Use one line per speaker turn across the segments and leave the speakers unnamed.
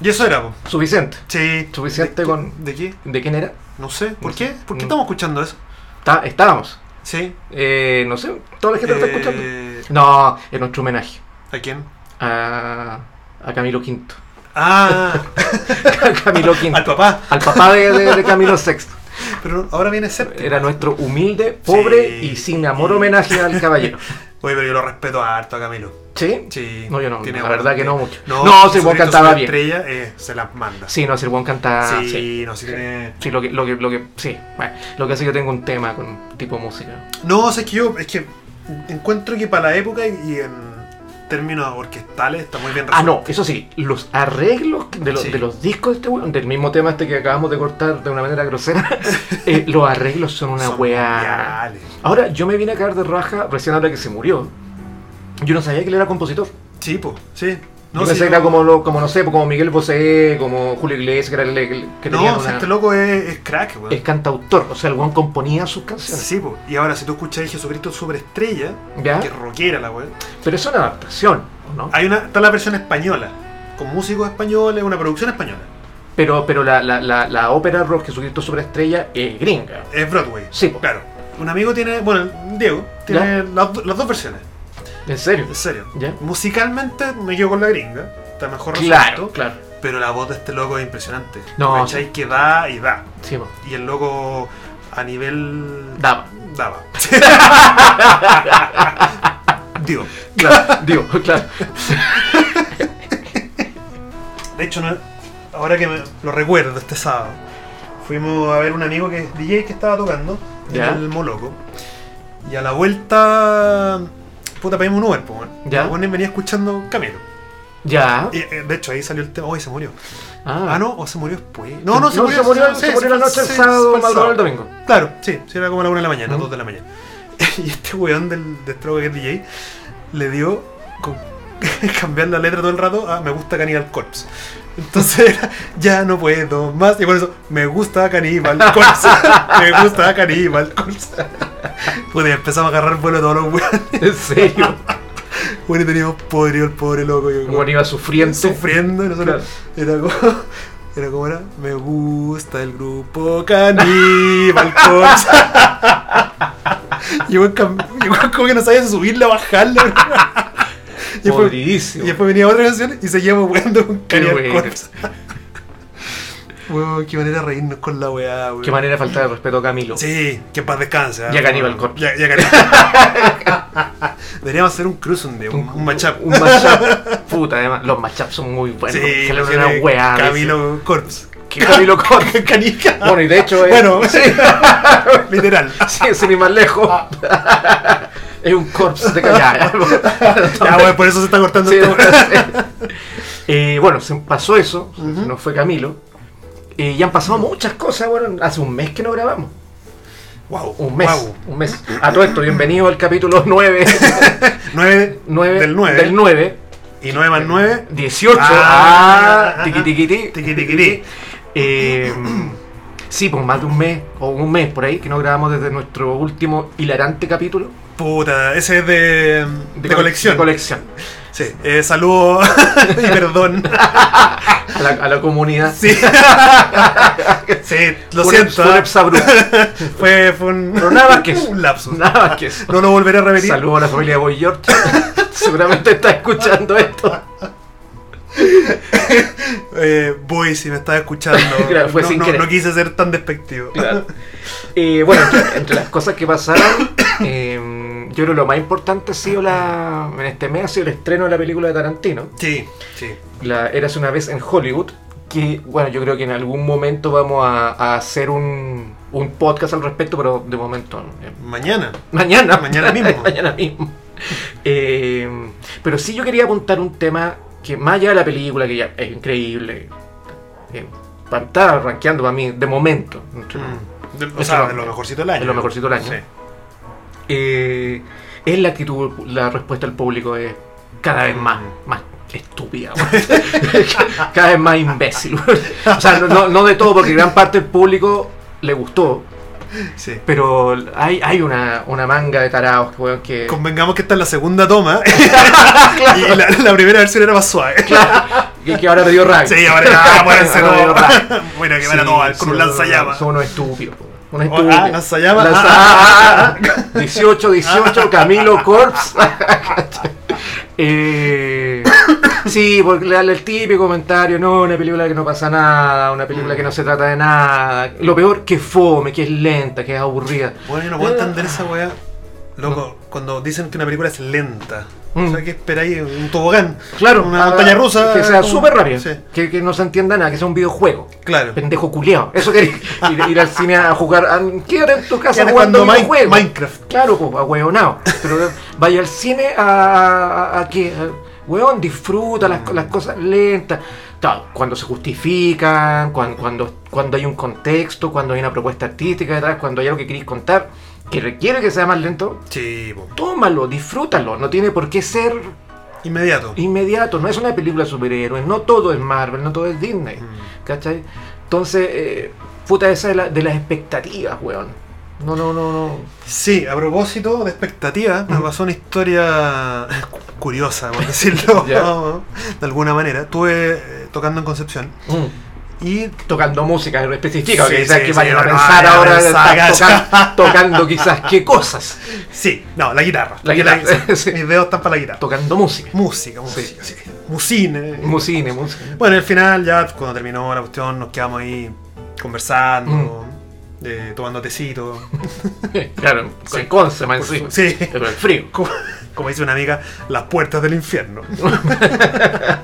Y eso era, po.
Suficiente.
Sí.
Suficiente
¿De-
con-
¿De qué?
¿De quién era?
No sé. ¿Por
No
qué?
sé.
¿Por qué
No.
estamos escuchando eso?
Está- estábamos.
Sí.
Eh, no sé, toda la gente lo está escuchando.
Eh,
No, en nuestro homenaje
¿A quién?
a, a Camilo V.
Ah,
A Camilo V.
al papá.
Al papá de, de- de Camilo VI.
Pero ahora viene séptimo.
Era nuestro humilde, pobre
Sí.
y sin amor homenaje al caballero.
Oye, pero yo lo respeto harto a Camilo.
¿Sí?
Sí.
No, yo no,
Tiene
la
buena-
verdad que no mucho.
No,
No, si
su
vos
grito,
cantaba
su
bien.
estrella eh, se las manda.
Sí, no, si el buen canta.
sí,
Sí.
no, si tiene...
Sí, lo que, lo que, lo que, sí, bueno, lo que hace que yo tengo un tema con tipo de música.
No, sé que yo es que encuentro que para la época y- y en términos orquestales está muy bien
Ah,
resuelto.
no, eso sí, los arreglos de los,
Sí.
de los discos de este weón, del mismo tema este que acabamos de cortar de una manera grosera, eh, los arreglos son una
Son
weá.
mundiales.
Ahora, yo me vine a caer de raja recién ahora que se murió. Yo no sabía que él era compositor.
Sí, po, sí.
No,
si
pensé
yo-
que era como, lo- como, no sé, como Miguel Bosé, como Julio Iglesias, que, era el- el- que
No,
tenía
si
una-
este loco es, es crack, weón.
es cantautor. O sea, el weón componía sus canciones.
Sí, po. Y ahora, si tú escuchas Jesucristo Superestrella,
¿Ya?
que es rockera la weón.
Pero es una adaptación, ¿no?
Hay una, está la versión española, con músicos españoles, una producción española.
Pero, pero la, la, la, la ópera rock Jesucristo Superestrella es gringa.
Es Broadway.
Sí, po.
Claro. Un amigo tiene, bueno, Diego, tiene las, do- las dos versiones,
¿En serio?
en serio.
¿Ya?
Musicalmente me quedo con la gringa, está mejor
Claro,
resuelto,
claro.
pero la voz de este loco es impresionante.
No,
¿Cachai? Que da y da.
Sí, po.
Y el loco a nivel...
Daba.
Daba. Digo,
Claro, digo, claro.
de hecho, no- ahora que me- lo recuerdo este sábado, fuimos a ver un amigo que es DJ que estaba tocando,
Ya.
en el Moloco, y a la vuelta, puta, pedimos un Uber, po, weón.
Ya.
El weón venía escuchando Camilo.
Ya.
Y, eh, de hecho, ahí salió el tema, hoy se murió.
Ah,
Ah, no, o se murió después. No, no, se murió.
se murió,
sí,
se murió la noche del
sí,
sábado,
fue el
madrugada del
sábado.
domingo.
Claro, sí, sí, era como a la 1 de la mañana,
Ujú.
2 de la mañana. Y este weón del, de Strobe que es DJ le dio con cambiar la letra todo el rato a Me gusta Cannibal Corpse. Entonces era, ya no puedo más. Y por eso, me gusta Cannibal Corpse. me gusta Cannibal Corpse. Puta, y empezamos a agarrar vuelo todos los weones.
En serio.
Bueno, y teníamos podrido el pobre loco. yo, como-
Bueno, iba sufriendo.
sufriendo y nosotros era como era como era me gusta el grupo caníbal Corpse". y bueno, cam- y bueno, como que no sabía si subirla o bajarla y después, y
Podridísimo.
después venía otra canción y seguíamos jugando con
Qué
caníbal
bueno.
Corpse. Weón, qué manera de reírnos con la weá, weón.
Qué manera de faltar de respeto a Camilo.
Sí, que en paz descanse. ¿ah?
Ya Caníbal Corpse.
Ya, ya Caníbal. Deberíamos hacer un cruz un día, un, un matchup.
Un matchup. Puta, además. Los matchups son muy buenos.
sí,
se le
tiene
una weá.
Camilo Corpse.
Camilo con.
Canica.
Bueno, y de hecho es.
Bueno,
sí,
literal.
sí, sin ir más lejos.
Ah.
es un corpse de callar.
Ya, bueno, por eso se está cortando
Sí,
esto.
sí. Eh, bueno, se pasó eso, se
Ujú.
nos fue Camilo. Y ya han pasado muchas cosas, bueno, hace un mes que no grabamos.
Wow,
Un mes. Un mes. A todo esto, bienvenido al capítulo 9.
9,
9
del 9.
Del 9.
y 9 más 9.
18.
Ah,
Ah, tiqui tiqui ti.
tiqui, tiqui, ti.
Eh, sí, pues más de un mes o un mes por ahí que no grabamos desde nuestro último hilarante capítulo
Puta, ese es de, de,
cole-
colección.
de colección.
sí, eh, saludo y perdón.
A la, a la comunidad.
Sí. sí, lo
Fue un-
siento.
fue un
ah,
exabrupto.
Fue, fue un,
Pero nada más que eso.
un lapsus.
Nada más que eso.
No lo volveré a repetir.
Saludos a la familia de Boy George. Seguramente está escuchando esto.
Eh, voy si me estás escuchando.
Claro, fue
no,
sin
no-
querer.
no quise ser tan despectivo.
Eh, bueno, entre, entre las cosas que pasaron, eh, yo creo que lo más importante ha sido la, en este mes ha sido el estreno de la película de Tarantino.
Sí, sí.
La Eras una vez en Hollywood. Que bueno, yo creo que en algún momento vamos a, a hacer un, un podcast al respecto, pero de momento. eh,
Mañana.
Mañana.
Mañana mismo.
Mañana mismo. Eh, pero sí yo quería apuntar un tema que más allá de la película, que ya es increíble, eh, pa- está rankeando para mí de momento.
Mm. De- o
Eso
sea,
no.
de lo mejorcito del año.
De lo mejorcito del año.
Sí.
Eh, es la actitud, la respuesta del público es cada vez más,
Mm.
más estúpida, güey. cada vez más imbécil. güey. O sea, no- no, no de todo, porque gran parte del público le gustó,
Sí.
pero hay, hay una, una manga de tarados weón, que...
Convengamos que esta es la segunda toma y la, la primera versión era más suave.
que, que ahora me dio rabia.
Sí, ahora ya, muéranse
Ahora me dio
todos.
rabia.
Bueno, que van a
Sí,
todos con
sí,
un lanzallamas.
Son unos estúpidos. po. Unos
Oh,
estúpidos.
ah, lanzallamas.
Lanza- ah, ah, ah, ah. 18, 18, Camilo Corps. Eh, sí, porque le dan el típico comentario, no, una película que no pasa nada, una película que no se trata de nada. Lo peor que es fome, que es lenta, que es aburrida.
Bueno, yo no puedo
Ah.
entender esa weá. Loco, cuando dicen que una película es lenta. O sea,
Mm.
que esperáis un tobogán.
Claro,
Una
ah,
montaña rusa.
Que sea
como-
súper rápida.
Sí,
Que, que no se entienda nada, que sea un videojuego.
claro.
Pendejo culiao. Eso quería ir, ir al cine a jugar. a- quédate en tu casa
Quédate
jugando
jugando Min-
videojuegos.
Minecraft.
Claro, pues, a hueonao. Pero eh, vaya al cine a. a, a- a que. a- Hueón, disfruta las, las cosas lentas. Tal, Cuando se justifican, cuan- cuando, cuando, hay un contexto, cuando hay una propuesta artística detrás, cuando hay algo que queréis contar que requiere que sea más lento,
Sí, po.
tómalo, disfrútalo. No tiene por qué ser
Inmediato.
inmediato. No es una película de superhéroes, no todo es Marvel, no todo es Disney.
Mm.
¿Cachai? Entonces, eh, puta, esa de, la- de las expectativas, weón. No, no, no, no.
Sí, a propósito de
Mm.
expectativas, me pasó una historia cu- curiosa, por decirlo
Ya.
de alguna manera. Estuve eh, tocando en Concepción y
Tocando música específica,
Mm. Sí,
que quizás
sí, sí,
que vayan a
no,
pensar
no, no,
ahora,
no,
están
saca,
tocan- tocando quizás qué cosas.
Sí, no, la guitarra.
La
Porque
guitarra, sí.
Mis dedos están para la guitarra.
Tocando música.
Música,
Sí.
música, sí. Musine.
Musine, música.
Bueno, al final ya cuando terminó la cuestión nos quedamos ahí conversando,
Mm.
eh, tomando tecito.
claro, con conce, más encima.
Sí.
Pero el frío,
Como, como dice una amiga, las puertas del infierno.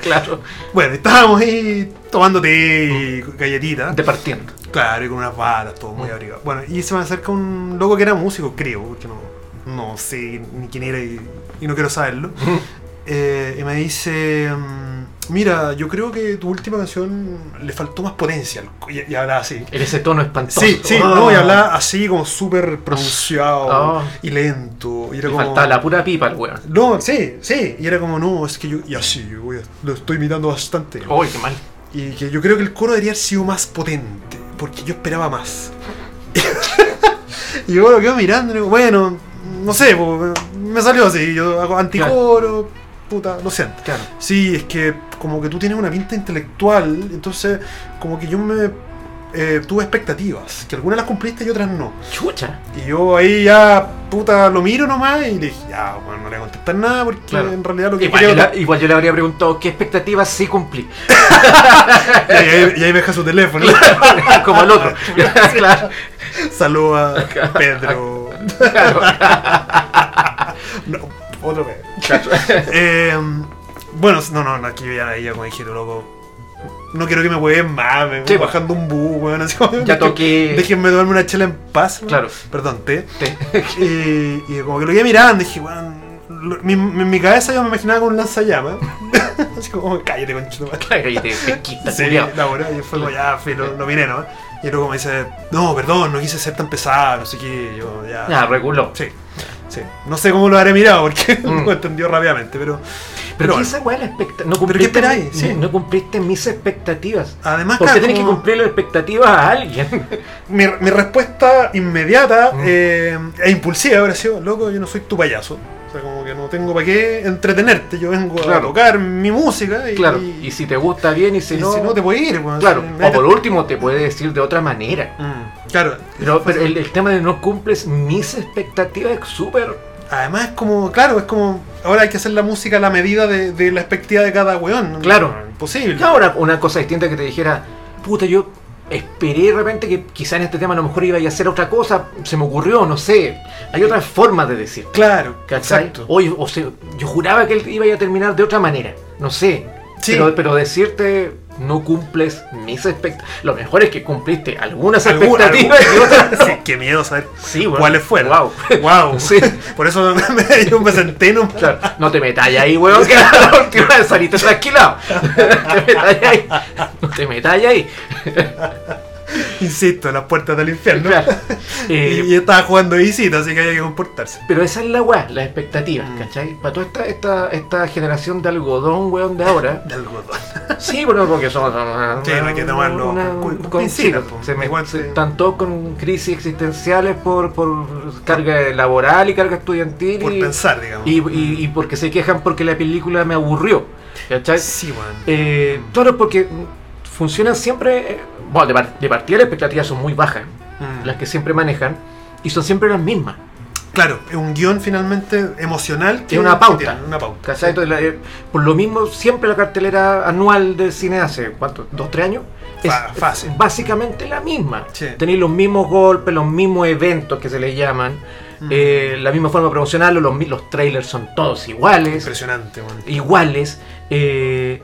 claro.
Bueno, estábamos ahí tomando té y galletitas.
Departiendo.
Claro, y con unas balas, todo
Mm.
muy abrigado. Bueno, y se me acerca un loco que era músico, creo, porque no, no sé ni quién era y, y no quiero saberlo.
Mm.
Eh, y me dice, mm, mira, yo creo que tu última canción le faltó más potencia. al- Y, y hablaba así.
En ese tono espantoso.
Sí, sí,
Oh.
no, y hablaba así como súper pronunciado
Ah.
y lento. Y era
Le
como...
faltaba la pura pipa al weón.
No, sí, sí. Y era como, no, es que yo... Y así, yo voy a- lo estoy imitando bastante.
Uy, qué mal.
Y que yo creo que el coro debería haber sido más potente, porque yo esperaba más. y yo lo quedo mirando y digo, bueno, no sé, po, me salió así, yo hago anticoro, puta, lo siento.
Claro.
Sí, es que como que tú tienes una pinta intelectual, entonces como que yo me eh, tuve expectativas, que algunas las cumpliste y otras no.
Chucha.
Y yo ahí ya, puta, lo miro nomás y le dije, ya, bueno, no le voy a contestar nada porque
Claro.
en realidad lo que
Igual
quería...
yo, la- igual yo le habría preguntado qué expectativas sí cumplí.
Y ahí, y ahí me deja su teléfono.
Como el otro. claro.
Saluda a Pedro. No, otro Pedro. Eh, bueno, no, no, no, aquí yo ya ella como dije, tú, loco. No quiero que me hueven más, me voy
Sí, pues.
bajando un bu, weón. Así como,
Ya toqué.
Déjenme tomarme una chela en paz. weón.
Claro.
Perdón, té.
Te-
Y, y como que lo iba mirando, dije, weón. lo- mi- mi- En mi cabeza yo me imaginaba con un lanzallamas. Así como, cállate, conchito.
Ay, te- te quita,
Sí,
culiao.
la buena, y fue como ya, filo, lo miré, ¿no? Y luego me dice, no, perdón, no quise ser tan pesado, no sé qué, yo ya.
Ah, reguló.
Sí, sí. No sé cómo lo habré mirado porque
Mm.
lo entendió rápidamente, pero.
Pero
pero
que esa weá es la expectativa. No
¿Pero qué
cumpliste,
esperáis?
mi-
Sí.
no cumpliste mis expectativas.
Además,
Porque
claro,
tenés que
como-
cumplir las expectativas a alguien.
mi, mi respuesta inmediata
Mm.
eh, e impulsiva habrá sido, loco, yo no soy tu payaso. O sea, como que no tengo para qué entretenerte, yo vengo a
Claro.
tocar mi música y,
Claro.
y,
Y si te gusta bien y si,
y
no,
te puedo ir. pues,
Claro.
así,
O
nadie
por
te-
último te puede decir de otra manera.
Mm, claro,
Pero, pero el, el tema de no cumples mis expectativas es súper.
Además es como, claro, es como, ahora hay que hacer la música a la medida de, de la expectativa de cada weón.
Claro.
Imposible.
Claro, una, una cosa distinta que te dijera, puta, yo esperé de repente que quizá en este tema a lo mejor iba a hacer otra cosa, se me ocurrió, no sé. Hay otras formas de decir.
Claro,
¿Cachai?
exacto.
O, o sea, yo juraba que él iba a terminar de otra manera. No sé.
Sí.
Pero, pero decirte no cumples mis expectativas. Lo mejor es que cumpliste algunas
Algún-
expectativas y
algún-
otras no.
Sí, qué miedo saber
Sí, bueno.
cuáles fueron.
Wow.
Wow.
Sí.
Por eso me, yo me senté no
Claro, no te metas ahí, weón, que era la última vez saliste tranquilado. No te metas ahí. No te metas ahí.
Insisto, en las puertas del infierno.
Claro. Eh,
Y estaba jugando visita, así que hay que comportarse.
Pero esa es la weá, las expectativas,
Mm.
¿cachai? Para toda esta, esta, esta generación de algodón, weón, de ahora.
De algodón.
Sí, bueno, porque son. son-
Sí, hay que tomarlo con- con pincitas, po.
se me-
Igual
se-
se-
Están todos con crisis existenciales por, por carga laboral y carga estudiantil.
Por
y,
pensar, digamos.
y, y- y porque se quejan porque la película me aburrió. ¿Cachai?
Sí, weón.
Eh, claro, porque funcionan siempre. eh, Bueno, de, par- de partida las expectativas son muy bajas,
Mm.
las que siempre manejan, y son siempre las mismas.
Claro, es un guión finalmente emocional
Es una pauta.
tiene una pauta.
¿Cachai? Entonces, la- eh, por lo mismo, siempre la cartelera anual de cine hace, ¿cuánto? ¿Dos, tres años?
Fa- fácil.
básicamente la misma.
Sí.
Tenéis los mismos golpes, los mismos eventos que se les llaman,
Mm.
eh, la misma forma promocional, los, mi- los trailers son todos iguales,
Impresionante, weón.
iguales. eh,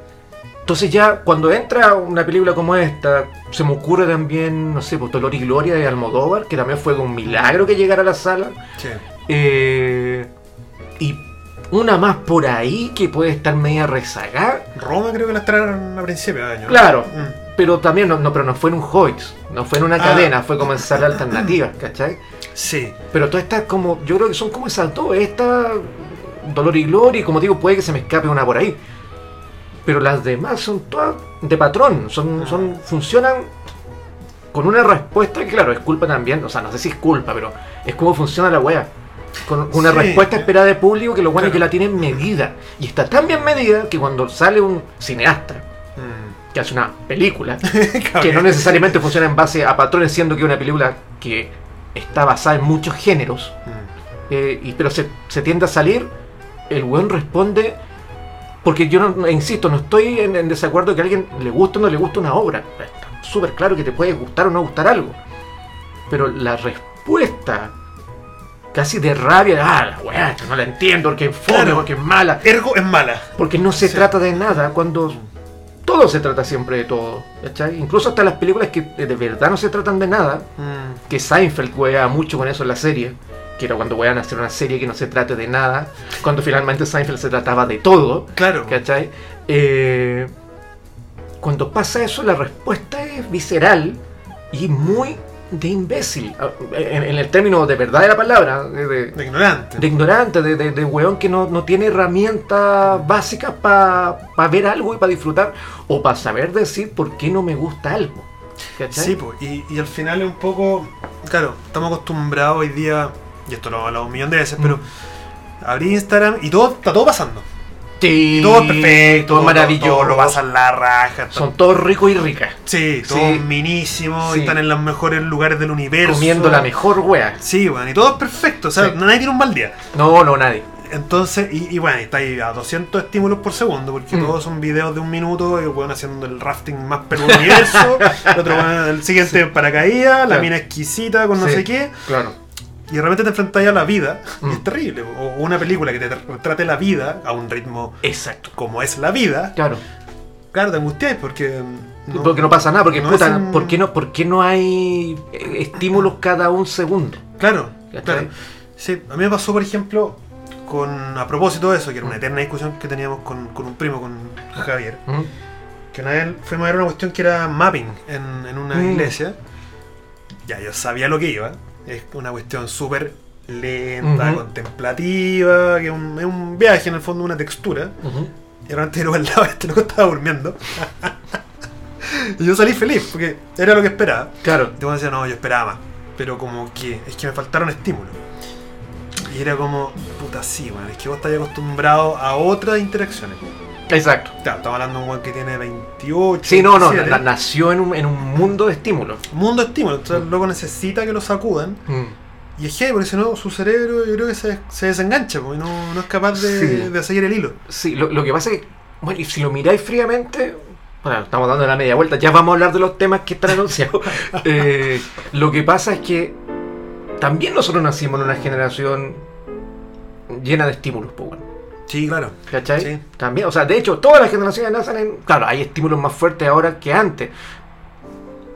entonces ya cuando entra una película como esta, se me ocurre también, no sé, pues, Dolor y Gloria de Almodóvar, que también fue un milagro que llegara a la sala.
Sí.
Eh, y una más por ahí que puede estar media rezagada.
Roma creo que la estrenaron a principios de año. ¿no?
Claro.
Mm.
Pero también, no, no, pero no fue en un Hoyts, no fue en una
Ah.
cadena, fue como en salas alternativas, ¿cachai?
Sí.
Pero todas estas como, yo creo que son como esas dos, esta, Dolor y Gloria, y como digo, puede que se me escape una por ahí. Pero las demás son todas de patrón,
Ah.
son, son, funcionan con una respuesta que claro, es culpa también, o sea, no sé si es culpa, pero es como funciona la wea. Con con una
Sí.
respuesta esperada de público que lo bueno es que
Claro.
la tienen medida. Y está tan bien medida que cuando sale un cineasta
Mm.
que hace una película, que no
Cabrón.
necesariamente funciona en base a patrones, siendo que una película que está basada en muchos géneros,
Mm.
eh, y- pero se, se tiende a salir, el weón responde, porque yo no- no, insisto, no estoy en, en desacuerdo que a alguien le guste o no le guste una obra, está súper claro que te puede gustar o no gustar algo, pero la respuesta casi de rabia, ah, la weá, esta no la entiendo, porque es fome,
Claro.
porque es mala,
Ergo es mala.
porque no se
Sí.
trata de nada cuando todo se trata siempre de todo. ¿cachai? Incluso hasta las películas que de verdad no se tratan de nada,
Mm.
que Seinfeld juega mucho con eso en la serie, que era cuando wean hacer una serie que no se trate de nada, cuando finalmente Seinfeld se trataba de todo,
Claro.
¿cachai? Eh, cuando pasa eso, la respuesta es visceral y muy de imbécil, ah, en, en el término de verdad de la palabra, de- de-
De ignorante.
de ignorante, de, de, de weón que no, no tiene herramientas básicas para ver algo y para disfrutar o para saber decir por qué no me gusta algo. ¿Cachai?
Sí, po, y, y al final es un poco. Claro, estamos acostumbrados hoy día, y esto lo hemos hablado un millón de veces,
Mm.
pero abrí Instagram y todo está todo pasando.
Sí,
Y todo es perfecto,
todo
todo-
maravilloso.
todo lo pasan la raja. está-
Son todos ricos y ricas,
sí, todo
sí.
minísimo,
Sí.
y están en los mejores lugares del universo.
comiendo la mejor wea.
Sí, bueno, y todo es perfecto, o sea,
Sí.
nadie tiene un mal día.
No, no, nadie.
Entonces, y, y bueno, está ahí a 200 estímulos por segundo, porque
Mm.
todos son videos de un minuto, y el weón haciendo el rafting más peludo del universo, el otro weón- el siguiente paracaídas, la
Claro.
mina exquisita con no
Sí.
sé qué,
Claro.
y de repente te enfrentas a la vida,
Mm.
y es terrible. O o una película que te tra- trate la vida a un ritmo
Exacto.
como es la vida,
Claro.
claro, te angustias porque. mm,
porque no pasa nada, porque
no
puta,
es un-
¿por, qué no, ¿por qué no hay eh, estímulos cada un segundo?
Claro,
¿Cachai?
claro. Sí, a mí me pasó, por ejemplo, con a propósito de eso, que era una eterna discusión que teníamos con, con un primo, con Javier,
¿Mm?
que una vez fuimos a ver una cuestión que era mapping en, en una
Mm.
iglesia. Ya, yo sabía lo que iba. Es una cuestión súper lenta,
Ujú.
contemplativa, que es un, es un viaje en el fondo, una textura.
Ujú.
Y realmente lo al lado este loco estaba durmiendo. y yo salí feliz, porque era lo que esperaba.
Claro.
Y te decía, no, yo esperaba más. Pero como que, es que me faltaron estímulos. Y era como, puta, sí, bueno, es que vos estás acostumbrado a otras interacciones.
Exacto.
Claro, estamos hablando de un weón que tiene 28.
Sí, no, no,
27.
na- nació en un, en un mundo de estímulos.
Mundo estímulo, entonces el loco necesita que lo sacudan. Y es que, porque si no, su cerebro yo creo que se, se desengancha, porque no, no es capaz de,
Sí.
de seguir el hilo.
Sí, lo, lo que pasa es que, bueno, y si lo miráis fríamente, bueno, estamos dando la media vuelta, ya vamos a hablar de los temas que están anunciados. Eh, lo que pasa es que también nosotros nacimos en una generación llena de estímulos, pues, bueno,
Sí, claro.
¿cachai?
Sí.
También, o sea, de hecho, todas las generaciones nacen en. Claro, hay estímulos más fuertes ahora que antes,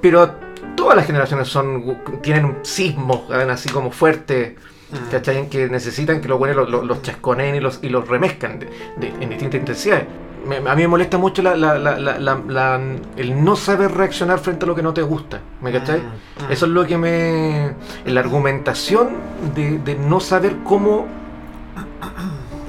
pero todas las generaciones son tienen sismos, ¿saben? así como fuertes.
Mm.
¿cachai? En Que necesitan que los buenos los, los, los chasconeen y los, y los remezcan de- de- en distintas intensidades. Me- a mí me molesta mucho la- la- la- la- la- la- el no saber reaccionar frente a lo que no te gusta, ¿me cachai?
Mm, mm.
Eso es lo que me... La argumentación de, de no saber cómo...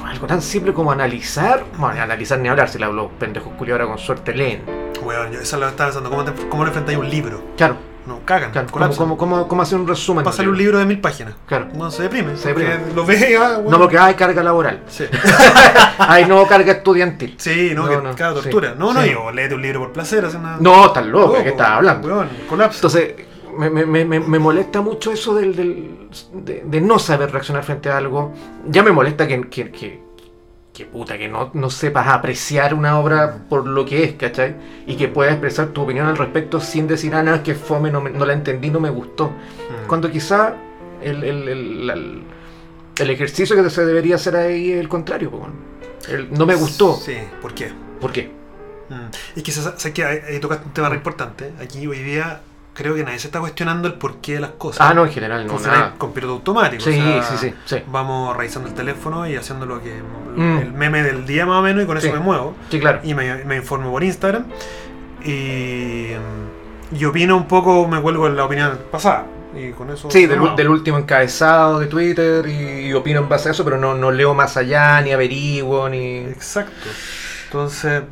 Algo tan simple como analizar... Bueno, ni analizar ni hablar, si le hablo pendejos culiados ahora con suerte leen.
Weón, yo eso lo estaba pensando, ¿cómo, te, cómo le enfrentáis un libro?
Claro,
No, cagan,
Claro, ¿cómo,
colapsan.
cómo, cómo- cómo hacer un resumen?
Va a salir un libro de mil páginas.
Claro.
No se deprime.
Se deprime.
porque Lo ve y, ah, bueno.
No, porque hay carga laboral.
Sí.
Hay no carga estudiantil.
Sí, no,
No,
que
no,
cada
sí,
tortura. no, no,
sí.
yo léete un libro por placer, hace una.
No, estás loco, ¿de
Loco,
qué estás hablando?
Weón, colapso.
Entonces, me, me- me- me- me molesta mucho eso del, del- de, de no saber reaccionar frente a algo. Ya me molesta que, que, que, que puta, que no, no sepas apreciar una obra por lo que es, ¿cachai? Y que puedas expresar tu opinión al respecto sin decir, ah, no, es que fome, no, me- no la entendí, no me gustó.
Mm.
Cuando quizá el, el- el- la- el- el ejercicio que se debería hacer ahí es el contrario, po, weón. El no me gustó.
Sí, ¿por qué?
¿Por qué?
Mm. Es que sa- sabes que ahí ahí tocaste un tema re importante. Aquí hoy día creo que nadie se está cuestionando el porqué de las cosas.
Ah, no, en general, no,
Funciona
nada.
con piloto automático.
Sí,
o sea,
sí, sí, sí.
Vamos revisando el teléfono y haciendo lo que.
Mm.
el meme del día más o menos, y con eso
Sí.
me muevo.
Sí, claro.
y me, me informo por Instagram y, mm, y opino un poco, me vuelvo en la opinión pasada. Y con eso.
Sí, del,
no.
del último encabezado de Twitter y, y opino en base a eso, pero no, no leo más allá, ni averiguo, ni...
Exacto. Entonces,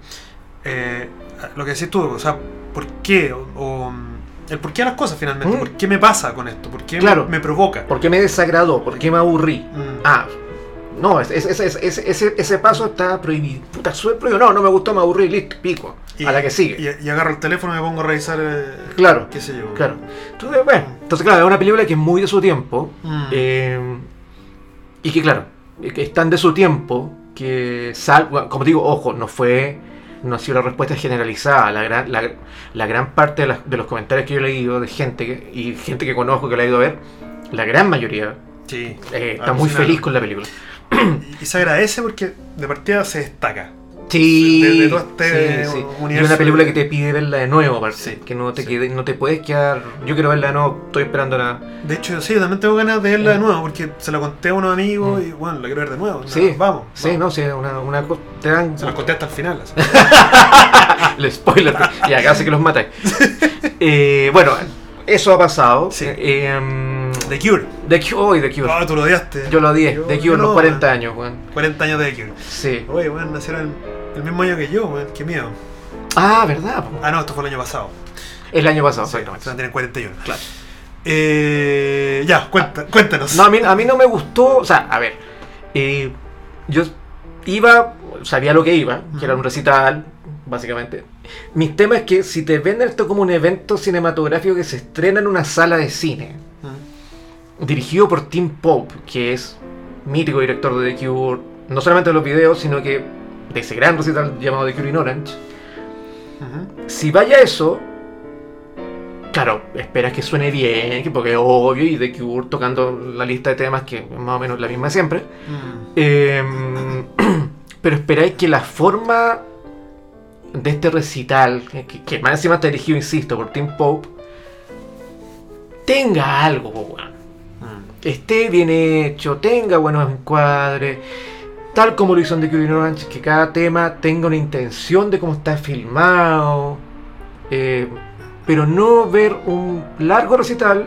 eh, lo que decís tú, o sea, ¿por qué? O, o, mm, el por qué a las cosas finalmente,
Mm.
¿por qué me pasa con esto? ¿Por qué me-
Claro.
me, provoca?
¿Por qué me desagradó? ¿Por qué me aburrí?
Mm.
Ah, no, es- es- es- es- es- ese, ese paso está prohibido. Puta, súper prohibido. No, no me gustó, me aburrí, listo, pico.
Y-
a la que sigue.
Y, y agarro el teléfono y me pongo a revisar. eh,
Claro.
¿Qué sé yo?
Claro. Entonces, bueno, entonces, claro, es una película que es muy de su tiempo.
Mm.
eh, y que, claro, eh, que es tan de su tiempo que, sal, bueno, como digo, ojo, no fue. No ha sido la respuesta generalizada. La gran, la, la gran parte de, las- de los comentarios que yo he leído de gente que- y gente que conozco que la ha ido a ver, la gran mayoría
Sí.
eh, está muy
Alucinante.
feliz con la película.
Y, y se agradece porque de partida se destaca.
Sí,
De- de todo este
sí, sí.
universo.
Y es una película que te pide verla de nuevo, aparte.
Sí,
que no te,
sí.
quede- no te puedes quedar. Yo quiero verla de nuevo, estoy esperando la,
De hecho, sí, yo también tengo ganas de verla de
Mm.
nuevo, porque se la conté a unos amigos
Mm.
y bueno, la quiero ver de nuevo.
Sí,
No, vamos.
Sí,
vamos.
no, sí, una, una co- te dan
Se las conté hasta el final. así.
el spoiler y acá hace que los matáis. Eh, bueno, eso ha pasado.
Sí.
Eh, em,
The Cure.
The Cure, hoy The Cure.
Ah, tú lo odiaste.
Yo lo odié,
Yo-
The
yo
Cure, los
no,
40
man.
años, weón.
40 años de The Cure.
Sí.
Oye, bueno, nacieron el, el mismo año que yo, weón, qué miedo.
Ah, verdad. po.
Ah, no, esto fue el año pasado.
El año pasado,
Sí, o
exactamente.
sea, tienen 41.
Claro. Ah.
Eh, ya, cuenta- cuéntanos.
No, a mí, a mí no me gustó. O sea, a ver. eh, yo iba, sabía lo que iba, que era un recital, básicamente. Mis temas es que si te venden esto como un evento cinematográfico que se estrena en una sala de cine,
Mm,
dirigido por Tim Pope, que es mítico director de The Cure, no solamente de los videos, sino que de ese gran recital llamado The Cure in Orange.
ujú.
Si vaya eso, claro, esperas que suene bien, que- porque es obvio, y The Cure tocando la lista de temas que es más o menos la misma de siempre.
Mm,
Em, pero esperáis que la forma de este recital, que, que más encima está dirigido, insisto, por Tim Pope, tenga algo, po, weón
mm.
esté bien hecho, tenga buenos encuadres, tal como lo hizo en The Cure in Orange, que cada tema tenga una intención de cómo está filmado, eh, pero no ver un largo recital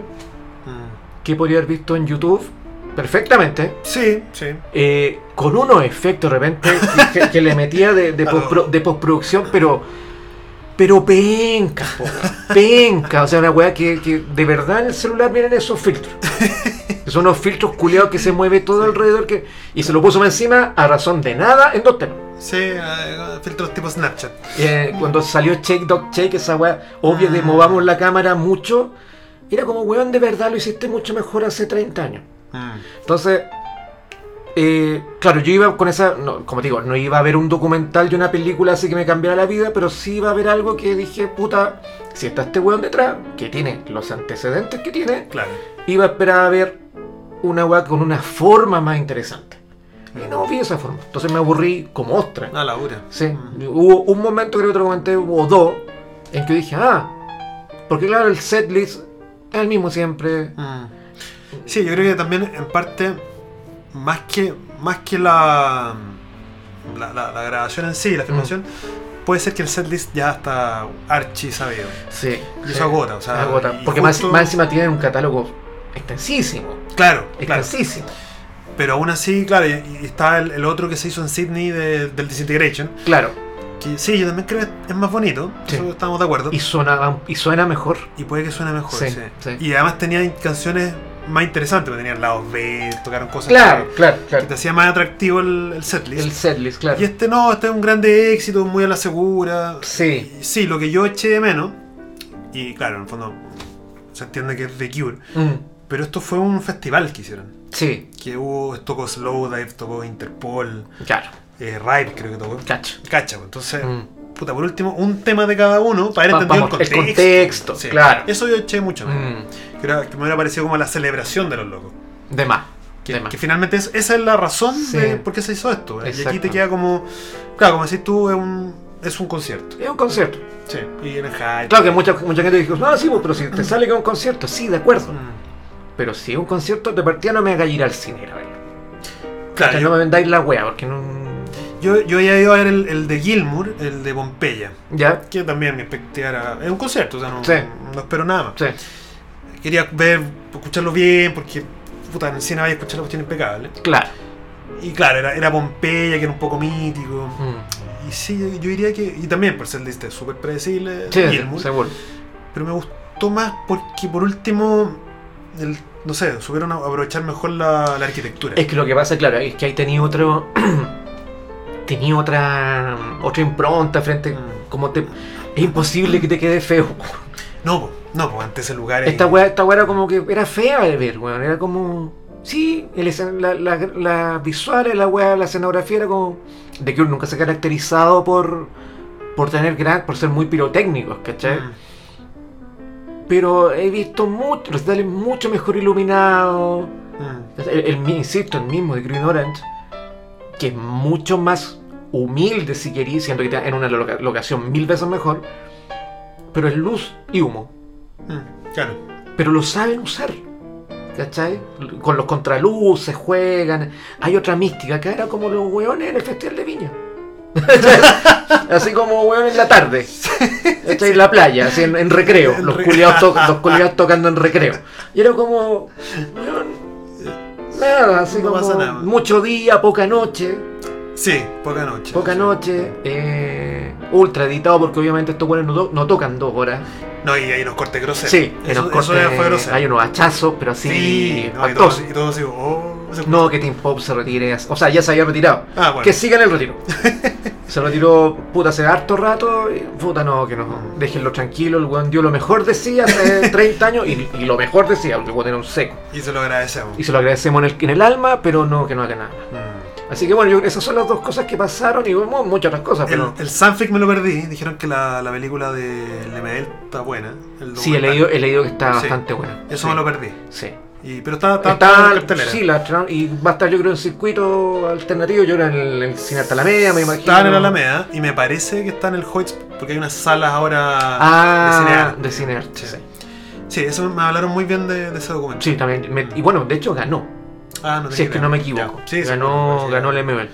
Mm.
que podría haber visto en YouTube perfectamente.
Sí, sí.
eh, con unos efectos de repente que, que le metía de, de postpro- de postproducción, pero pero penca, po, weón, penca. O sea, una weá que, que de verdad en el celular miren esos filtros. Que Son unos filtros culeados que se mueve todo alrededor que, y se lo puso más encima a razón de nada en dos temas.
Sí, eh, filtros tipo Snapchat.
Eh, cuando salió Shake Dog Shake, esa weá obvia de movamos la cámara mucho, era como weón, de verdad lo hiciste mucho mejor hace 30 años.
Mm.
Entonces, eh, claro, yo iba con esa, no, como te digo, no iba a ver un documental de una película así que me cambiara la vida, pero sí iba a ver algo que dije, puta, si está este weón detrás, que tiene los antecedentes que tiene,
Claro.
iba a esperar a ver una weá con una forma más interesante. Y no vi esa forma, entonces me aburrí como ostra.
A la hora.
Sí,
Mm.
hubo un momento, creo que te lo comenté, o dos, en que dije, ah, porque claro, el setlist es el mismo siempre.
Mm. Sí, yo creo que también en parte, más que, más que la, la, la- la grabación en sí, la filmación,
Mm.
puede ser que el setlist ya está archi sabido.
Sí.
Y eso agota, o sea,
Agota,
y
porque más,
justo-
más encima tienen un catálogo extensísimo.
Claro, claro.
Extensísimo.
Pero aún así, claro, y, y está el, el otro que se hizo en Sydney de- del Disintegration,
Claro.
Que sí, yo también creo que es más bonito.
Sí.
Eso estamos de acuerdo.
Y, sonaba- y suena mejor.
Y puede que suene mejor,
Sí,
sí.
sí.
Y además tenían canciones más interesantes, porque tenían lados B, tocaron cosas que,
claro,
que te hacía más atractivo el, el setlist.
El setlist, claro.
Y este no, este es un grande éxito, muy a la segura.
Sí.
Y Sí, lo que yo eché de menos, y claro, en el fondo se entiende que es The Cure,
Mm,
pero esto fue un festival que hicieron.
sí,
Que hubo, tocó Slowdive, tocó Interpol,
claro.
eh, Riot creo que tocó.
Cacho.
Cacha, pues, entonces,
Mm.
puta, por último, un tema de cada uno para
Va-
haber entendido
vamos,
el
el
contexto.
contexto, claro.
Eso yo eché mucho. menos.
Mm,
que, era- que me hubiera parecido como la celebración de los locos.
de más.
Que,
de más.
que finalmente es- esa es la razón
Ah. Sí.
de por qué se hizo esto. ¿eh? Y aquí
Exacto.
te queda como, claro, como decís tú, es un, es un concierto.
Es un concierto.
Sí, y en el hype.
Claro que mucha, mucha gente dijo, no, sí, pues, pero si te sale que es un concierto, sí, de acuerdo.
Mm.
Pero si es un concierto, de partida no me haga ir al cine, la verdad.
Claro,
Que
yo,
no me vendáis la wea, porque no.
yo, yo había ido a ver el, el de Gilmour, el de Pompeya,
Ya,
que también me expectativa era. Es un concierto, o sea, no,
Sí.
no espero nada más.
sí,
Quería ver, escucharlo bien, porque puta, en el cine vaya a escuchar la cuestión impecable.
claro.
Y claro, era, era Pompeya, que era un poco mítico.
Mm.
Y sí, yo, yo diría que. Y también, por ser lista, es súper predecible.
Sí,
Gilmour.
seguro.
pero me gustó más porque por último, el- no sé, supieron a- aprovechar mejor la, la arquitectura.
Es que lo que pasa, claro, es que ahí tenía otro. tenía otra. otra impronta frente.
Mm.
Como te. Es imposible que te quede feo.
No, po, no, pues ante ese lugar.
Esta weá, esta weá era como que era fea de ver, weón. Era como. Sí, el escen- la, la, la visual, la weá, la escenografía era como. De que nunca se ha caracterizado por. por tener gran. por ser muy pirotécnicos, ¿cachai?
Mm.
Pero he visto muchos recitales mucho mejor iluminados.
Mm,
El, el mi- insisto, el mismo de Green Orange, que es mucho más humilde si querís, siento que está en una loca- locación mil veces mejor, pero es luz y humo.
mm, Claro.
Pero lo saben usar, ¿cachai? L- Con los contraluces juegan, hay otra mística, que era como los hueones en el Festival de Viña. así como hueones en la tarde, ¿cachai? en la playa, así en, en recreo,
En
los
re-
culiados to- los culiados tocando en recreo. Y era como... hueón, Nada, así
No
como
pasa nada.
mucho día, poca noche,
Sí, poca noche.
poca
sí.
noche, eh, ultra editado porque obviamente estos buenos no, to- no tocan dos horas.
No, y hay unos cortes groseros.
Sí, en
eso,
los cortes
eso ya fue grosero.
hay unos hachazos, pero así
sí, no, y
espantosos.
todos y todos así, oh, se-
No, que Team Pop se retire, o sea, ya se había retirado.
Ah, bueno.
Que sigan el retiro. se retiró, puta, hace harto rato, y, puta, no, que no, déjenlo tranquilo, el weón dio lo mejor de sí hace 30 años, y, y lo mejor de sí, porque el weón era un seco.
Y se lo agradecemos.
Y Ah, se lo agradecemos en el, en el alma, pero no, que no haga nada.
Mm.
Así que bueno, yo, esas son las dos cosas que pasaron y bueno, muchas otras cosas, pero
El, el Sanfic me lo perdí. Dijeron que la, la película de Lemedel está buena. el
sí, he
documental.
leído, he leído que está
Sí.
bastante buena.
Eso
sí.
me lo perdí.
Sí.
Y, pero está, está,
Está,
en cartelera.
sí, la estrenaron y va a estar yo creo en circuito alternativo, yo creo en el, en el cine hasta la media, me imagino.
Está en el Alameda y me parece que está en el Hoyts porque hay unas salas ahora de cine
Ah,
arte.
de cine arte,
Sí.
sí.
Sí, eso me hablaron muy bien de, de ese documento.
Sí, también. me- y bueno, de hecho ganó.
Ah, no tenía
si es que
idea.
no me equivoco.
Ya. Sí, sí,
ganó,
sí, sí.
ganó el MBL.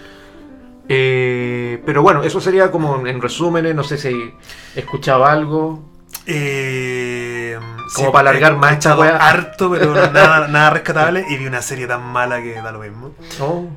Eh, pero bueno, eso sería como en resúmenes, no sé si escuchaba algo.
Eh,
Como para alargar más
he
esta
estado
wea.
harto, pero nada, nada rescatable. Y vi una serie tan mala que da lo mismo.
¿no?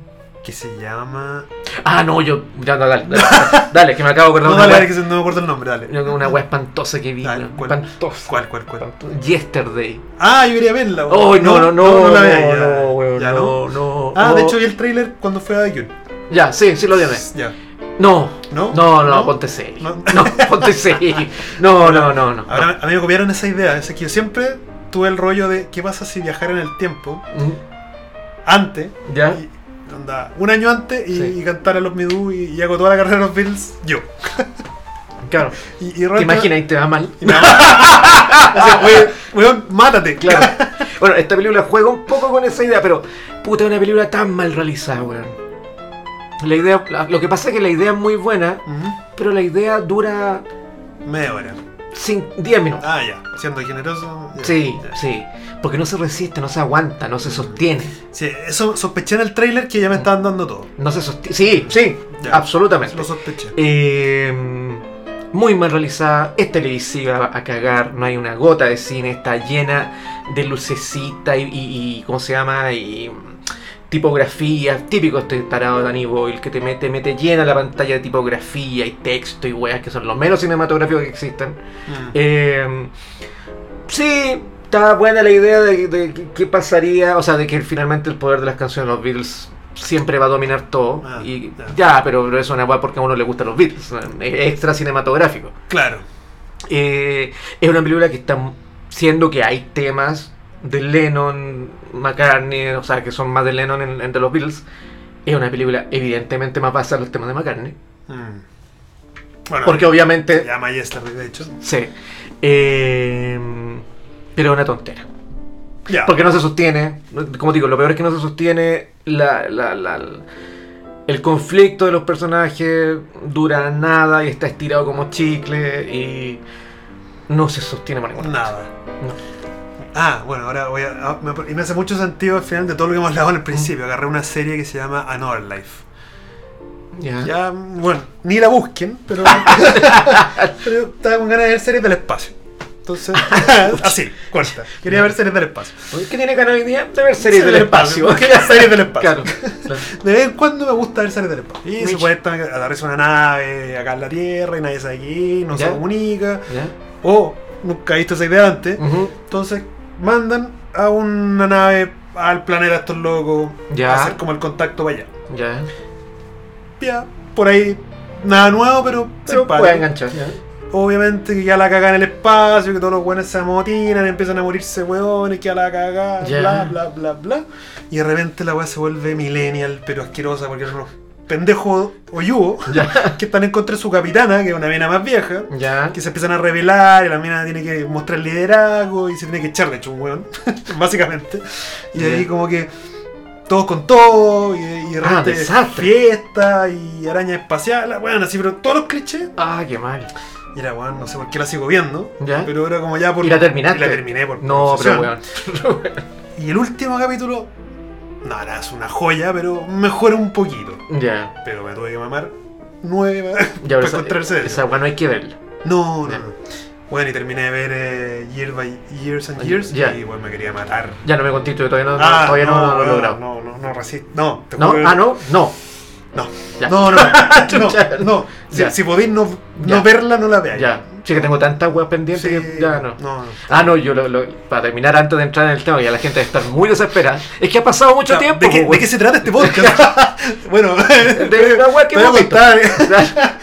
Que se llama.
Ah, no, yo. Ya, no, dale, dale, dale, que me acabo de acordar
No,
de una
dale,
wea-
dale, que se- no me acuerdo el nombre, dale.
Yo con una wea espantosa que vi.
Dale,
¿no?
¿cuál?
espantosa.
¿Cuál, cuál, cuál?
espantosa. Yesterday.
Ah, yo quería verla. wea.
Oh, no, no, no,
no,
no,
la veas, ya.
no, weón,
Ya,
no, no,
Ah, de
no.
hecho vi el trailer cuando fue a Dune.
Ya, sí, sí lo llamé.
Ya.
No,
¿No?
no, no,
¿No?
ponte serio.
No.
No, ponte serio. No, no, no, no.
Ahora, a mí me copiaron esa idea. Es que yo siempre tuve el rollo de qué pasa si viajara en el tiempo
Mm,
antes,
¿Ya?
y, onda, un año antes, y,
¿Ah? Sí.
y cantara los Midú y, y hago toda la carrera de los Bills yo.
Claro.
Y, y
¿Te
realmente-
imaginas y te va mal?
y me va- O sea, weón, weón, mátate.
Claro. Bueno, esta película juega un poco con esa idea, pero puta, es una película tan mal realizada, weón. La idea, la- lo que pasa es que la idea es muy buena,
Ujú.
pero la idea dura
Media hora.
cin- 10 minutos.
Ah, ya. Siendo generoso. ya,
Sí,
Ah, ya.
sí. Porque no se resiste, no se aguanta, no se sostiene.
Sí, eso sospeché en el trailer que ya
Mm.
me estaban dando todo.
No se sostiene. Sí, sí,
Ya.
absolutamente.
Lo sospeché.
Ah, Eh, muy mal realizada, es televisiva a cagar, no hay una gota de cine, está llena de lucecita y, y- y- ¿cómo se llama? Y tipografía, típico este tarado de Danny Boyle, que te mete, mete llena la pantalla de tipografía y texto y weas que son los menos cinematográficos que existen.
Mm,
Eh, sí, está buena la idea de, de qué- qué pasaría, o sea, de que finalmente el poder de las canciones de los Beatles siempre va a dominar todo.
Ah,
y
ya.
ya, pero, pero es una wea porque a uno le gustan los Beatles, es extra cinematográfico.
Claro.
Eh, es una película que está siendo que hay temas de Lennon, McCartney, o sea, que son más de Lennon en, en de los Beatles. Es una película evidentemente más basada en los temas de McCartney.
Mm. Bueno, eh,
Porque obviamente...
ya Majestar, de hecho.
Sí. Eh, pero es una tontera.
Ya.
Porque no se sostiene, como digo, lo peor es que no se sostiene la, la- la- la- el conflicto de los personajes, dura nada y está estirado como chicle y no se sostiene por ninguna
Nada.
No.
Ah, bueno, ahora voy a. ah, me- y me hace mucho sentido al final de todo lo que hemos hablado
Mm.
al principio. Agarré una serie que se llama Another Life.
Ya.
Ya, bueno, ni la busquen, pero. pero estaba con ganas de ver series del espacio. Entonces, así, corta. Quería ver series del espacio.
Oye, ¿Qué tiene canal hoy día? De ver series del espacio.
Quería ver series del espacio.
Claro. claro.
De vez en cuando me gusta ver series del espacio. Y
Rich.
supuestamente aterriza una nave acá en la Tierra y nadie sabe qué, es, no se
Ya.
comunica.
¿Ya?
O nunca he visto esa idea antes.
Ujú.
Entonces mandan a una nave al planeta estos locos
Ya.
a hacer como el contacto para allá.
Ya.
Ya, por ahí nada nuevo, pero
Se
simpático.
puede enganchar. Ya.
Obviamente que ya la cagan en el espacio, que todos los buenos se amotinan, empiezan a morirse hueones, que ya la cagan,
Ya.
bla, bla, bla, bla. Y de repente la weá se vuelve millennial, pero asquerosa, porque son unos pendejos hoyudos
Ya.
que están en contra de su capitana, que es una mina más vieja.
Ya.
que se empiezan a revelar, y la mina tiene que mostrar liderazgo y se tiene que echar de hecho un weón, básicamente. Y de ahí
Ya.
como que todos con todo, y, y de
Ah,
repente
desastre.
fiesta y araña espacial, la weón, así, pero todos los clichés.
Ah, qué mal.
Y era weón, no sé por qué la sigo viendo,
Ya.
pero era como ya por...
¿Y la terminaste?
y la terminé por...
No, pero
obsesión.
weón.
Y el último capítulo, no, era es una joya, pero mejora un poquito.
Ya.
Pero me tuve que mamar nueve para-
Ya,
para
pero
encontrarse
esa, esa weá no hay que verla.
No, no,
Ya.
no. Bueno, y terminé de ver eh, Year by Years and
Ya.
Years
Ya.
y bueno, me quería matar.
Ya no me constituyo, todavía no,
Ah,
todavía no, lo he
no,
logrado.
no, no, no, resisto. No, te
¿No?
juro que-
Ah, no, no.
No,
Ya.
no, no, no,
Chucha.
no. Si,
Ya.
si podéis no, no
Ya.
verla, no la veáis.
Ya. Sí que tengo tantas weas pendientes
Sí,
que ya no.
no, no.
Ah, no, yo lo, lo- para terminar antes de entrar en el tema, que ya la gente debe estar muy desesperada. Es que ha pasado mucho
Ya,
tiempo. pues,
¿De qué,
weón.
¿De qué se trata este podcast? bueno,
De una wea
te
que
voy a
hemos visto.
contar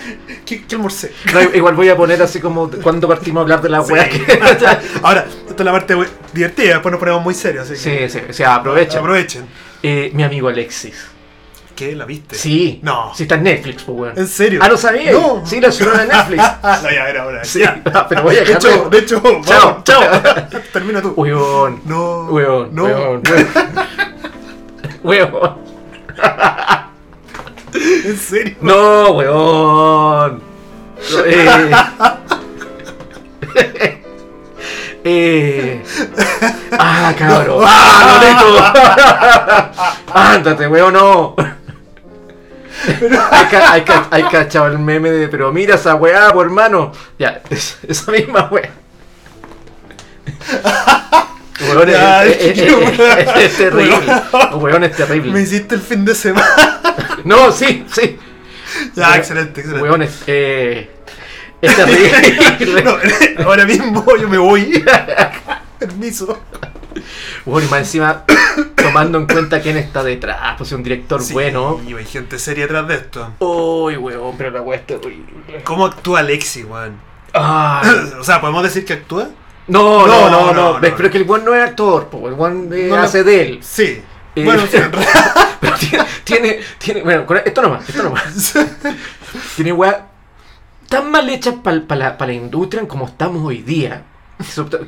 qué, qué almorcé.
No, igual voy a poner así como cuando partimos a hablar de la
Sí.
weá. que-
Ahora, esta es la parte we- divertida, después nos ponemos muy serios. Así que
sí, sí, o sea, aprovecha.
aprovechen.
Eh, mi amigo Alexis.
¿Qué? ¿La viste?
Sí.
No.
Sí, está en Netflix, pues weón.
¿En serio?
Ah, ¿lo sabía?
No.
Sí, lo subieron a Netflix.
Ah, no, ya, era ahora.
Sí, ah,
ya.
pero voy a
De hecho,
dejarlo.
de hecho, vamos.
Chao, chao.
Termina tú.
Weón.
No.
Weón,
no.
weón, weón. Weón.
En serio.
No, weón. No, eh. Eh. Ah, cabrón. Ah, Loreto. Ándate, weón, no. Hay, ca- hay ca- hay cachado el meme de, pero mira esa weá, por hermano. Ya, es- esa misma weá. Weón, es-
Ya,
es, es- es- es terrible.
weón.
Weón, es
Me
terrible.
hiciste el fin de semana.
No, sí, sí.
Ya,
Weón,
excelente, excelente.
Weones, eh, es terrible.
No, ahora mismo yo me voy. Permiso.
Weón, y más encima, tomando en cuenta quién está detrás, pues un director
Sí,
bueno.
Y hay gente seria detrás de esto.
Uy, weón, pero la weá es terrible.
¿Cómo actúa Alexi, weón?
Ay,
O sea, ¿podemos decir que actúa?
no,
No,
no, no,
no,
no,
no.
ves, Pero es que el weón no es actor, po, el weón eh,
No, no.
hace de él.
Sí.
Eh,
Bueno, sí, en realidad.
Pero tiene, tiene, tiene, bueno, con- esto nomás, esto nomás. Tiene weá tan mal hechas para la, pa la industria en como estamos hoy día.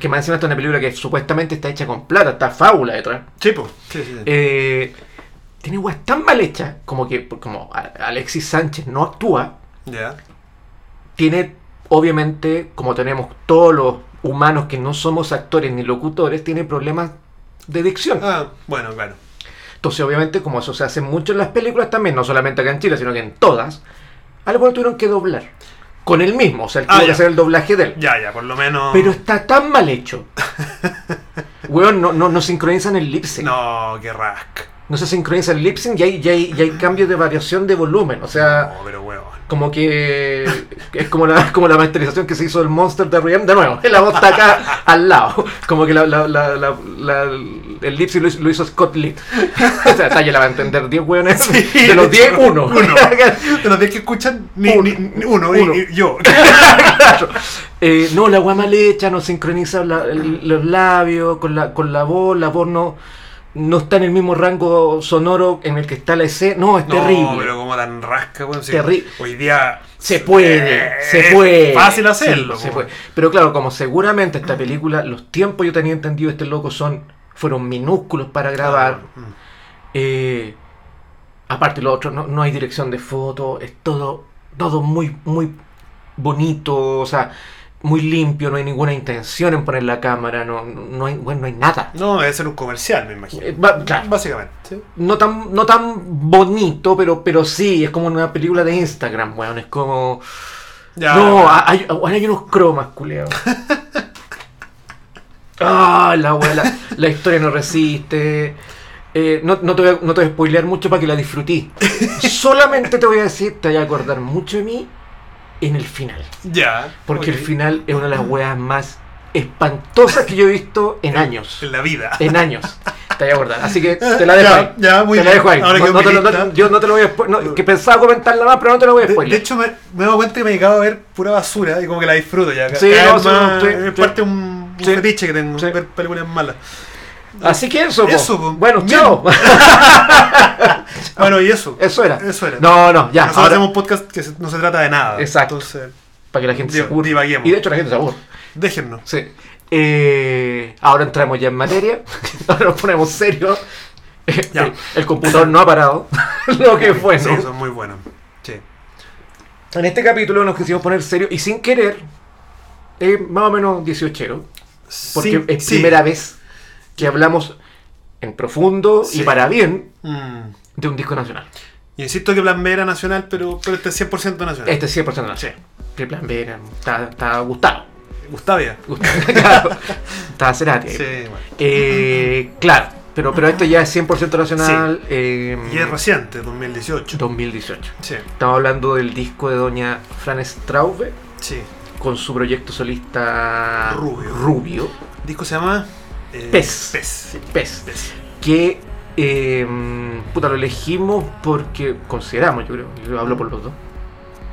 Que más encima está una película que supuestamente está hecha con plata, está fábula detrás.
Chipo. Sí, sí, sí.
Eh, tiene weas tan mal hechas como que como A- Alexis Sánchez no actúa.
Ya.
Tiene, obviamente, como tenemos todos los humanos que no somos actores ni locutores, tiene problemas de dicción.
Ah, bueno, claro.
Entonces, obviamente, como eso se hace mucho en las películas también, no solamente acá en Chile, sino que en todas, a lo mejor tuvieron que doblar. Con él mismo, o sea, él
Ah,
tuvo que
ya.
hacer el doblaje de él.
Ya, ya, por lo menos.
Pero está tan mal hecho. Weón, no, no, no sincronizan el lip sync.
No, qué rasca.
no se sincroniza el lip sync y hay, y hay, y hay cambios de variación de volumen. O sea,
No, pero weón.
como que es como la, como la masterización que se hizo del Monster de R.E.M. de nuevo, la voz está acá al lado. Como que la, la- la- la- la- el lip sync lo hizo, lo hizo Scott Litt. o sea, esa ya la va a entender 10 weones.
Sí,
de los
de hecho,
10, uno.
uno. De los 10 que escuchan, ni
Uno.
ni- ni uno, ni-
Uno.
ni yo.
Claro. Eh, no, la guama mal hecha, no sincroniza la- el- los labios con la, con la voz, la voz no, no está en el mismo rango sonoro en el que está la escena. No, es terrible.
No, pero como tan rasca, weón. sí.
Terri-
Hoy día.
Se puede,
Eh,
se
es
puede.
Fácil hacerlo,
Sí, se
weón.
puede. Pero claro, como seguramente esta película, los tiempos yo tenía entendido, este loco son, fueron minúsculos para grabar.
Mm.
Eh, aparte lo otro, no, no hay dirección de foto, es todo, todo muy, muy bonito, o sea, muy limpio, no hay ninguna intención en poner la cámara, no, no hay, bueno, no hay nada.
No, debe ser un comercial, me imagino.
Eh, va- claro,
Básicamente. sí.
no tan, no tan bonito, pero, pero sí, es como una película de Instagram, weón, es como...
Ya.
No, ha- hay, ahora hay unos cromas, culeados. Ah, la wea, la, la historia no resiste. Eh, no, no te voy a, no te voy a spoilear mucho para que la disfrutí. Solamente te voy a decir, te voy a acordar mucho de mí en el final.
Ya.
Porque
ok.
el final es una de las weas más espantosas que yo he visto en años.
En la vida.
En años. Te voy a acordar. Así que te la dejo
Eh, Ya, ya,
ahí.
muy
te la
bien.
dejo ahí.
Ahora
No-
quedó
no te lo-
lista.
no- yo no te lo voy a spoilear. que pensaba comentarla más, pero no te lo voy a
De,
spoilear.
de hecho, me, me he dado cuenta que me he llegado a ver pura basura y como que la disfruto ya.
Sí,
Cada
no,
vez
sí,
más-
sí,
es
sí.
parte de un, un
Sí.
fetiche que tengo,
Sí.
ver películas malas.
Así que eso, po.
Eso, po.
Bueno,
Bien.
chao.
Bueno, y eso.
Eso era.
Eso era.
No, no, ya.
Nosotros
ahora,
hacemos un podcast que se- no se trata de nada.
Exacto.
Entonces,
Para que la gente se
Div-
aburra.
divaguemos.
Y de hecho la gente se aburre.
déjennos.
Sí. Eh, ahora entramos ya en materia. ahora nos ponemos serios. Eh,
Ya.
eh, El computador no ha parado. Lo que fue,
Sí,
¿no?
son muy buenos. Sí.
En este capítulo nos quisimos poner serios y sin querer, eh, más o menos 18 Porque
Sí,
es
sí.
primera vez que hablamos en profundo
Sí.
y para bien
Mm.
de un disco nacional.
Y insisto que Plan B era nacional, pero, pero este es 100% nacional.
Este es 100% nacional. Que plan B era- está, está Gustavo.
Gustavia.
claro. Estaba Cerati. ahí.
Sí, bueno.
Eh, claro, pero, pero esto ya es 100% nacional. eh,
Y es reciente, 2018.
2018.
Sí,
Estamos hablando del disco de doña Fran Straube
sí.
con su proyecto solista
Rubio.
Rubio,
El disco se llama... eh,
Pez.
Pez. sí,
Pez,
Pez.
que eh, puta, lo elegimos porque consideramos, yo creo, yo hablo por los dos,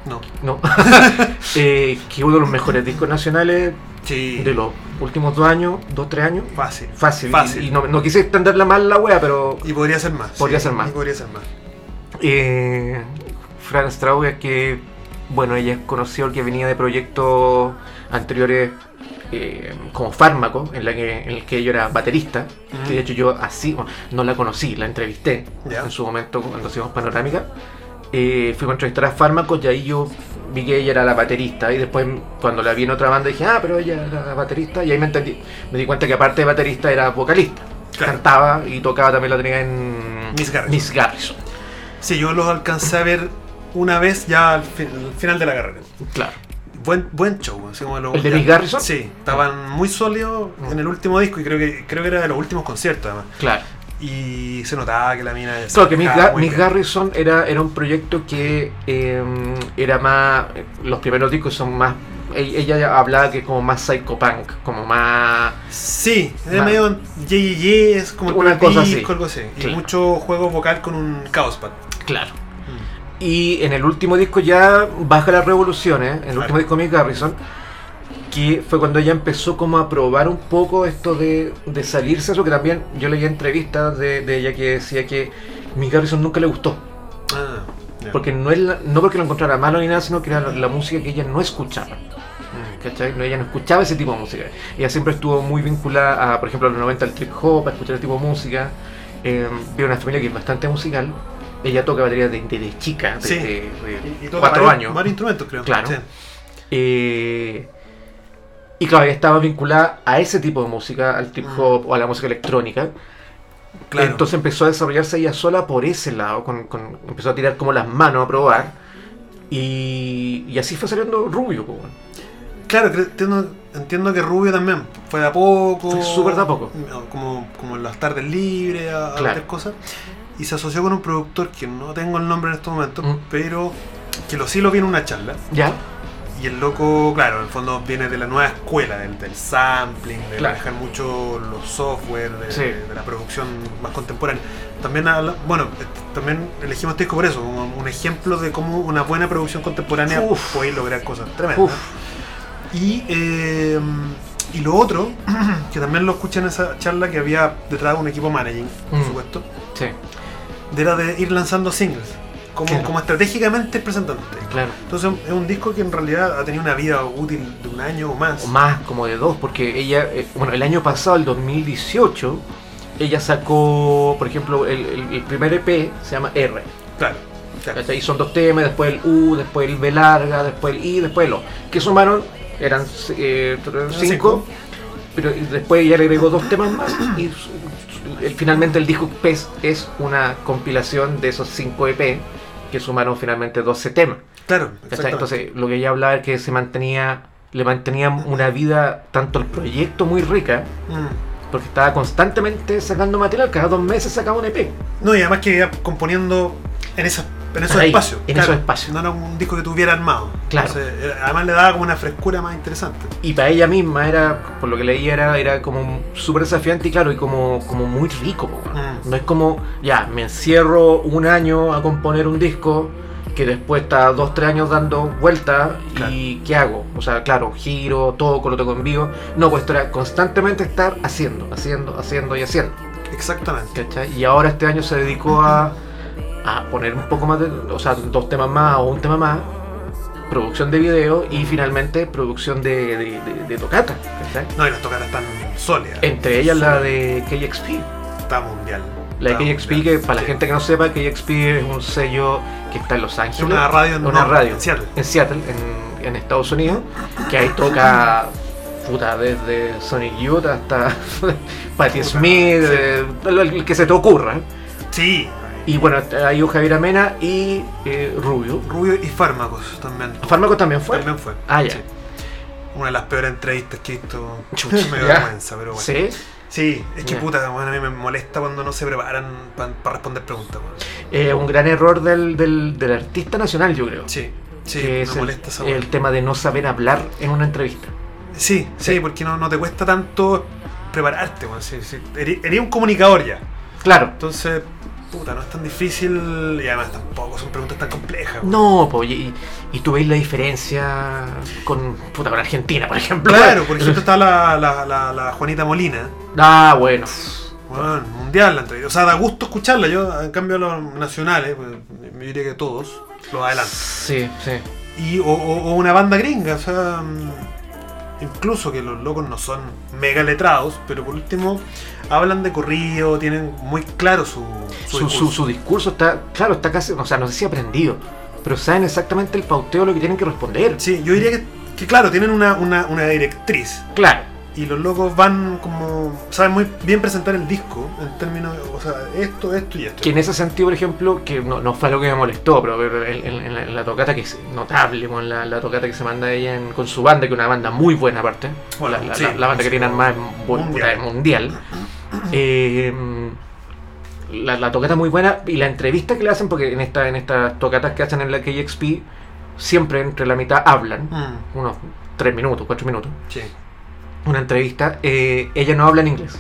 No.
no, eh, que uno de los mejores discos nacionales
Sí.
de los últimos dos años, dos, tres años,
Fácil.
fácil.
Fácil.
Y, y no, no quise extenderla mal la wea, pero
Y podría ser más.
Podría
sí,
ser más.
y podría ser más.
Eh, Fran Straube, que bueno, ella es conocida que venía de proyectos anteriores eh, como Fármaco, en, la que, en el que yo era baterista.
Ujú.
Que de hecho, yo así, bueno, no la conocí, la entrevisté
Mm. Ya.
en su momento cuando hacíamos Panorámica. Eh, fuimos a entrevistar a Fármacos y ahí yo vi que ella era la baterista. Y después, cuando la vi en otra banda, dije, ah, pero ella era la baterista. Y ahí me entendí. Me di cuenta que, aparte de baterista, era vocalista.
Claro.
Cantaba y tocaba también la tenía en
Miss Garrison.
Miss Garrison.
Sí, yo los alcancé a ver una vez ya al, fi- al final de la carrera.
Claro.
Buen, buen show. así como lo-
¿El de
ya-
Mick Garrison?
Sí, estaban muy sólidos
Mm.
en el último disco y creo que creo que era de los últimos conciertos además.
Claro.
Y se notaba que la mina...
Claro que Miss,
estaba
Ga-
muy
Miss
bien.
Garrison era, era un proyecto que eh, era más. Los primeros discos son más. e- Ella hablaba que como más psychopunk, como más.
Sí, era
Vale.
medio JJJ, es como el
Una
primer
cosa así.
disco, algo así. Y
Claro.
mucho juego vocal con un Chaospad.
Claro. Mm. Y en el último disco ya baja las revoluciones, en el
Claro.
último disco de Mick Garrison, que fue cuando ella empezó como a probar un poco esto de, de salirse, eso que también yo leía entrevistas de, de ella que decía que Mick Garrison nunca le gustó.
Ah, ya.
Porque no, es la- no porque lo encontrara malo ni nada, sino que era la, la música que ella no escuchaba.
Mm.
¿Cachai? No, ella no escuchaba ese tipo de música. Ella siempre estuvo muy vinculada a, por ejemplo, a los 90 al trip hop, a escuchar el tipo de música. Eh, vive una familia que es bastante musical. Ella toca batería desde de chica,
Sí.
desde
Y- y toca
cuatro
varios-
años.
Varios instrumentos, creo.
Claro.
Sí.
Eh, y claro, ella estaba vinculada a ese tipo de música, al trip
Mm.
hop o a la música electrónica.
Claro.
Entonces empezó a desarrollarse ella sola por ese lado, con, con- empezó a tirar como las manos a probar. Y, y así fue saliendo Rubio, po, weón.
Claro, creo- entiendo, entiendo que Rubio también. Fue de a poco.
Fue súper de a poco.
Como, como en las tardes libres, a, a
Claro.
otras cosas. y se asoció con un productor que no tengo el nombre en estos momentos,
Mm.
pero que lo sí lo vi en una charla.
¿Ya?
Y el loco, claro, en el fondo viene de la nueva escuela, del, del sampling, de
Claro.
manejar mucho los software, de,
Sí.
de la producción más contemporánea. También, habla- bueno, eh, también elegimos este disco por eso, como un ejemplo de cómo una buena producción contemporánea
Uf.
puede lograr cosas tremendas.
Uf,
Y, eh, y lo otro, que también lo escuché en esa charla que había detrás de un equipo managing, por
Mm.
supuesto,
sí,
de era de ir lanzando singles, como,
Claro.
como estratégicamente presentándote.
claro.
Entonces es un disco que en realidad ha tenido una vida útil de un año o más.
O más como de dos, porque ella, eh, bueno, el año pasado, el 2018, ella sacó, por ejemplo, el, el- el primer EP se llama R.
Claro. claro.
¿cachai? Y son dos temas, después el U, después el B larga, después el I, después el O. Que sumaron, eran eh, tr- cinco,
cinco.
pero después ella le agregó dos temas más y su- su- el- finalmente el disco PES es una compilación de esos cinco EP que sumaron finalmente 12 temas.
Claro,
¿Cachai?
exactamente.
Entonces, lo que ella hablaba es que se mantenía, le mantenía una vida, tanto el proyecto muy rica,
Mm.
porque estaba constantemente sacando material, cada dos meses sacaba un E EP.
No, y además que iba componiendo en, esas, en esos
Ahí,
espacios.
en esos espacios.
No era un disco que tuviera armado.
Claro.
Entonces, eh, además le daba como una frescura más interesante.
Y para ella misma era, por lo que leía, era, era como súper desafiante y claro, y como, como muy rico. po, weón.
Mm.
No es como, ya, me encierro un año a componer un disco, que después está dos, tres años dando vueltas y ¿qué hago? O sea, claro, giro, toco, lo toco en vivo. No, pues era constantemente estar haciendo, haciendo, haciendo y haciendo.
Exactamente.
¿cachai? Y ahora este año se dedicó a, a poner un poco más de, o sea, dos temas más o un tema más, producción de video y finalmente producción de, de, de- de tocata, ¿cachai?
No, y las tocadas están sólidas.
Entre ellas la de KXP.
Está mundial.
La de
Está
KXP,
mundial.
que para la
Ah, Sí.
gente que no sepa, KXP es un sello que está en Los
Es
Ángeles.
una radio en
una
no,
radio
en Seattle.
en Seattle, en, en Estados Unidos, que ahí toca puta, desde Sonic Youth hasta Patti
Puta,
Smith,
sí.
eh, el, el que se te ocurra.
Sí.
Y bueno, hay un Javier Amena y eh, Rubio.
Rubio y Fármacos también.
Fármaco también fue.
También fue.
Ah, ya.
Sí. Una de las peores entrevistas que he visto.
Chucha,
me da
ya.
vergüenza, pero bueno.
Sí.
Sí, es que
Ya.
puta, bueno, a mí me molesta cuando no se preparan para responder preguntas. bueno.
Eh, un gran error del, del, del artista nacional, yo creo.
Sí, sí,
que
me
es el,
molesta esa weá.
el tema de no saber hablar en una entrevista.
Sí, sí, porque no, no te cuesta tanto prepararte, bueno, sí, sí. Eri- Eres un comunicador ya.
Claro.
Entonces, puta, no es tan difícil y además tampoco son preguntas tan complejas. bueno.
No, po, y, y tú veis la diferencia con, puta, con Argentina, por ejemplo.
Claro, por ejemplo está la, la- la- la Juanita Molina.
Ah, bueno.
Bueno, mundial la entrevista. O sea, da gusto escucharla. Yo, en cambio, los nacionales, pues, yo diría que todos, los adelanto.
Sí, sí.
y, o, o- o una banda gringa, o sea, mm, incluso que los locos no son mega letrados, pero por último hablan de corrido, tienen muy claro su, su
Su, su-
discurso.
su discurso está, claro, está casi, o sea, no sé si aprendido, pero saben exactamente el pauteo lo que tienen que responder.
Sí, yo diría que, que claro, tienen una, una, una directriz
Claro.
y los locos van como, saben muy bien presentar el disco en términos, o sea, esto, esto y esto.
Que en ese sentido, por ejemplo, que no, no fue algo que me molestó, pero pero en, en- en la, en la tocata que es notable, con la, la tocata que se manda ella en- con su banda, que es una banda muy buena aparte,
Bueno,
la, la-
sí,
la- la banda que
sí,
tiene armada es bu- puta,
mundial.
es mundial. Eh, la, la tocata muy buena y la entrevista que le hacen, porque en, esta, en estas tocatas que hacen en la KXP, siempre entre la mitad hablan,
Mm,
unos 3 minutos, 4 minutos,
sí.
una entrevista, eh, ella no habla en inglés.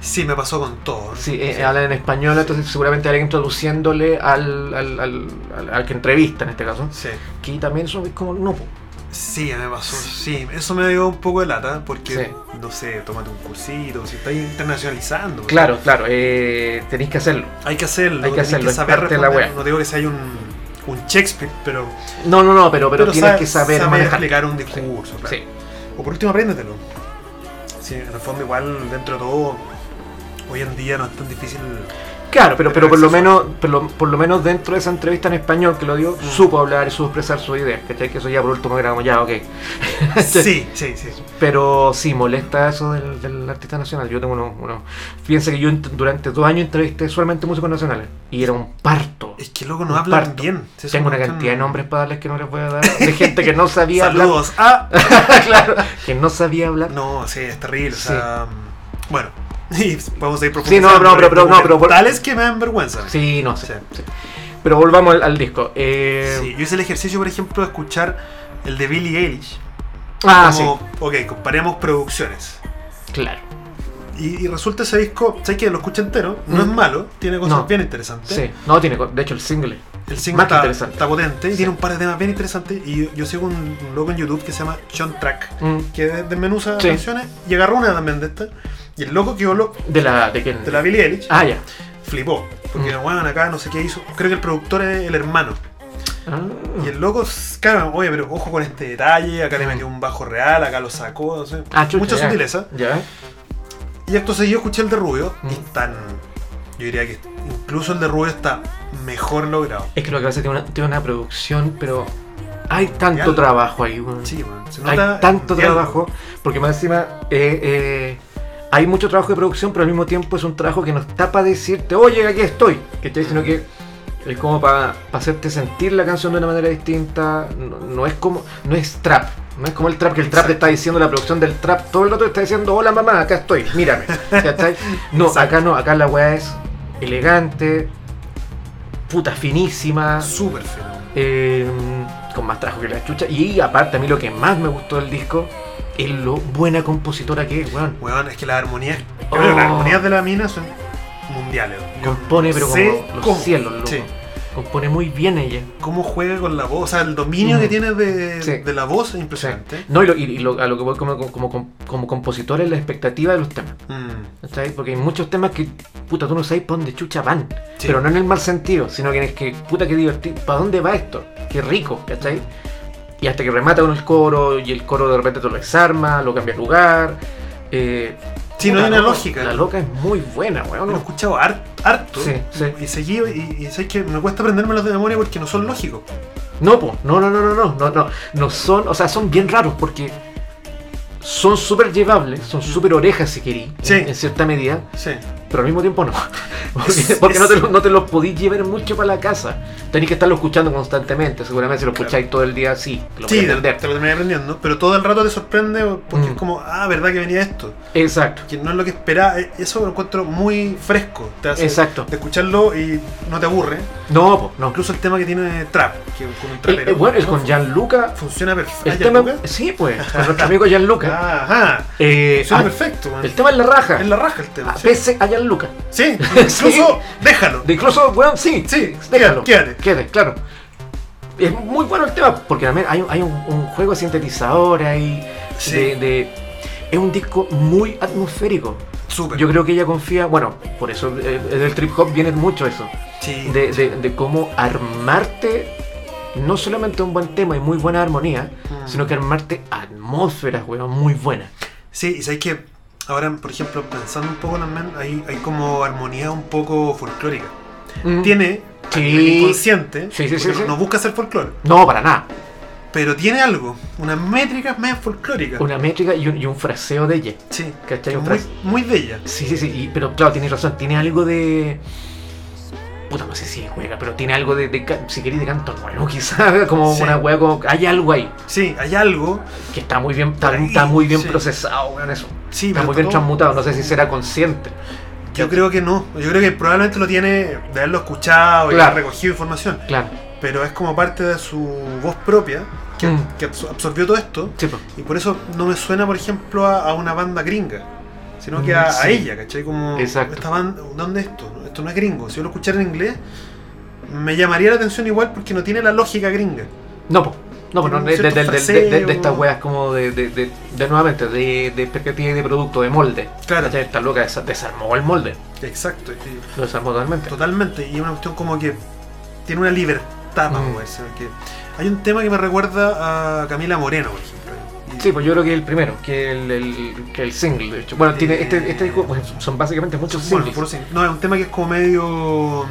Sí, me pasó con todo.
Sí, eh,
Sí.
hablan en español, entonces seguramente alguien traduciéndole al, al, al, al- al que entrevista en este caso.
Sí.
Que también eso es como, no, po.
Sí, me pasó. Sí, eso me dio un poco de lata porque,
Sí.
no sé, tómate un cursito, si estás internacionalizando.
claro, claro, eh, tenéis que hacerlo.
Hay que hacerlo,
Hay que
tenés
hacerlo, es
saber
parte de la
responder.
wea.
No digo que sea un, un Shakespeare, pero,
No, no, no, pero, pero, tienes
sabe-
que saber,
sabe
manejar.
explicar un discurso. claro.
Sí,
O por último, apréndetelo. Sí, en el fondo, igual, dentro de todo, hoy en día no es tan difícil.
claro, pero, pero por lo
Tener
menos por lo, por lo menos dentro de esa entrevista en español que lo dio,
Mm.
supo hablar, supo expresar sus ideas, ¿cachai? Que eso ya por último era como, ya, ok.
sí, sí, sí.
Pero sí, molesta eso del, del artista nacional. Yo tengo unos... unos- Piensa que yo ent- durante dos años entrevisté solamente músicos nacionales y era un parto.
Es que luego
Un
no hablan
parto.
bien. Sí, es
Tengo una
cuestión-
cantidad de nombres para darles que no les voy a dar. De gente que no sabía hablar.
Saludos. Ah,
claro, que no sabía hablar.
no, sí, es terrible. o
Sí.
sea, bueno, Y podemos ir
Sí, no, no, pero- pero- no, pero-
Tales que me dan vergüenza.
Sí, no
O
sé.
sea,
Pero volvamos al, al disco. Eh,
sí, Yo hice el ejercicio, por ejemplo, de escuchar el de Billie Eilish.
Ah,
como, ok, comparemos producciones.
sí, claro.
Y, y resulta ese disco, sé que lo escuché entero, no
Mm.
es malo, tiene cosas
No.
bien interesantes.
Sí, no tiene. co- De hecho, el single.
El single
Más que
está,
interesante.
está potente y
Sí.
tiene un par de temas bien interesantes. Y yo, yo sigo un, un loco en YouTube que se llama John Track,
mm,
que de- desmenuza
Sí.
canciones y agarró una también de estas. Y el loco que yo lo-
De la. ¿De quién?
de la Billie Eilish
Ah, ya.
flipó. Porque,
Mm.
bueno, acá no sé qué hizo. Creo que el productor es el hermano.
Ah,
Y el loco, claro, oye, pero ojo con este detalle. Acá le
Mm.
metió un bajo real, acá lo sacó. No sé.
ah, chucha,
Mucha
ya.
sutileza.
Ya.
Y esto seguido escuché el de Rubio.
Mm.
Y están. Yo diría que incluso el de Rubio está mejor logrado.
Es que lo que pasa es que tiene una, tiene una producción, pero hay tanto
Real.
trabajo ahí, weón.
Sí, man, se
hay
nota
tanto
el diálogo.
trabajo, porque más encima eh, eh, hay mucho trabajo de producción, pero al mismo tiempo es un trabajo que no está para decirte, oye, aquí estoy, ¿cachai? Sino que es como para hacerte sentir la canción de una manera distinta, no, no es como, no es trap, no es como el trap, que el trap te está diciendo, la producción del trap, todo el rato te está diciendo, hola mamá, acá estoy, mírame, ¿cachai? No,
Exacto.
acá no, acá la weá es elegante, puta finísima,
Súper fenómeno.
eh, con más trabajo que la chucha. Y aparte, a mí lo que más me gustó del disco es lo buena compositora que es, weón.
Weón, es que las armonías.
Oh.
Bueno, las armonías de la mina son mundiales. Yo
Compone, pero
sé
como los
cómo.
cielos, loco.
Sí.
Compone muy bien ella.
Cómo juega con la voz. O sea, el dominio
Mm.
que tiene de,
Sí.
de la voz es
O sea,
impresionante.
no, y, lo, y- y lo- a lo que voy como, como, como, como compositor es la expectativa de los temas.
Mm.
¿cachai? Porque hay muchos temas que, puta, tú no sabes para dónde chucha van.
Sí.
Pero no en el mal sentido, sino que es que, puta, qué divertido. ¿Para dónde va esto? Qué rico, ¿cachai? Y hasta que remata con el coro y el coro de repente te lo desarma, lo cambia de lugar. Eh,
Sí, no
puta,
hay una
loco,
lógica.
La loca es muy buena, weón.
Lo he escuchado har- harto.
Sí, sí.
Y seguido, y, y sé que me cuesta aprendérmelos de memoria porque no son lógicos.
No, po, no, no, no, no, no, no, no, no son, o sea, son bien raros porque son súper llevables, son súper orejas si querí,
Mm. Sí.
en, en cierta medida,
Sí.
pero al mismo tiempo no. Porque,
Es-
porque no, te,
es-
lo- no te los podís llevar mucho para la casa. Tenéis que estarlo escuchando constantemente, seguramente si lo
Claro.
escucháis todo el día, sí,
Sí,
lo podéis
te,
entender.
te lo terminé aprendiendo. Pero todo el rato te sorprende porque
Mm.
es como, ah, verdad que venía esto.
Exacto,
Que no es lo que esperaba. E- Eso lo encuentro muy fresco. Te hace
exacto.
de escucharlo y no te aburre.
No, po, no.
Incluso el tema que tiene Trap, que con un
El,
trapero.
el- Eh, bueno, el con
¿no? Ah,
Gianluca,
Funciona perfecto.
el tema, sí, pues, con nuestro amigo Gianluca.
Ajá.
Eh,
Funciona Ah.
ah,
perfecto, man.
el tema es la raja,
Es la raja el tema.
Ah,
sí.
pese a Gianluca.
Sí, incluso déjalo.
De Incluso, weón, sí.
Sí,
Déjalo.
quédate.
Quede, claro. Es muy bueno el tema, porque también hay, hay un, un juego de sintetizador ahí.
Sí.
De, de- es un disco muy atmosférico.
Súper.
Yo creo que ella confía, bueno, por eso eh, del trip hop viene mucho eso.
Sí.
De, de- de cómo armarte no solamente un buen tema y muy buena armonía,
Mm.
sino que armarte atmósferas, weón, muy buenas.
Sí, y sabes que ahora, por ejemplo, pensando un poco también, hay, hay como armonía un poco folclórica.
Mm.
Tiene
Sí.
a nivel inconsciente,
Sí, sí, sí,
porque
sí.
no busca hacer folclore,
No, para nada.
pero tiene algo, unas métricas más folclóricas.
Una métrica y un, y un fraseo de ella.
Sí,
¿Cachai?
que
Un
muy,
frase-
muy bella.
Sí, sí, sí, y- pero claro, tienes razón, tiene algo de... Puta, no sé si es hueca, pero tiene algo de, de ca- si queréis, de canto nuevo, quizás, como
Sí.
una hueá, como... Hay algo ahí,
Sí, hay algo.
que está muy bien, está,
Ahí,
está muy bien
sí.
procesado, weón, eso.
Sí,
Está
pero
muy bien
todo-
transmutado, no sé si será consciente.
Yo creo que no. Yo creo que probablemente lo tiene de haberlo escuchado y
Claro.
haber recogido información.
Claro,
Pero es como parte de su voz propia que,
Mm.
que absor- absorbió todo esto.
sí, pues.
Y por eso no me suena, por ejemplo, a, a una banda gringa. Sino que
Mm,
a, a
sí.
ella, ¿cachai? Como
Exacto.
esta banda, ¿dónde es esto? Esto no es gringo. Si yo lo escuchara en inglés, me llamaría la atención igual porque no tiene la lógica gringa.
No, po. No, po,
Tiene
no,
un
de, de-
cierto
de- de- de- de estas
fraseo.
weas como de, de, de, de nuevamente, de, de perspectiva y de producto, de molde.
Claro.
¿Cachai? Esta loca desa- desarmó el molde,
Exacto. y-
lo desarmó totalmente.
totalmente. Y es una cuestión como que tiene una libertad,
Mm.
vamos a decir, que Hay un tema que me recuerda a Camila Moreno, por ejemplo. Y-
Sí, pues yo creo que es el primero, que el, el- que el single, de hecho. Bueno,
Eh,
tiene este, este disco, pues, son básicamente muchos
Bueno,
singles.
puro sin- No, es un tema que es como medio.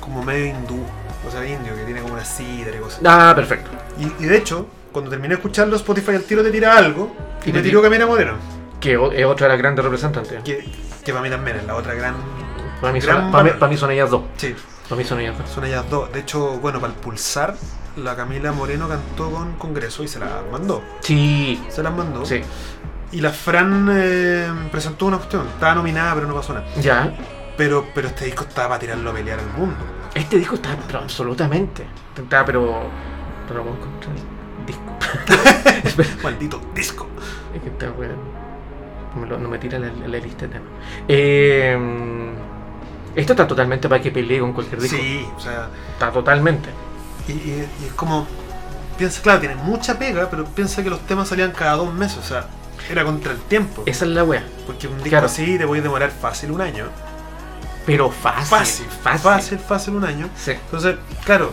como medio hindú. O sea, indio, que tiene como una sidra y cosas.
Ah, perfecto.
Y, y de hecho, cuando terminé de escucharlo, Spotify al tiro te tira algo y
Y
me
te
tiró
tira-
Camila Moreno.
Que o- es otra de las grandes representantes.
Que, que para mí también es la otra gran.
Para mí,
gran
son, para, mí,
valor.
para mí son ellas dos.
Sí,
Para mí son ellas dos.
son ellas dos. De hecho, bueno, para el pulsar, la Camila Moreno cantó con Congreso y se la mandó.
Sí,
Se las mandó.
sí.
Y la Fran eh, presentó una cuestión. Estaba nominada, pero no pasó nada.
Ya.
Pero, pero este disco estaba para tirarlo a pelear al mundo.
Este disco está pero absolutamente. Está, pero. Pero lo puedo encontrar. Disco.
Maldito disco.
es que está, weón. No me, lo- no me tira la, la lista de temas. Eh, esto está totalmente para que pelee con cualquier disco.
Sí, o sea.
Está totalmente.
Y, y- y es como. Piensa, claro, tiene mucha pega, pero piensa que los temas salían cada dos meses. O sea, era contra el tiempo.
Esa es la wea.
Porque un disco
Claro.
así te voy a demorar fácil un año.
Pero fácil.
Fácil,
Fácil.
fácil, fácil un año.
Sí.
Entonces, claro,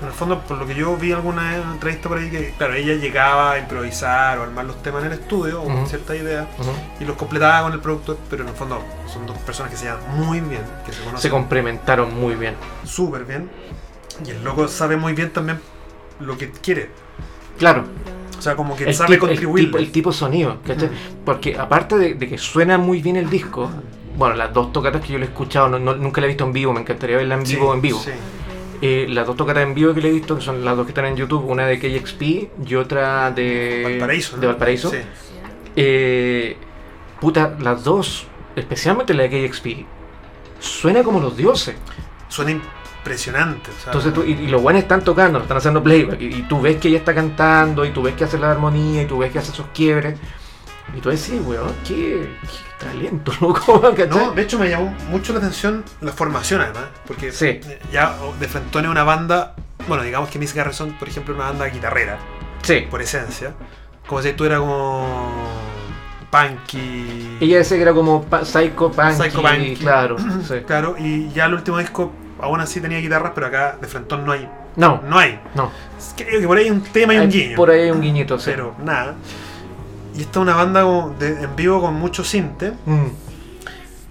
en el fondo, por lo que yo vi alguna vez en una entrevista por ahí, que claro, ella llegaba a improvisar o armar los temas en el estudio o con
Ujú.
cierta idea
Ujú.
y los completaba con el productor, pero en el fondo son dos personas que se llevan muy bien, que se
Se
conocen
complementaron muy bien.
súper bien y el loco sabe muy bien también lo que quiere,
Claro.
o sea, como que
el
sabe
tipo- el
contribuir. pues.
tipo- El tipo, sonido, ¿cachai? Porque aparte de, de que suena muy bien el disco, bueno, las dos tocatas que yo le he escuchado, no- no- nunca la he visto en vivo, me encantaría verla en vivo, en vivo. Eh, las dos tocatas en vivo que le he visto, que son las dos que están en YouTube, una de KXP y otra de
Valparaíso, ¿no?
Eh, De Valparaíso.
Sí.
Eh, puta, las dos, especialmente la de KXP, suena como los dioses.
Suena impresionante. o sea,
Entonces tú, y, y los buenos están tocando, ah, están haciendo playback, y, y tú ves que ella está cantando, y tú ves que hace la armonía, y tú ves que hace esos quiebres. Y tú decís, weón, qué, qué talento, loco, ¿cachai?
No, de hecho me llamó mucho la atención la formación además, porque
Sí.
eh, ya o- de frentón es una banda, bueno, digamos que Miss Garrison, por ejemplo, es una banda guitarrera,
Sí.
por esencia, como si tú era como punky,
Ella decía que era como pa- psycho punk.
Psycho punky.
Claro, sí.
claro, y ya el último disco aún así tenía guitarras, pero acá de frentón no hay,
No,
no hay.
no.
Creo que por ahí hay un tema y un guiño,
Por ahí hay un guiñito, sí.
pero nada. Y esta es una banda como de- en vivo con mucho sinte,
Mm.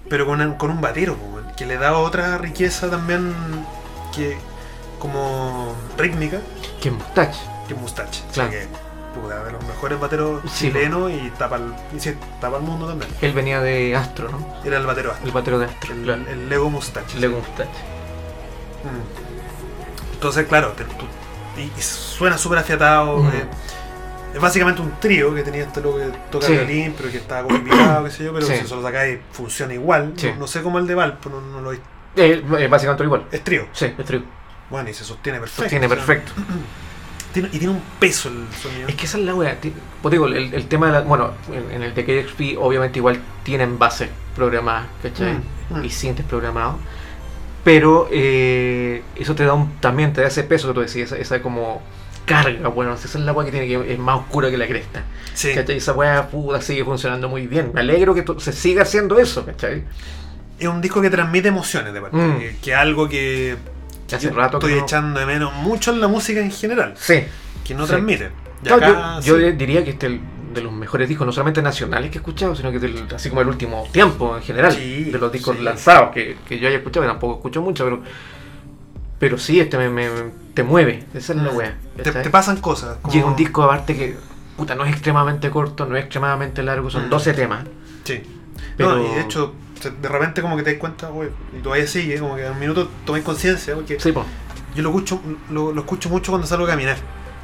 pero con, con un batero, po, weón, que le da otra riqueza también que como rítmica,
Que mustache.
que Mustache. O sea
Claro.
que puta, de los mejores bateros
Sí, po.
chilenos y tapa el, y sí, tapa el mundo también.
Él venía de Astro, ¿no?
Era el batero astro,
El batero de Astro.
el,
claro.
el Lego Mustache.
Lego Mustache.
Mm. Entonces, claro, te- tú- y, y suena súper afiatado.
Mm.
eh, es básicamente un trío que tenía este loco que toca
Sí.
violín, pero que estaba complicado, qué sé yo, pero
Sí.
si se lo sacáis funciona igual.
Sí.
No, no sé cómo el de Valpo, no, no lo he-
Eh, eh, básicamente igual.
Es trío.
Sí, el trío.
Bueno, y se sostiene perfecto.
Sostiene
o sea,
perfecto.
tiene- y tiene un peso el sonido.
Es que esa es la wea. ti- Pues digo, el, el tema de la. Bueno, en, en el de KXP, obviamente, igual tienen bases programadas, ¿cachai?
Mm, mm.
Y sientes programados. Pero eh, eso te da un, también te da ese peso que tú decías, esa, esa como carga. Bueno, esa es la wea que tiene que es más oscura que la cresta.
Sí.
¿cachai? Esa wea puta sigue funcionando muy bien. Me alegro que to- se siga haciendo eso, ¿cachai?
Es un disco que transmite emociones, de parte.
Mm.
Que, que algo que
Que hace
yo
rato que
estoy
no-
echando de menos mucho en la música en general,
Sí.
que no
Sí.
transmite. Y
No,
acá,
yo, yo
sí.
diría que este es el- de los mejores discos, no solamente nacionales que he escuchado, sino que del- así como el último tiempo en general,
Sí,
de los discos
sí.
lanzados que, que yo haya escuchado, que tampoco escucho mucho, pero pero sí, este me, me- me- te mueve, esa es la wea.
Mm. te,
¿cachai?
te pasan cosas. como-
Llega un disco aparte que, puta, no es extremadamente corto, no es extremadamente largo, son
Mm.
12 temas.
Sí.
Pero-
No, y de hecho, se- de repente como que te das cuenta, güey, y todavía sigue, como que en un minuto tomáis conciencia, porque
Sí, po.
yo lo escucho, lo, lo escucho mucho cuando salgo a caminar.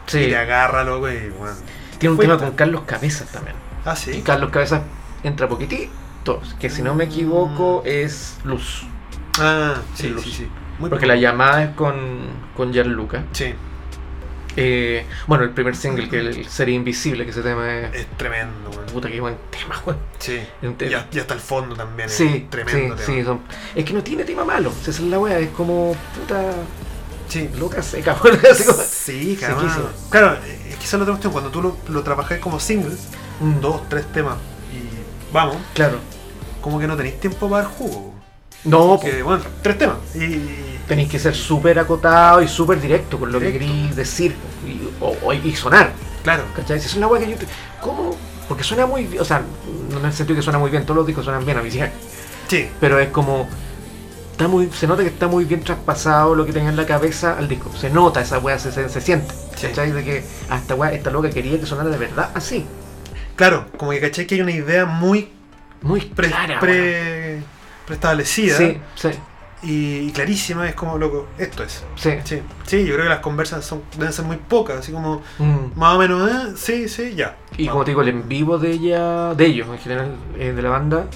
Y
Sí,
te agarra, loco, y bueno.
tiene un
Fue
tema
esta.
con Carlos Cabezas también.
Ah,
Y
sí.
Carlos Cabezas entra poquititos, que si no me equivoco
Mm.
es Luz,
Ah, sí,
Luz.
sí, sí. Muy
porque la llamada es con, con Gianluca.
Sí,
Eh, bueno, el primer single, que el Sería Invisible, que ese tema es.
es tremendo, güey.
Puta, qué buen tema, weón.
Sí.
Un
Y,
tema.
hasta- y hasta el fondo también. es
Sí,
tremendo
sí,
tema.
sí, son- es que no tiene tema malo. si Esa es la wea, es como puta
Sí.
loca seca, weón, así como-
Sí, cabrón.
Sequísimo.
Claro, es que esa es la otra cuestión. Cuando tú lo, lo trabajas como single,
Mm, dos,
dos, tres temas y vamos,
claro.
como que no tenéis tiempo para dar jugo.
No,
Porque, bueno, tres temas. Y,
tenéis que ser súper acotado y súper directo con lo que
Directo.
queréis decir y, o- o- y sonar.
claro,
¿Cachai? Si es una wea que yo. te- ¿Cómo? Porque suena muy bien, o sea, no en el sentido que suena muy bien, todos los discos suenan bien a mi hija.
sí,
pero es como está muy se nota que está muy bien traspasado lo que tenía en la cabeza al disco se nota esa weá se, se, se siente
Sí.
¿cachai? de que hasta weá esta loca quería que sonara de verdad así
claro, como que caché que hay una idea muy
muy
pre,
clara
pre- preestablecida
weá. sí sí
y, y clarísima, es como, loco, esto es.
Sí.
Sí, sí, yo creo que las conversas son, deben ser muy pocas, así como,
Mm.
más o menos, eh, sí, sí, ya.
Y como te digo, el en vivo de ella, de ellos en general, eh, de la banda,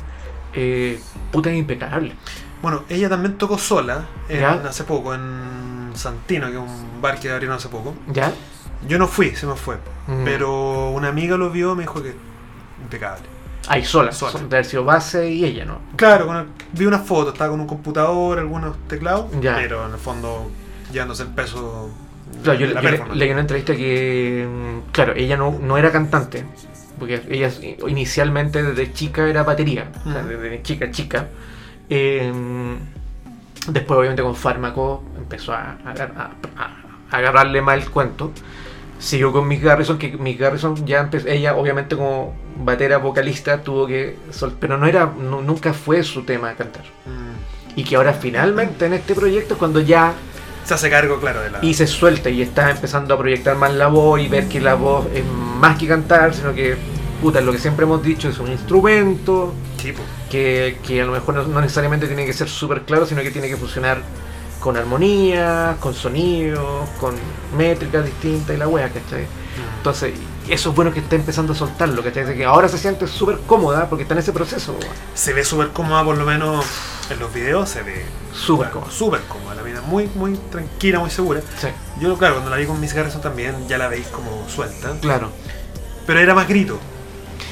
eh, puta es impecable.
Bueno, ella también tocó sola en-
Ya.
hace poco, en Santino, que es un bar que abrieron hace poco.
¿Ya?
Yo no fui, se me fue.
Mm.
Pero una amiga lo vio y me dijo que impecable.
Ahí sola,
Sola.
sola. de haber sido base y ella, ¿no?
Claro, con el- vi una foto, estaba con un computador, algunos teclados,
Ya.
pero en el fondo llevándose el peso de
Claro,
la
yo, le- yo le-
performance.
leí una entrevista que, mm, claro, ella no, no era cantante, porque ella inicialmente desde chica era batería, o sea,
Ujú.
desde chica, chica. Eh, después, obviamente, con fármaco empezó a, a- a- a- a agarrarle más el cuento. Siguió con Mick Garrison, que Mick Garrison ya empezó, ella obviamente como batera vocalista tuvo que, sol- pero no era, nu- nunca fue su tema cantar.
Mm.
Y que ahora finalmente en este proyecto es cuando ya
Se hace cargo, claro, de la...
y se suelta y está empezando a proyectar más la voz y ver que la voz es más que cantar, sino que, puta, lo que siempre hemos dicho es un instrumento
tipo.
que, que a lo mejor no, no necesariamente tiene que ser súper claro, sino que tiene que funcionar con armonía, con sonidos, con métricas distintas y la wea, ¿cachai? Entonces, eso es bueno que está empezando a soltarlo, ¿cachai? De Que ahora se siente súper cómoda porque está en ese proceso, weón.
Se ve súper cómoda, por lo menos en los videos se ve
súper
claro,
cómoda.
súper cómoda. La vida muy, muy tranquila, muy segura.
Sí,
Yo, claro, cuando la vi con Miss Garrison también, ya la veis como suelta.
claro.
Pero era más grito.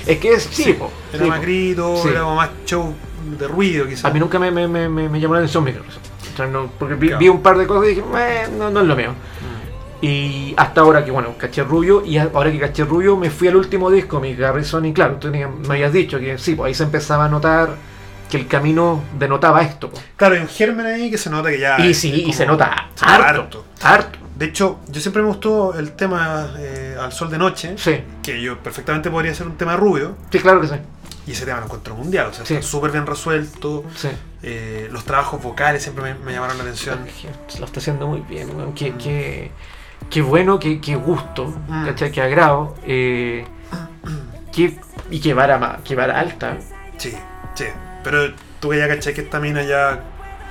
Es que es, sí, po,
Era
sí,
más
po.
grito,
Sí.
era como más show de ruido, quizás.
A mí nunca me, me, me, me- me llamó la atención Microsoft. O sea, no- porque vi,
Claro.
vi un par de cosas y dije, "Meh, no, no es lo mío.
Mm.
Y hasta ahora que, bueno, caché Rubio y a- ahora que caché Rubio me fui al último disco, mi Garrison, y claro, tú tenías- me habías dicho que sí, pues ahí se empezaba a notar que el camino denotaba esto. pues.
Claro, hay un germen ahí que se nota que ya.
y
Ah, es-
sí,
es
y se
como-
nota
se nota
harto, harto.
De hecho, yo siempre me gustó el tema eh, Al Sol de Noche,
Sí,
que yo perfectamente podría ser un tema rubio,
sí, claro que sí.
y ese tema lo encuentro mundial, o sea,
Sí.
está súper bien resuelto.
sí.
eh, los trabajos vocales siempre me, me llamaron la atención.
Lo está haciendo muy bien, weón. Qué,
Mm.
qué- qué bueno, qué, qué gusto,
Mm. Ah,
¿cachai? Qué agrado. eh, qué- y qué vara, ma- qué vara alta.
Sí, sí. Pero tú que ya caché que esta mina ya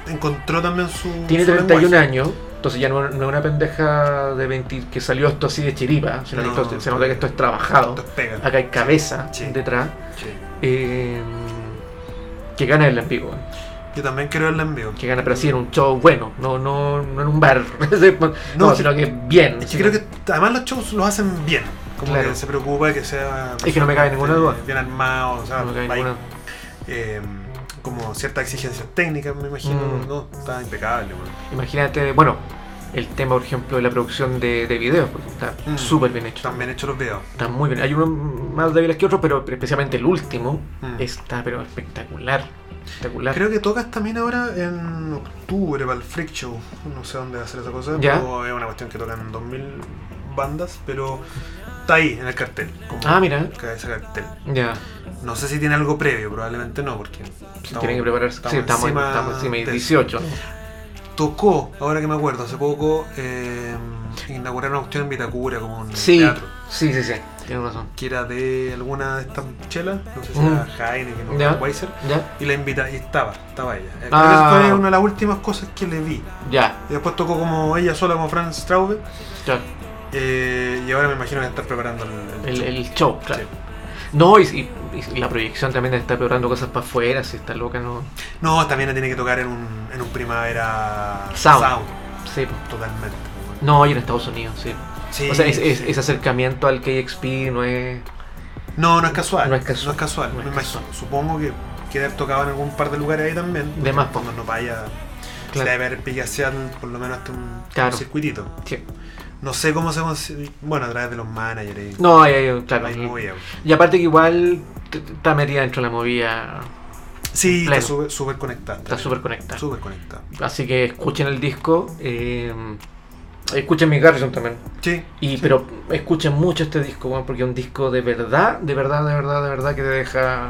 encontró también su.
Tiene
su
31
lenguaje.
años, entonces ya no, no es una pendeja de 20 que salió esto así de chiripa, sino que
No.
esto- se nota que esto es trabajado.
Entonces pega.
Acá hay cabeza
Sí.
detrás.
Sí.
eh, que gana el envío,
Yo también quiero verla en vivo.
que gana, pero así en un show bueno, no, no, no en un bar, no,
No,
sino que bien.
Es que
sino-
creo que además los shows los hacen bien. Como
Claro.
que se preocupa de que sea. eh,
Es que no me cabe ninguna duda.
Bien armado, o sea,
no me cae
hay,
ninguna-
eh, como ciertas exigencias técnicas, me imagino.
Mm.
No, está impecable, weón.
Imagínate, bueno, el tema, por ejemplo, de la producción de, de videos, porque está
Mm.
súper bien hecho.
Están bien hechos los videos.
Está muy bien. Hay uno más débiles que otro, pero especialmente el último
Mm.
está pero espectacular. Espectacular.
Creo que toca también ahora en octubre para el Freak Show. No sé dónde va a ser esa cosa.
Ya.
Pero es una cuestión que tocan 2000 bandas, pero está ahí en el cartel. Como
Ah, mira.
que ese cartel.
Ya.
No sé si tiene algo previo, probablemente no, porque estamos-
Tienen que prepararse. sí, estamos en- estamos encima.
de-
de 18. ¿no?
Tocó, ahora que me acuerdo, hace poco eh, inauguraron una cuestión en Vitacura, como un
Sí.
teatro.
Sí, sí, sí. Tienes razón.
que era de alguna de estas chelas, no sé si
Mm.
era Heineken o
Ya.
Weiser,
Ya.
y la invita y estaba, estaba ella. Eh,
Ah.
creo que fue una de las últimas cosas que le vi.
Ya.
Y después tocó como ella sola, como Franz Straube,
ya.
eh, y ahora me imagino que están preparando el...
El,
show.
el show, claro.
Sí.
No, y, y- y la proyección también está peorando cosas para afuera, si está loca, no.
No, también la tiene que tocar en un, en un primavera
Sound. Sí.
totalmente.
No, y en Estados Unidos, sí.
Sí,
O sea, es- es-
sí.
ese acercamiento al KXP no es.
No, no es casual.
No es casual. No
me
es
imagino.
casual.
Supongo que quedar tocado en algún par de lugares ahí también. porque
más,
cuando no vaya, se
Claro.
debe haber pillaseado por lo menos hasta un,
Claro.
un circuitito.
Sí.
No sé cómo se consigue. Bueno, a través de los managers. y-
No, hay, hay- claro.
hay movida.
Y aparte que igual t- t- está metida dentro de la movida,
Sí,
Pleno.
está súper- súper conectada.
está súper conectada.
Súper conectada.
Así que escuchen el disco, eh, escuchen mi Garrison también.
Sí.
Y, Pero escuchen mucho este disco, weón, porque es un disco de verdad, de verdad, de verdad, de verdad que te deja.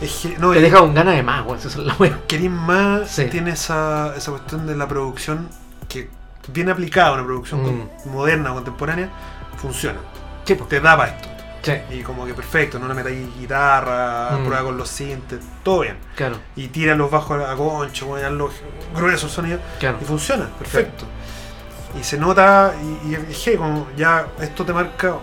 Es que- no,
Te
es-
deja con ganas de más, weón, esa es la wea.
Querín más
Sí.
tiene esa, esa cuestión de la producción que bien aplicada, una producción
Mm.
con- moderna, contemporánea, funciona.
Sí, po.
Te daba esto.
Sí,
Y como que perfecto, no le metáis guitarra,
Mm.
prueba con los sintes, todo bien.
claro,
Y tira los bajos a concho, bueno, hazlo grueso el sonido.
claro.
Y funciona, perfecto. Y se nota, y, y dije, como ya esto te marca.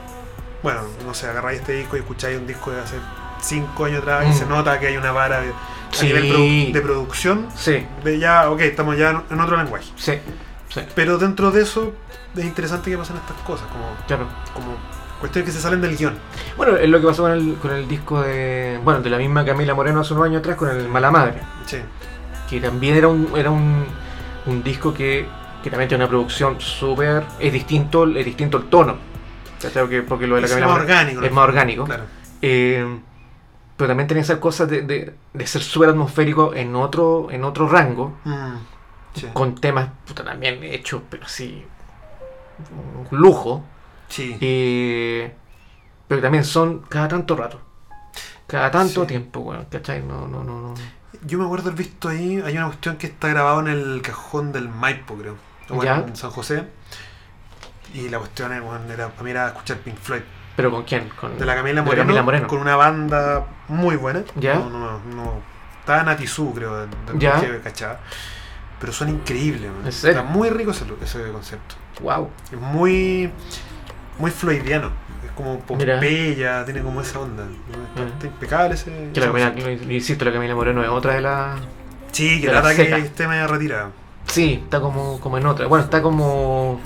Bueno, no sé, agarráis este disco y escucháis un disco de hace 5 años atrás y
Mm.
se nota que hay una vara de, a
Sí.
nivel produ- de producción.
Sí,
De ya, ok, estamos ya en otro lenguaje.
sí, sí,
Pero dentro de eso es interesante que pasen estas cosas, como,
claro.
como cuestiones que se salen del guión.
Bueno, es lo que pasó con el, con el disco de. Bueno, de la misma Camila Moreno hace unos años atrás con el Mala Madre.
Sí,
Que también era un, era un, un disco que, que también tiene una producción súper. Es distinto, es distinto el tono. ¿cachai? Porque, porque lo de la
es
Camila
más
Moreno
orgánico. ¿no?
es más orgánico.
Claro.
Eh, pero también tiene esas cosas de, de- de ser súper atmosférico en otro, en otro rango.
Mm, sí.
Con temas puta, también hechos, pero así. Un lujo.
Sí.
Eh, pero que también son cada tanto rato. Cada tanto
Sí.
tiempo, weón, ¿cachai? No, no, no, no.
Yo me acuerdo haber visto ahí, hay una cuestión que está grabado en el cajón del Maipo, creo. O
Ya.
en San José. Y la cuestión es, bueno, era, para mí era escuchar Pink Floyd.
¿Pero con quién? Con,
De la Camila
de
Moreno.
Camila Moreno.
Con una banda muy buena.
Ya.
No, no, no. Estaba Natizú, creo, de, de-
Ya.
que cachaba. Pero son increíbles, man.
¿En serio?
Está muy rico ese, ese concepto.
Wow.
Es muy. muy floydiano. Es como
Mira.
Pompeya, tiene como esa onda. Está,
Mm.
está impecable ese.
Que
ese
la Camila,
concepto.
lo- insisto, la Camila Moreno es otra de las.
Sí, que
de
la
la
que
seca.
esté medio retirada.
Sí, está como, como en otra. Bueno, está como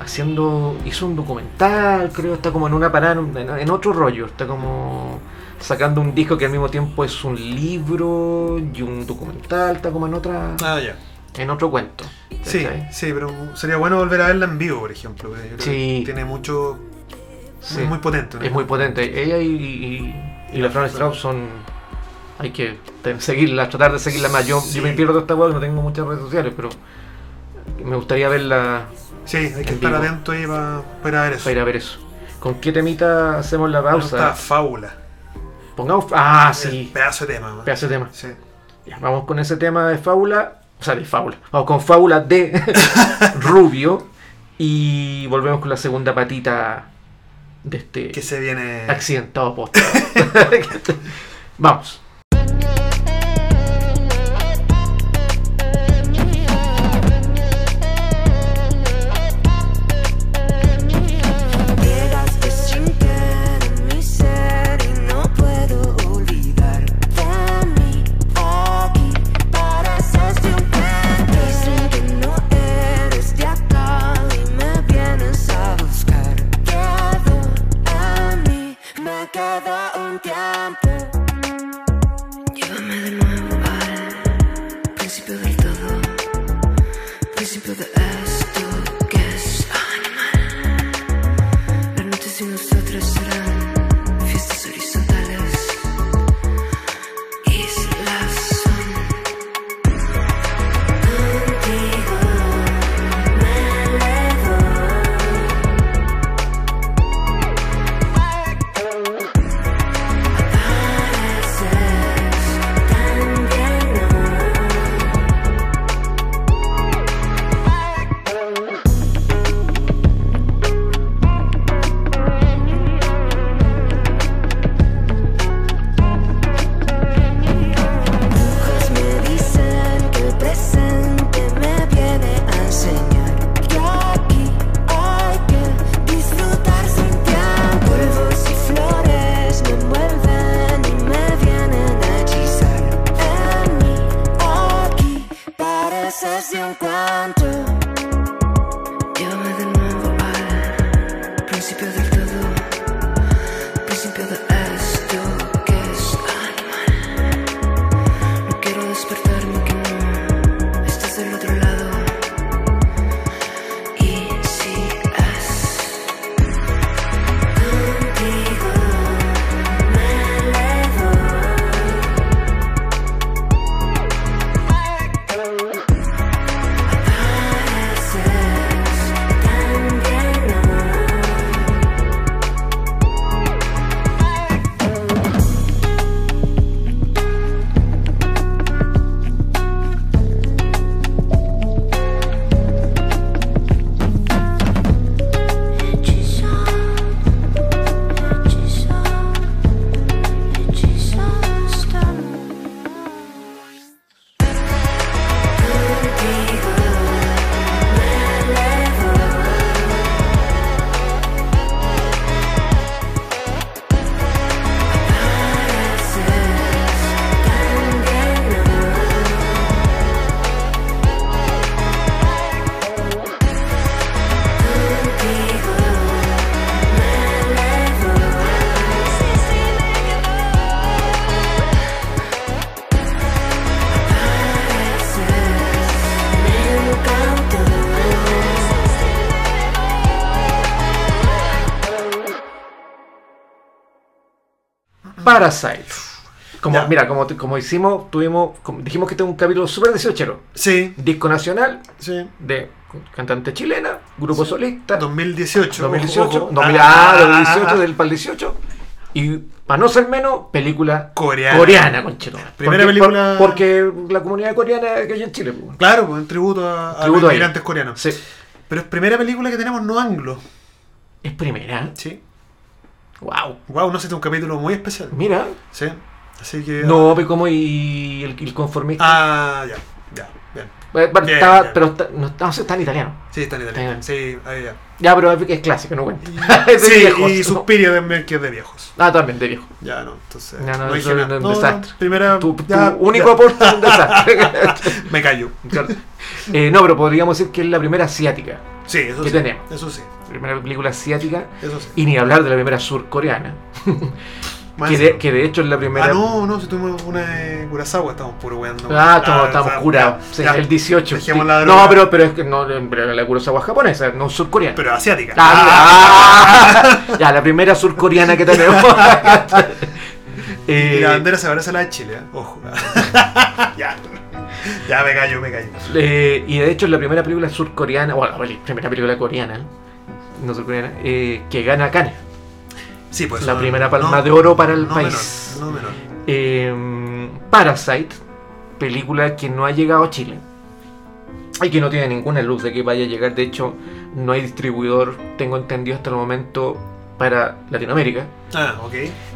haciendo. hizo un documental, creo, está como en una parada, en, un- en- en otro rollo. Está como sacando un disco que al mismo tiempo es un libro y un documental, está como en otra.
Ah, ya.
en otro cuento.
Sí,
¿cachai?
sí, pero sería bueno volver a verla en vivo, por ejemplo. porque yo creo
Sí.
que Tiene mucho.
Sí.
Es muy potente. ¿no?
Es muy potente. Ella y, y- y la Fran Strauss son. Hay que te- seguirla, tratar de seguirla más. Yo,
Sí.
yo me pierdo esta web, no tengo muchas redes sociales, pero me gustaría verla
Sí, hay que
en
estar
vivo.
atento ahí para, para ver eso.
para ir a ver eso. ¿Con qué temita hacemos la
Me gusta
pausa?
Fábula.
Pongamos. Ah,
El
sí.
Pedazo de tema. man.
Pedazo de tema.
Sí.
Ya, vamos con ese tema de fábula. O sea, de fábula. Vamos con fábula de Rubio. Y volvemos con la segunda patita de este
Que se viene.
accidentado post. vamos.
Llegaste sin querer mi ser y no puedo olvidar. Ven mí aquí para hacerte un plan. Dicen que no eres de acá y me vienes a buscar. Quedo a mí, me queda un tiempo.
Llévame de nuevo al principio del todo, principio de esto que es animal. Las noches sin nosotros serán fiestas horizontales, islas son contigo. Me elevo, apareces tan lleno.
ojos me dicen que el presente me viene a enseñar que aquí hay que disfrutar sin tiempo. Polvos y flores me envuelven y me vienen a hechizar. En mí, aquí, pareces de un cuento.
Llévame de nuevo al principio del todo, principio de esto que es animal. No quiero despertarme que no estás del otro lado. Y si es contigo, me elevo. Apareces
Parasite. Como,
Ya.
mira, como, como hicimos, tuvimos, como- dijimos que tengo un capítulo súper 18
Sí,
Disco nacional
sí.
de cantante chilena, grupo solista,
2018.
2018,
ojo.
2000,
Ah,
ah, 2018,
ah,
del pal 18. Y para no ser menos, película
ah. Coreana.
coreana, conchero.
Primera
Porque-
película-
por- Porque la comunidad coreana que hay en Chile. pues.
Claro, pues, en tributo a, a
Tributo
los
a
inmigrantes
ellos.
coreanos.
Sí.
Pero es primera película que tenemos no anglo.
Es primera.
Sí.
Wow.
Wow, no sé, este es un capítulo muy especial.
Mira.
Sí. Así que.
No, pero como y el, el conformista.
Ah, ya. Ya, bien.
Eh, bueno,
bien,
estaba-
bien.
Pero está- no, está- no sé, está en italiano.
Sí, está en italiano.
Está
Sí, ahí ya.
Ya, pero es que es clásico, no cuenta.
Y,
Ah. Es de
sí,
viejos,
y
¿no?
Suspiria también, que es de viejos.
Ah, también, de viejo.
Ya, no, entonces.
Ya, no,
dije
eso
nada.
era un desastre.
primera.
Tu, tu
ya,
único
ya.
aporte es un desastre.
Me callo.
Claro. Eh, no, pero podríamos decir que es la primera asiática.
Sí, eso
¿Qué
sí.
tenemos?
Eso sí.
Primera película asiática.
Eso sí.
Y ni hablar de la primera surcoreana.
Más
Que de,
encima.
que de hecho es la primera.
Ah, no, no, si tuvimos una de Kurosawa, estamos puro weando.
Ah, estamos, estamos
ya,
curados. Sí,
ya.
el 18.
Dejemos
Sí.
la droga.
no, pero, pero es que no, pero la Kurosawa es japonesa, no surcoreana.
Pero asiática.
Ah, mira. ya, la primera surcoreana que tenemos.
Y
Eh,
la bandera se parece a la de Chile, ¿eh? ojo. ya. Ya me callo, me callo.
eh, y de hecho es la primera película surcoreana, bueno, la primera película coreana, no surcoreana, eh, que gana Cannes.
Sí, pues.
La
no,
primera
no,
palma de oro para el
no
país.
Menor, no menor.
Eh, Parasite, película que no ha llegado a Chile y que no tiene ninguna luz de que vaya a llegar. De hecho, no hay distribuidor, tengo entendido hasta el momento, para Latinoamérica.
Ah, ok.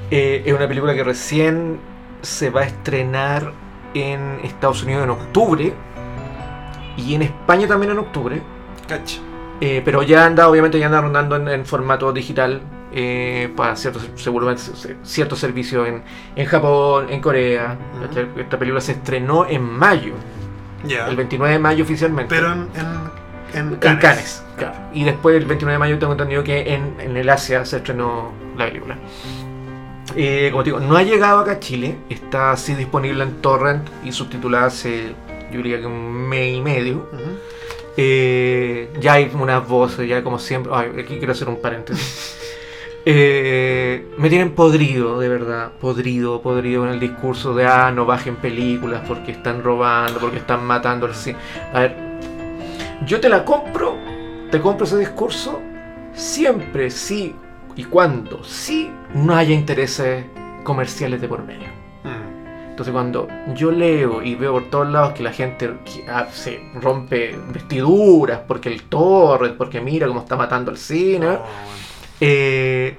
Eh, es una película que recién se va a estrenar en Estados Unidos en octubre y en España también en octubre.
Cacha.
Eh, pero ya anda, obviamente, ya anda rondando en, en formato digital eh, para ciertos, seguramente, se- ciertos servicios en, en Japón, en Corea.
Ujú.
¿cachai? Esta película se estrenó en mayo,
Ya.
el 29 de mayo oficialmente.
Pero en. En, en
en
Cannes.
Cannes. claro. Y después, el 29 de mayo, tengo entendido que en, en el Asia se estrenó la película. Eh, como te digo, no ha llegado acá a Chile, está así disponible en Torrent y subtitulada hace, yo diría que un mes y medio.
Ujú.
Eh, ya hay unas voces, ya como siempre. Ay, aquí quiero hacer un paréntesis. Eh, me tienen podrido, de verdad. Podrido, podrido con el discurso de ah, no bajen películas porque están robando, porque están matando. así. A ver, yo te la compro, te compro ese discurso siempre, sí y cuando, sí, no haya intereses comerciales de por medio.
Mm.
Entonces cuando yo leo y veo por todos lados que la gente que- ah, se rompe vestiduras porque el torre, porque mira cómo está matando al cine,
No,
eh,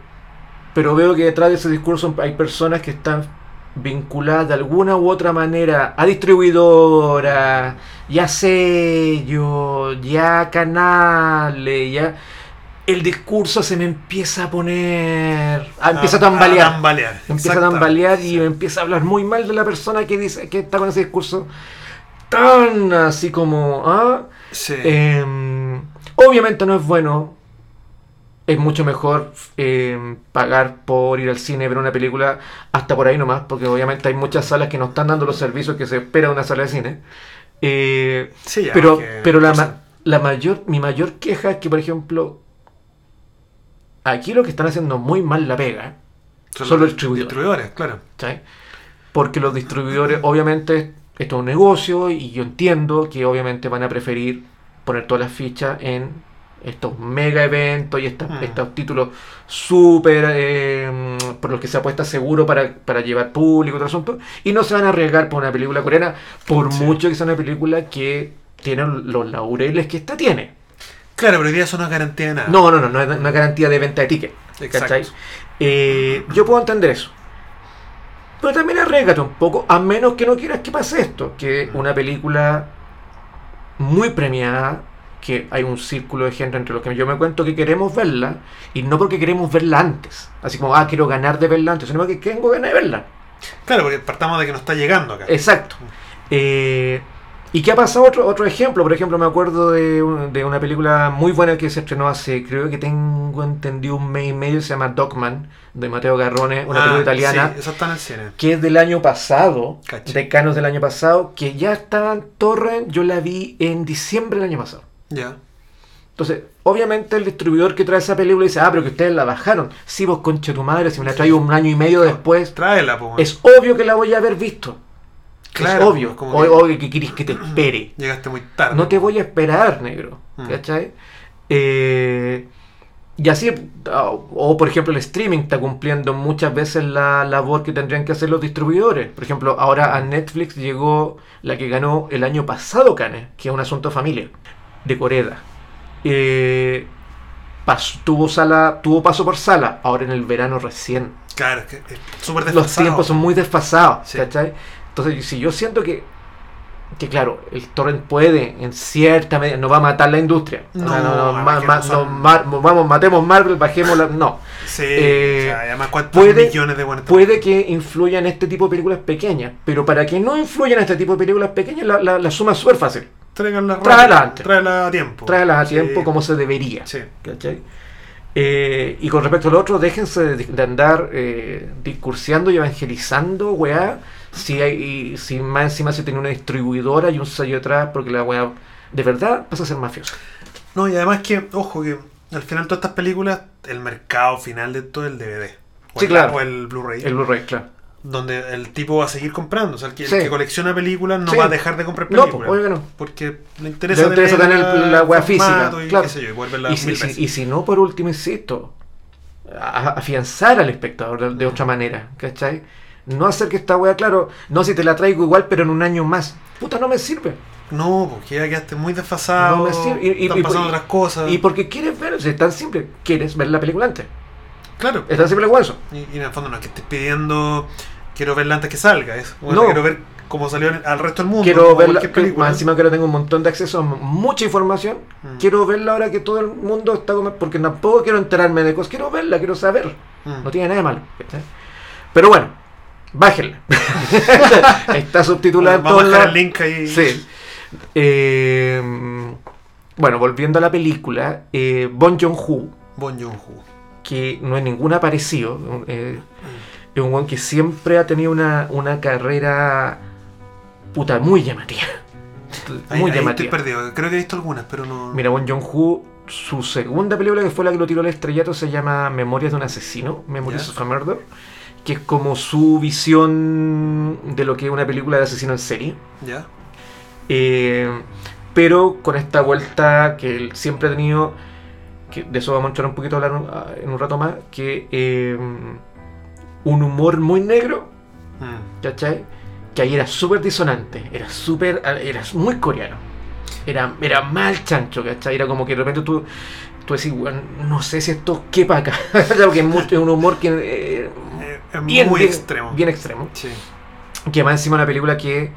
pero veo que detrás de ese discurso hay personas que están vinculadas de alguna u otra manera a distribuidoras, ya sellos, ya canales, ya... El discurso se me empieza a poner... a- empieza a tambalear.
A tambalear.
Empieza a
exactamente.
tambalear y empieza a hablar muy mal de la persona que dice que está con ese discurso tan así como. ah,
Sí.
em, obviamente no es bueno. Es mucho mejor em, pagar por ir al cine a ver una película hasta por ahí nomás, porque obviamente hay muchas salas que no están dando los servicios que se espera de una sala de cine. Eh,
sí, ya,
pero,
que-
pero la,
o
ma-
sea,
la mayor, mi mayor queja es que, por ejemplo, aquí lo que están haciendo muy mal la pega.
son
solo
los
distribuidores.
Distribuidores, claro.
¿cachai? Porque los distribuidores, obviamente, esto es un negocio y yo entiendo que obviamente van a preferir poner todas las fichas en estos mega eventos y estas-
Mm.
estos títulos súper eh, por los que se apuesta seguro para, para llevar público y todo asunto y no se van a arriesgar por una película coreana por
Sí.
mucho que sea una película que tiene los laureles que esta tiene
Claro, pero hoy día eso no es garantía de nada.
no, no, no, no es una garantía de venta de ticket.
Exacto.
¿cachai? Eh, yo puedo entender eso. Pero también arriesgate un poco, a menos que no quieras que pase esto. Que una película muy premiada, que hay un círculo de gente entre los que yo me cuento que queremos verla, y no porque queremos verla antes. Así como, ah, quiero ganar de verla antes, sino porque tengo ganas de verla.
Claro, porque partamos de que no está llegando acá.
Exacto. Eh, ¿Y qué ha pasado? Otro, otro ejemplo, por ejemplo, me acuerdo de, un- de una película muy buena que se estrenó hace, creo que tengo entendido, un mes y medio, se llama Dogman, de Mateo Garrone, una
Ah,
película italiana,
Sí, eso está en el cine.
que es del año pasado,
Cacha.
de Canos del año pasado, que ya estaba en Torrent, yo la vi en diciembre del año pasado.
Ya.
Entonces, obviamente el distribuidor que trae esa película dice, ah, pero que ustedes la bajaron. Si vos concha tu madre, si me la traes un año y medio después,
Tráela, po. weón.
es obvio que la voy a haber visto.
Claro,
es obvio.
como
O-
que-
Obvio que querés que te espere.
Llegaste muy tarde.
No te voy a esperar, negro.
Mm.
¿Cachai? Eh, y así, o, o, por ejemplo, el streaming está cumpliendo muchas veces la labor que tendrían que hacer los distribuidores. Por ejemplo, ahora a Netflix llegó la que ganó el año pasado Cannes, que es un asunto de familia, de Coreda. Eh, pas- tuvo, sala, tuvo paso por sala, ahora en el verano recién
Claro, es que es súper
los
Pues desfasado.
tiempos son muy desfasados,
Sí.
¿cachai? Entonces, si yo siento que, que claro, el torrent puede, en cierta medida, no va a matar la industria. O sea,
No,
no, no, ma-
es que
ma-
no son-
no, mar- vamos, matemos Marvel, bajemos la... No.
Sí,
Eh,
o sea, además, ¿cuántos
puede-
millones de buenas
Puede que influyan este tipo de películas pequeñas, pero para que no influyan este tipo de películas pequeñas, la, la, la suma es súper fácil.
Tráiganla rápido,
Tráela antes.
Tráela a tiempo.
Tráelas a
Pues Sí,
tiempo como se debería.
Sí.
¿Cachai? Eh, y con respecto al otro, déjense de, de andar eh, discurseando y evangelizando, weá. Si, hay, y si más encima se tiene una distribuidora y un sello atrás, porque la weá de verdad pasa a ser mafiosa.
No, y además que, ojo, que al final todas estas películas, el mercado final de todo es el DVD. O
Sí,
el,
claro.
O el Blu-ray.
El Blu-ray, claro.
Donde el tipo va a seguir comprando. O sea, el que, el
Sí.
que colecciona películas no
Sí.
va a dejar de comprar
No,
películas.
pues, obvio que no.
Porque le interesa,
Le interesa tener la wea
formato
física,
Y,
claro.
qué sé yo, y puede verla
Y
mil
si, si-
veces.
y si no, por último, insisto, a- a- afianzar al espectador de, de
Mm.
otra manera, ¿cachai? No hacer que esta weá, claro, no si te la traigo igual, pero en un año más. Puta, no me sirve.
No, porque ya quedaste muy desfasado.
No me sirve. Y- y-
están
y-
pasando
y-
otras cosas.
Y porque quieres ver, si es tan simple, quieres ver la película antes.
claro.
Es tan simple como eso.
Y, y en el fondo no es que estés pidiendo quiero verla antes que salga, es bueno,
No.
quiero ver cómo salió en- al resto del mundo.
quiero
como
verla,
cualquier
que-
película.
más encima que ahora tengo un montón de acceso a m- mucha información.
Mm.
Quiero verla ahora que todo el mundo está con... Porque tampoco quiero enterarme de cosas, quiero verla, quiero saber.
Mm.
No tiene nada de malo. ¿cachai? Pero bueno, bájenla. está subtitulada en
Vamos a
todos
dejar
lados.
el link ahí.
Sí. Eh, bueno, volviendo a la película, eh, Bon Joon-ho,
Bon Joon-ho.
que no es ningún aparecido. eh, es un weón que siempre ha tenido una, una carrera puta muy llamativa.
Ahí-
Muy
ahí estoy
llamativa.
perdido. Creo que he visto algunas, pero no.
Mira, Bon Joon-ho, su segunda película que fue la que lo tiró al estrellato se llama Memorias de un asesino, Memories
Ya.
of a Murder, que es como su visión de lo que es una película de asesino en serie.
Ya.
Eh, pero con esta vuelta que él siempre ha tenido, que de eso vamos a entrar un poquito a hablar un- a- en un rato más, que eh, un humor muy negro,
Mm.
¿cachai? Que ahí era súper disonante, era súper, era muy coreano. Era, era mal chancho, ¿cachai? Era como que de repente tú, tú decís, "Weón, no sé si esto quepa acá. Claro que es mucho- es un humor que... eh,
Eh, es
bien-
muy
bien-
extremo.
Bien extremo
Sí.
que más encima una película que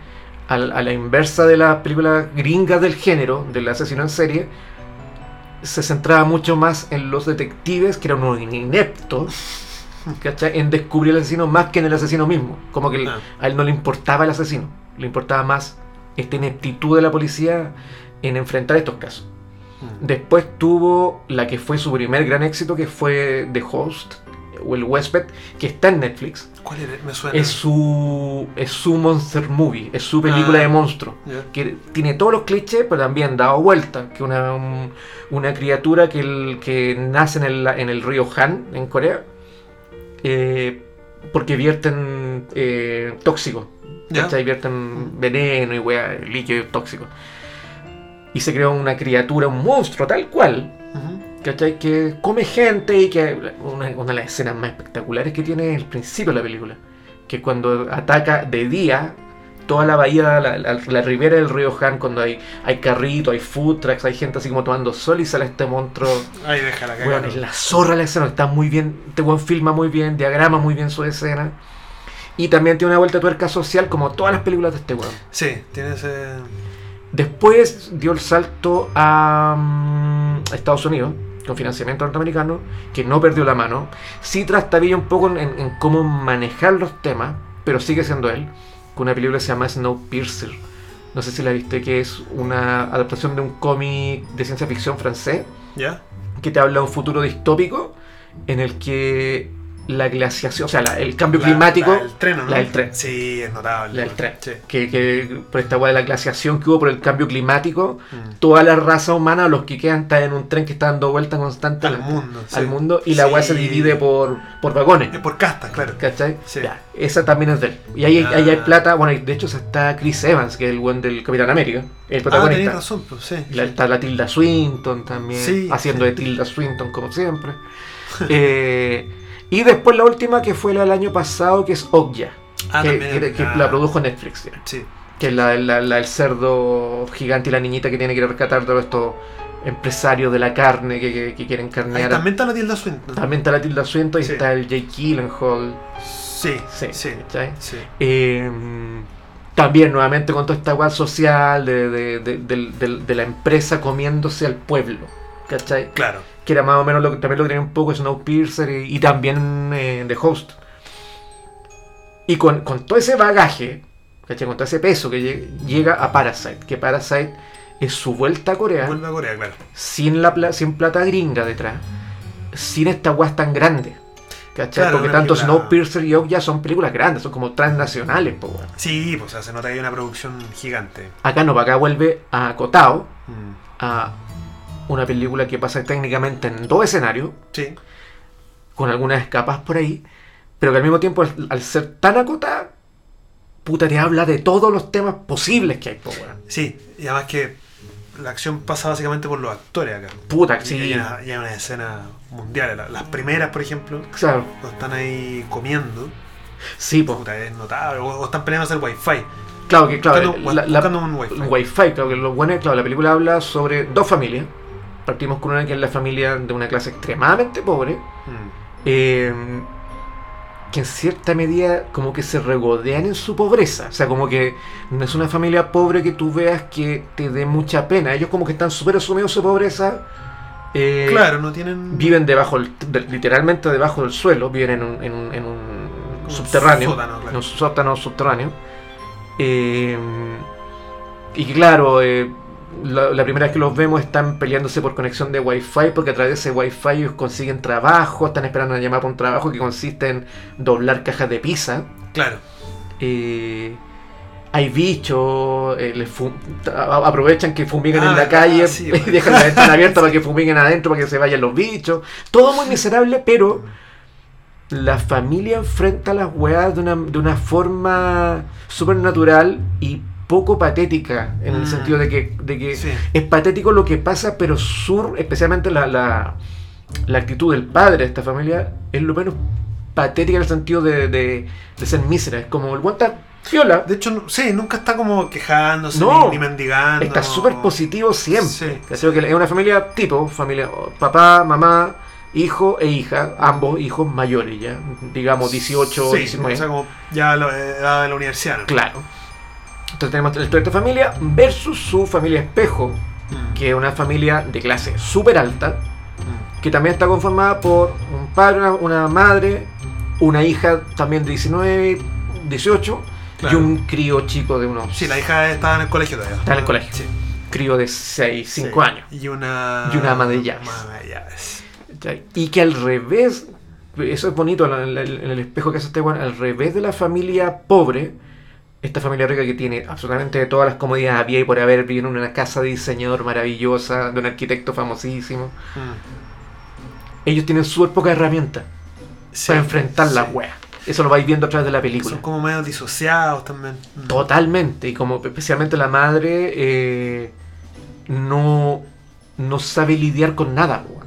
a, la- a la inversa de las películas gringas del género, del asesino en serie, se centraba mucho más en los detectives, que eran unos ineptos, ¿cachai? en descubrir el asesino más que en el asesino mismo. Como que el-
Ah.
a él no le importaba el asesino, le importaba más esta ineptitud de la policía en enfrentar estos casos.
Mm.
Después tuvo la que fue su primer gran éxito, que fue The Host, o El Huésped, que está en Netflix.
¿Cuál era? Me suena.
Es su, es su monster movie, es su película
Ah.
de monstruo.
Ya.
Que tiene todos los clichés, pero también dado vuelta. Que una, un- una criatura que, el- que nace en el, en el río Han, en Corea, eh, porque vierten eh, tóxicos.
Ya.
¿cachai? Vierten veneno y weá, líquido tóxico. Y se crea una criatura, un monstruo tal cual,
Ujú.
¿cachai? Que come gente y que una, una de las escenas más espectaculares que tiene es el principio de la película. Que cuando ataca de día toda la bahía, la, la- la ribera del río Han, cuando hay, hay carrito, hay food trucks, hay gente así como tomando sol y sale este monstruo.
Ahí déjala cagar.
Weón, es la zorra la escena, está muy bien, este weón filma muy bien, diagrama muy bien su escena. Y también tiene una vuelta de tuerca social como todas las películas de este weón.
Sí, tiene ese.
Después dio el salto a mm, Estados Unidos, con financiamiento norteamericano, que no perdió la mano. Sí trastabilla un poco en, en- en cómo manejar los temas, pero sigue siendo él, con una película que se llama Snowpiercer. No sé si la viste, que es una adaptación de un cómic de ciencia ficción francés,
¿Ya?
que te habla de un futuro distópico en el que la glaciación, o sea, la- el cambio
La-
climático.
La del tren, ¿o ¿no?
La del tren.
Sí, es notable.
La del tren.
Sí.
Que, que por esta hueá de la glaciación que hubo por el cambio climático,
Mm.
toda la raza humana, los que quedan, están en un tren que está dando vuelta
Al
constantemente
mundo. sí.
al mundo y la
Sí.
hueá se divide por, por vagones.
Eh, Por castas, claro.
¿Cachai?
Sí.
Ya, esa también es de él. Y ahí, hay-
Ah.
ahí hay plata. Bueno, y de hecho está Chris Evans, que es el buen del Capitán América, el
Ah, tenés
protagonista.
razón, pues sí.
La- está la Tilda Swinton también,
Sí,
haciendo
sí.
de Tilda Swinton como siempre. Eh, y después la última que fue la del año pasado, que es Okja,
Ah,
que,
también,
que- que
ah.
la produjo Netflix, ya.
Sí.
que es la, la- la del cerdo gigante y la niñita que tiene que ir a rescatar de estos empresarios de la carne que, que- que quieren
Ahí
carnear.
también está la Tilda Swinton.
También está la Tilda Swinton y
Sí.
está el Jake Gyllenhaal.
Sí,
Sí,
sí, sí.
¿cachai? Eh, también nuevamente con toda esta guay social de, de- de- del- del- de la empresa comiéndose al pueblo, ¿cachai?
Claro.
Que era más o menos lo que también lo que tenía un poco Snowpiercer y, y también eh, The Host. Y con, con todo ese bagaje, ¿cachai? Con todo ese peso que lle- llega a Parasite, que Parasite es su vuelta a Corea
Vuelve a Corea, claro.
sin, la pla- sin plata gringa detrás, sin estas guas tan grandes. ¿Cachai?
Claro,
Porque
una
tanto
película-
Snowpiercer y Okja son películas grandes, son como transnacionales. po, weón.
Sí, pues o sea, se nota que hay una producción gigante.
Acá no, acá vuelve a acotado
Mm.
a una película que pasa técnicamente en dos escenarios,
Sí.
con algunas escapas por ahí, pero que al mismo tiempo, al, al ser tan acotada, puta, te habla de todos los temas posibles que hay. po, weón.
Sí, y además que la acción pasa básicamente por los actores acá.
Puta,
Y
sí.
hay una, y hay una escena mundial. la- Las primeras, por ejemplo,
Claro,
cuando están ahí comiendo,
sí, po.
puta, es notable. O, o están peleando el wifi.
Claro que, claro,
Buscando-
la- la-
buscando un wifi.
un wifi, claro que lo bueno es, claro, la película habla sobre dos familias. Partimos con una que es la familia de una clase extremadamente pobre,
Mm.
eh, que en cierta medida como que se regodean en su pobreza. O sea, como que no es una familia pobre que tú veas que te dé mucha pena. Ellos como que están súper asumidos su pobreza. eh,
claro, no tienen.
Viven debajo, del- de- literalmente debajo del suelo, viven en un, en un- en un
Un
subterráneo,
sótano, claro.
en un sótano subterráneo. Eh, y claro, eh, la, la primera vez que los vemos están peleándose por conexión de wifi, porque a través de ese wifi ellos consiguen trabajo, están esperando una llamada por un trabajo que consiste en doblar cajas de pizza.
Claro.
Eh, hay bichos, eh, les fu- a- aprovechan que fumigan
Ah,
en la
verdad,
calle
sí,
y
bueno.
dejan la ventana abierta para que fumiguen adentro, para que se vayan los bichos. Todo muy miserable, pero la familia enfrenta las weas de una, de una forma súper natural y poco patética, en
Mm.
el sentido de que, de que
Sí.
es patético lo que pasa, pero sur, especialmente la, la, la actitud del padre de esta familia, es lo menos patética en el sentido de, de, de ser mísera. Es como el guanta viola,
De hecho, no- sí, nunca está como quejándose
No.
ni, ni mendigando.
está súper positivo siempre.
Sí,
Creo que es una familia tipo, familia oh, papá, mamá, hijo e hija, ambos hijos mayores ya, digamos 18 o
Sí,
19.
O sea, como ya la eh, edad de la universidad. ¿no?
Claro. Entonces tenemos el Toyota Familia versus su familia Espejo,
Mm.
que es una familia de clase súper alta,
Mm.
que también está conformada por un padre, una, una madre, una hija también de 19, 18
Claro.
y un crío chico de unos
Sí, la hija está en el colegio todavía.
Está en el colegio.
Sí.
crío de 6, 5
Sí.
años.
Y una.
Y una ama de llaves.
ama de llaves.
¿cachai? Y que al revés, eso es bonito en el, en el espejo que hace este weón, al revés de la familia pobre, esta familia rica que tiene absolutamente todas las comodidades había y por haber, vive en una casa de diseñador maravillosa, de un arquitecto famosísimo,
Mm.
ellos tienen súper pocas herramientas
Sí,
para enfrentar la
sí.
wea. Eso lo vais viendo a través de la película.
Son como medio disociados también. Mm.
Totalmente, y como especialmente la madre eh, no, no sabe lidiar con nada, weón.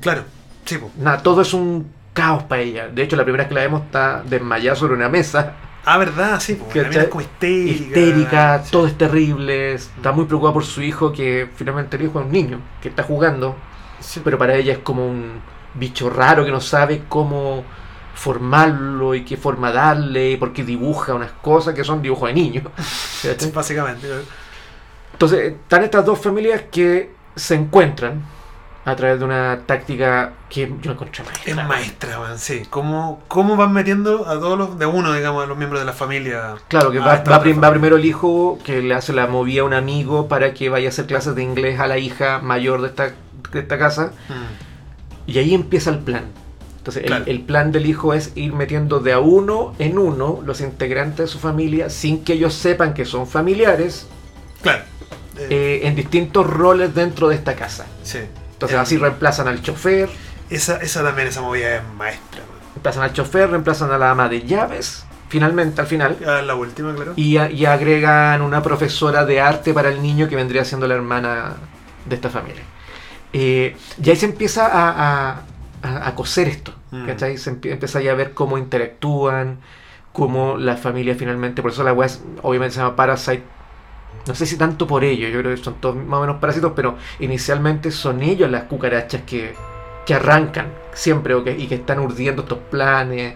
Claro, sí, po.
Nada, todo es un caos para ella. De hecho, la primera vez que la vemos está desmayada sobre una mesa,
Ah, verdad, sí, po. La mina es
¿Cachai?
como histérica.
histérica,
Sí.
todo es terrible, está muy preocupada por su hijo, que finalmente el hijo es un niño, que está jugando,
Sí.
pero para ella es como un bicho raro que no sabe cómo formarlo y qué forma darle, porque dibuja unas cosas que son dibujos de niños. ¿cachai?
Básicamente. claro.
Entonces, están estas dos familias que se encuentran a través de una táctica que yo encontré maestra.
Es maestra, man, sí. ¿Cómo, ¿Cómo van metiendo a todos los de uno, digamos, a los miembros de la familia?
Claro, que
Ah,
va,
esta
va
otra
prim- va
familia.
primero el hijo que le hace la movida a un amigo para que vaya a hacer clases de inglés a la hija mayor de esta, de esta casa.
Mm.
Y ahí empieza el plan. Entonces, el-
Claro.
el, plan del hijo es ir metiendo de a uno en uno los integrantes de su familia sin que ellos sepan que son familiares
Claro. Eh,
eh, en distintos roles dentro de esta casa.
sí.
Entonces,
Eh,
así reemplazan al chofer,
Esa, esa también, esa movida es maestra. man.
reemplazan al chofer, reemplazan a la ama de llaves, finalmente, al final.
Ah, la última, claro.
Y, a- y agregan una profesora de arte para el niño que vendría siendo la hermana de esta familia. Eh, y ahí se empieza a, a- a- a coser esto.
Mm.
¿cachai? Se empie- empieza ya a ver cómo interactúan, cómo la familia finalmente. Por eso la web obviamente se llama Parasite. No sé si tanto por ello, yo creo que son todos más o menos parásitos, pero inicialmente son ellos las cucarachas que, que arrancan siempre o que- y que están urdiendo estos planes.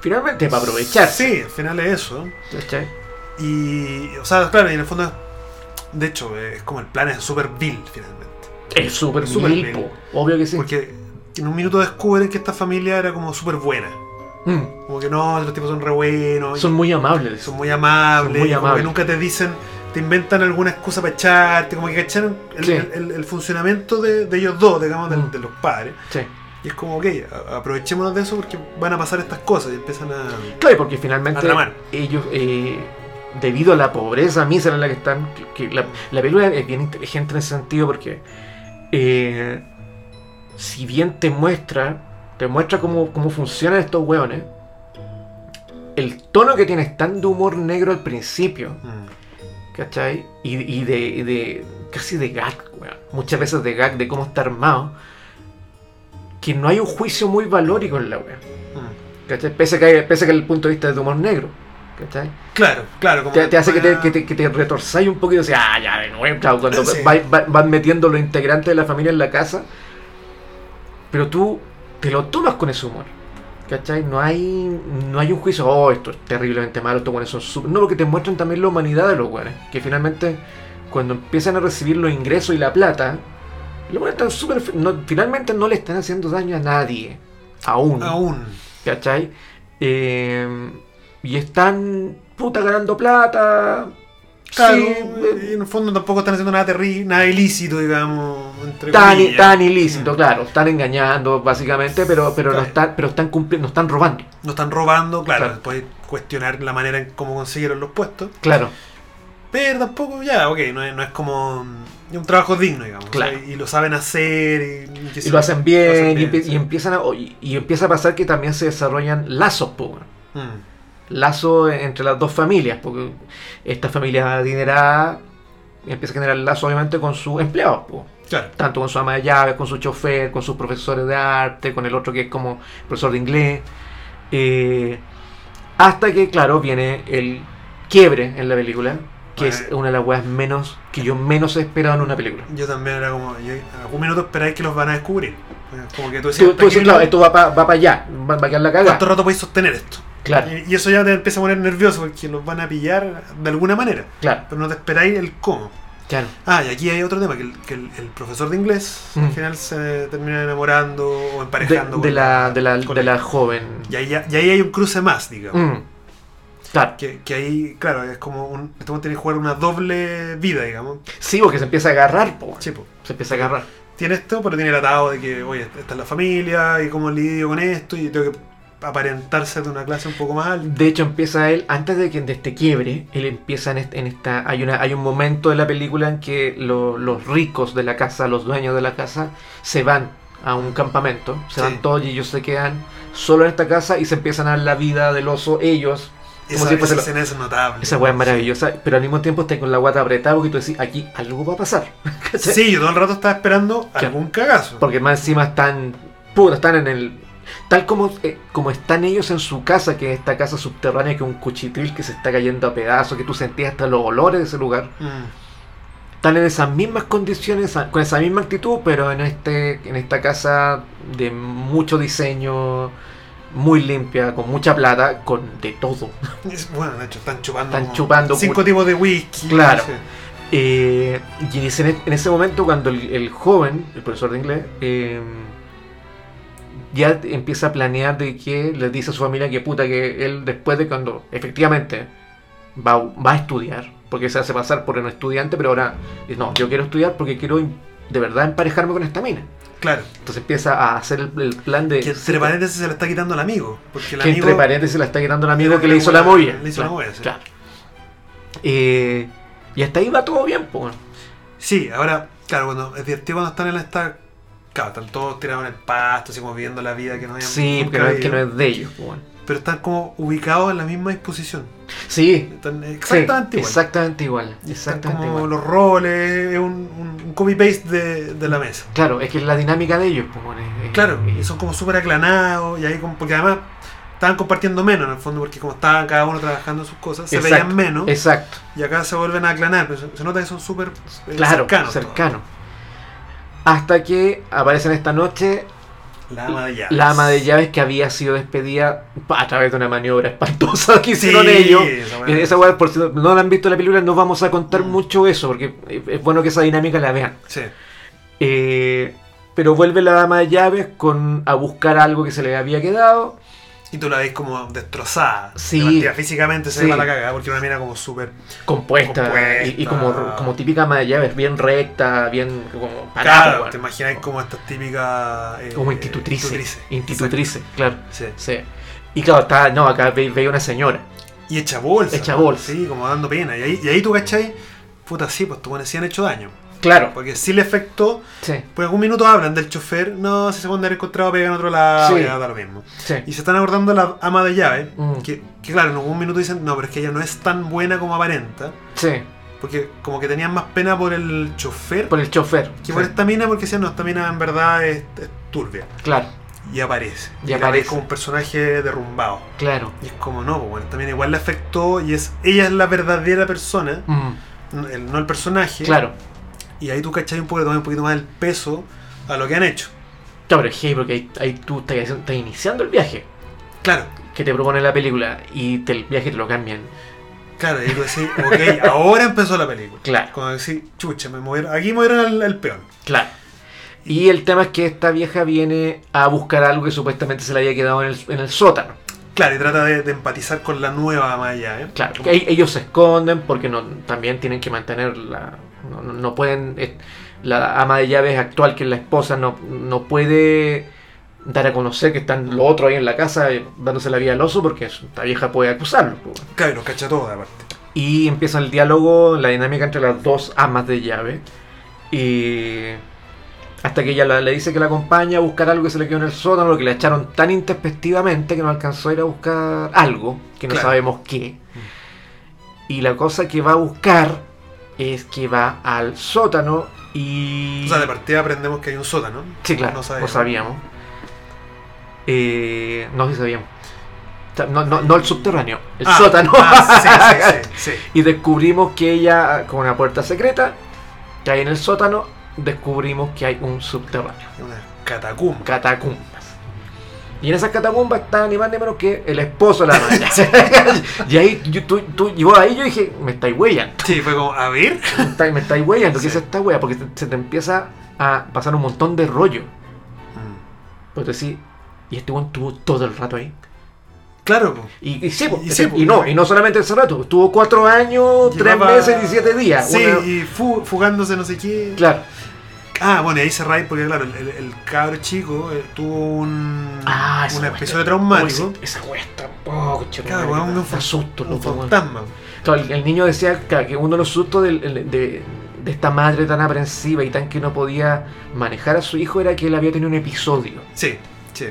Finalmente para aprovechar.
Sí, al final es eso.
¿cachai?
Y, o sea, claro, y en el fondo, de hecho, eh, es como el plan es súper vil, finalmente.
Es súper
Súper
vil,
vil.
po. Obvio que sí.
Porque en un minuto descubren que esta familia era como súper buena.
Mm,
Como que no, los tipos son re buenos. y
Son muy amables.
son muy amables.
Son muy
y como
amables.
que nunca te dicen, te inventan alguna excusa para echarte. Como que cacharon el,
Sí.
el- el- el funcionamiento de, de ellos dos, digamos, del-
Mm.
de los padres.
Sí.
Y es como, ok, a- aprovechémonos de eso porque van a pasar estas cosas y empiezan a.
Claro, porque finalmente
Arramar.
ellos, eh, debido a la pobreza mísera en la que están, que, que la, la película es bien inteligente en ese sentido porque eh, si bien te muestra, te muestra cómo, cómo funcionan estos hueones, el tono que tiene es tan de humor negro al principio,
Mm.
¿cachai? Y, y de, y de- casi de gag, weón. Muchas veces de gag, de cómo está armado. Que no hay un juicio muy valórico en la weón.
Mm.
¿Cachai? Pese que, hay- pese que el punto de vista es de humor negro. ¿Cachai?
Claro, claro. Como
Te, te hace que te,
ah,
que te- que te retorzáis un poquito y decís, ah, ya de nuevo, claro, cuando
Sí.
va- va- van metiendo los integrantes de la familia en la casa. Pero tú te lo tomas con ese humor. ¿Cachai? No hay, no hay un juicio, oh, esto es terriblemente malo, estos buenos son súper. No, porque te muestran también la humanidad de los buenos. Que finalmente, cuando empiezan a recibir los ingresos y la plata, los buenos están súper. fe- no- finalmente no le están haciendo daño a nadie. Aún.
Aún.
¿Cachai? Eh, y están puta ganando plata.
Claro,
sí,
y
eh,
en el fondo tampoco están haciendo nada terri nada ilícito, digamos, entre
tan,
comillas.
tan ilícito,
Mm.
claro. Están engañando, básicamente, pero, pero no
Claro.
están, pero están cumpliendo, no están robando.
No están robando, claro,
Claro.
después cuestionar la manera en cómo consiguieron los puestos.
Claro.
Pero tampoco, ya, ok, no es, no es como mm, es un trabajo digno, digamos.
Claro.
o sea, y lo saben hacer y, que
Y
sí,
lo hacen bien,
lo hacen
y, empie-
sí.
y empiezan a- y, y empieza a pasar que también se desarrollan lazos, po, weón.
Mm,
lazos entre las dos familias, porque esta familia adinerada empieza a generar lazos obviamente con sus empleados, po.
claro.
tanto con su ama de llaves, con su chofer, con sus profesores de arte, con el otro que es como profesor de inglés. eh, hasta que, claro, viene el quiebre en la película, que es
Bueno.
una de las weas menos que yo menos he esperado en una película.
Yo también era como, yo, en algún minuto esperáis que los van a descubrir. Eh, Como que tú decías,
Tú, tú dices,
tranquilo,
claro, esto va para allá, va, va a quedar la cagada.
¿cuánto rato podéis sostener esto?
Claro,
Y, y eso ya te empieza a poner nervioso porque los van a pillar de alguna manera,
claro,
pero no te esperáis el cómo.
claro.
Ah, y aquí hay otro tema, que el, que el- el profesor de inglés
Mm.
al final se termina enamorando o
De,
emparejando.
de
con-
la, de, la,
con
de
él.
la joven.
Y ahí, ya- y ahí hay un cruce más, digamos.
Mm, Claro.
Que, que ahí, claro, es como un... Este hombre tiene que jugar una doble vida, digamos.
Sí, porque se empieza a agarrar, po,
Chipo.
se empieza a agarrar.
Tiene esto, pero tiene el atado de que, oye, esta es la familia y cómo lidio con esto y tengo que aparentarse de una clase un poco más alta.
De hecho, empieza él, antes de que de este quiebre, él empieza en, este- en esta. Hay, una, hay un momento de la película en que lo- los ricos de la casa, los dueños de la casa, se van a un campamento, se
Sí.
van todos y ellos se quedan solo en esta casa y se empiezan a dar la vida del oso ellos. Como
Esa,
si fuese
esa
la-
escena es notable.
Esa weá es maravillosa, pero al mismo tiempo está con la guata apretada porque tú decís, aquí algo va a pasar. ¿cachai?
Sí, yo todo el rato estaba esperando
Claro.
algún cagazo.
Porque más encima están. Puta, están en el. Tal como, eh, como están ellos en su casa, que es esta casa subterránea, que es un cuchitril que se está cayendo a pedazos, que tú sentías hasta los olores de ese lugar.
Mm.
Están en esas mismas condiciones, a- con esa misma actitud, pero en, este, en esta casa de mucho diseño, muy limpia, con mucha plata, con de todo.
Es- bueno, de hecho, están chupando,
Están
como
chupando
cinco
puro.
tipos de whisky.
Claro.
no sé.
Eh, y en ese, en ese momento, cuando el, el joven, el profesor de inglés, eh, ya empieza a planear de que le dice a su familia que puta, que él después de cuando efectivamente va, va a estudiar, porque se hace pasar por un estudiante, pero ahora dice, no, yo quiero estudiar porque quiero de verdad emparejarme con esta mina.
Claro.
Entonces empieza a hacer el, el plan de.
Que entre paréntesis se la está quitando al amigo. Porque el
Eh, que
amigo.
entre paréntesis la está quitando el
Era
amigo que
la
le hizo la
hueá,
movida.
le hizo la
Claro,
movida, sí.
claro. Eh, y hasta ahí va todo bien, pues.
Sí, ahora, claro, cuando es divertido cuando están en esta. Claro, están todos tirados en el pasto, así como viviendo la vida que no habían
Sí,
nunca
que no, es, que
vivido.
no es de ellos, pues.
Pero están como ubicados en la misma disposición.
Sí,
Están
sí,
exactamente igual.
Exactamente igual.
Están
Exactamente
como
igual.
los roles, es un, un- un copy-paste de, de la mesa.
Claro, es que es la dinámica de ellos, pues. es- es-
Claro, y
es-
son como súper aclanados, y ahí como, porque además estaban compartiendo menos en el fondo, porque como estaban cada uno trabajando en sus cosas, se
exacto,
veían menos,
Exacto.
y acá se vuelven a aclanar, pero se, se nota que son súper eh,
Claro, cercano.
cercanos.
Hasta que aparece en esta noche
todos. La ama de llaves.
la ama de llaves que había sido despedida pa- a través de una maniobra espantosa que
Sí,
hicieron ellos.
esa weá.
Eh, Esa weá, por si no- no la han visto la película, no vamos a contar
Mm.
mucho eso, porque eh, es bueno que esa dinámica la vean.
Sí.
Eh, pero vuelve la dama de llaves con, a buscar algo que se le había quedado.
Y tú la ves como destrozada.
Sí.
De partida, Físicamente se
Sí.
ve para la cagada, porque era una mina como súper.
Compuesta,
Compuesta.
y, y como, como típica ama de llaves, bien recta, bien como parada.
Claro,
weón.
te imagináis como estas típicas. eh,
pues, como institutrice.
institutrices.
institutrice, claro.
Exacto, sí.
Sí. Y claro, está, no, acá ve- veía una señora.
Y hecha bolsa.
Hecha
¿no?
bolsa.
Sí, como dando pena. Y ahí, y ahí tú cachai, puta, sí, pues tú pones sí han hecho daño.
Claro.
Porque sí le afectó.
Sí,
Por algún minuto hablan del chofer. No, si se pueden haber encontrado, pegan en otro lado.
Sí.
Ya da lo mismo.
sí.
Y se están abordando a la ama de llave.
Mm.
Que, que claro, en algún minuto dicen, no, pero es que ella no es tan buena como aparenta.
Sí,
Porque como que tenían más pena por el chofer
por el chofer.
que
Sí,
por esta mina, porque decían, no, esta mina en verdad es, es turbia.
Claro,
Y aparece.
Y
la ves
aparece.
como un personaje derrumbado.
claro.
Y es como, no, pues bueno, también igual le afectó y es ella es la verdadera persona,
Mm,
no el, no el personaje.
Claro.
Y ahí tú cachai un poco, le tomás un poquito más el peso a lo que han hecho.
Claro, pero es heavy porque ahí, ahí tú estás, haciendo- estás iniciando el viaje
Claro,
que te propone la película y te- el viaje te lo cambian.
claro, y ahí tú decís, ok, ahora empezó la película.
Claro.
Cuando decís, chucha, me movieron, aquí movieron al, al peón.
Claro. Y el tema es que esta vieja viene a buscar algo que supuestamente se le había quedado en el, en el sótano.
Claro, y trata de, de empatizar con la nueva Maya, ¿eh?
Claro, que e- ellos se esconden porque no, también tienen que mantener la... No, no- no pueden... eh, La ama de llaves actual, que es la esposa, no, no puede dar a conocer que están los otros ahí en la casa eh, dándose la vida al oso porque esta vieja puede acusarlo. pues.
Claro, y los cacha todos, aparte.
Y empieza el diálogo, la dinámica entre las dos amas de llave. Y hasta que ella la- le dice que la acompaña a buscar algo que se le quedó en el sótano, lo que la echaron tan intempestivamente que no alcanzó a ir a buscar algo, que no
Claro. Mm.
sabemos qué. Y la cosa que va a buscar es que va al sótano y...
O sea, de partida aprendemos que hay un sótano.
Sí, claro,
No
no
sabíamos.
sabíamos. Eh, no, sí sabíamos. O sea, No, no, no el subterráneo, el
Ah,
sótano.
ah, sí, sí, sí, sí.
Y descubrimos que ella, con una puerta secreta que hay en el sótano, descubrimos que hay un subterráneo.
Es Una catacumba.
Catacumbas. Y en esas catacumbas está ni más ni menos que el esposo de la madre. y ahí yo, tú, tú- yo ahí yo dije, me estáis huellando,
Sí, fue como, a ver.
me estáis- me estáis huellando, ¿qué
Sí.
es esta huella? Porque te- se te empieza a pasar un montón de rollo.
Mm.
Pues decís, y este weón estuvo todo el rato ahí.
Claro, pues.
Y, y sí, po,
Y sí, po.
y no, y no solamente ese rato, estuvo cuatro años,
Llevaba-
tres meses, 17 días.
Sí,
Una-
y fu- fugándose no sé qué.
Claro.
Ah, bueno, y ahí cerráis porque, claro, el, el, el cabro chico eh, tuvo un,
Ah,
un
esa wea
episodio
está-
traumático.
Uy, esa wea está poco,
Claro, weón, un, fa-
susto,
un
loco, weón.
fantasma.
Claro, el, el niño decía claro, que uno de los sustos del- el- de, de esta madre tan aprensiva y tan que no podía manejar a su hijo era que él había tenido un episodio.
Sí, sí.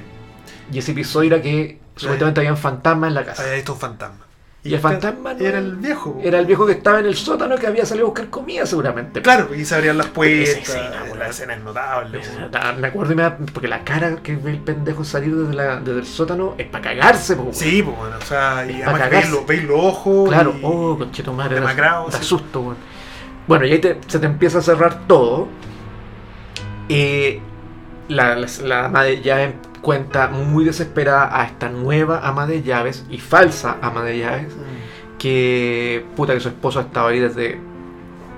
Y ese episodio era que supuestamente había un fantasma en la casa.
Había visto un fantasma.
Ah. Y el fantasma no-
Era Eh. el viejo.
Era el viejo que estaba en el sótano que había salido a buscar comida seguramente.
Claro, y se abrían las puertas. eh,
Esa escena, weón.
la escena es notable. weón.
Ah, Me acuerdo y me da- porque la cara que ve el pendejo salir desde, la- desde el sótano es para cagarse, po, weón.
Sí, pues bueno, o sea, y
Pa'
además que
cagarse.
veis los, veis los ojos.
Claro,
y-
oh, conchito madre.
demacrado,
da
sí.
susto, weón. Bueno, y ahí te- se te empieza a cerrar todo. Eh, la, la, la ama de llaves cuenta muy desesperada a esta nueva ama de llaves y falsa ama de llaves
Mm.
que puta que su esposo ha estado ahí desde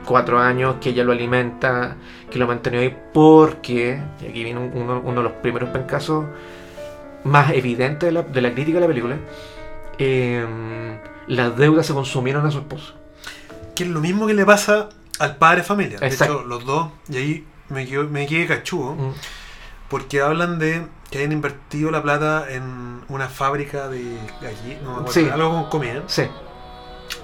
cuatro años, que ella lo alimenta, que lo ha mantenido ahí porque, y aquí viene un- uno, uno de los primeros pencasos más evidentes de la, de la crítica de la película, em, las deudas se consumieron a su esposo.
Que es lo mismo que le pasa al padre familia. De
Exacto.
hecho, los dos, y ahí me, quedo- me quedé cachudo.
Mm,
Porque hablan de que hayan invertido la plata en una fábrica de allí, no me acuerdo,
Sí.
algo con comida.
Sí,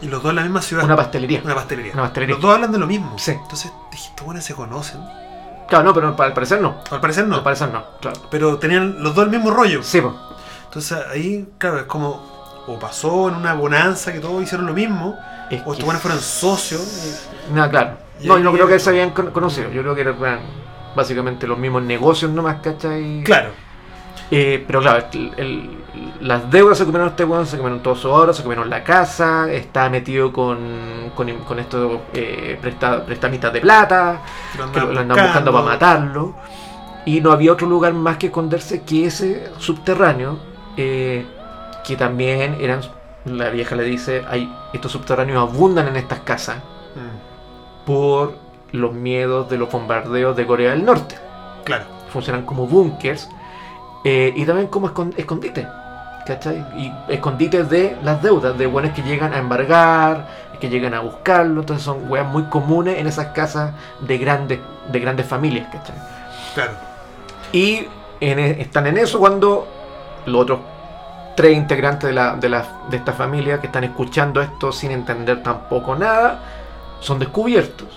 Y los dos en la misma ciudad.
una pastelería.
Una pastelería.
Una pastelería.
Los dos hablan de lo mismo.
Sí.
Entonces dije, estos buenos se conocen.
Claro, no, pero pa- al parecer no.
Al parecer no. Pues Oh,
Al parecer no, claro.
pero tenían los dos el mismo rollo.
Sí, po.
Entonces ahí, claro, es como. O pasó en una bonanza que todos hicieron lo mismo.
Es
O
que-
estos buenos fueron socios. y-
Nada, claro.
Y
No,
ahí
yo no creo que
es-
se habían con- conocido. Yo creo que eran básicamente los mismos negocios nomás, ¿cachai?
Claro.
Eh, pero claro, el- el- las deudas se comieron este weón, se comieron todos sus ahorros, se comieron la casa, está metido con, con, con estos eh, presta- prestamistas de plata,
Lo
que lo, lo andaban buscando para matarlo. Y no había otro lugar más que esconderse que ese subterráneo, eh, que también eran, la vieja le dice, hay, estos subterráneos abundan en estas casas
Mm,
por los miedos de los bombardeos de Corea del Norte.
claro.
Funcionan como búnkers eh, y también como escon- escondites. ¿Cachai? Y escondites de las deudas, de buenas que llegan a embargar, que llegan a buscarlo. Entonces son weas muy comunes en esas casas de grandes, de grandes familias. ¿Cachai?
Claro.
Y en e- están en eso cuando los otros tres integrantes de, la, de, la- de esta familia que están escuchando esto sin entender tampoco nada, son descubiertos.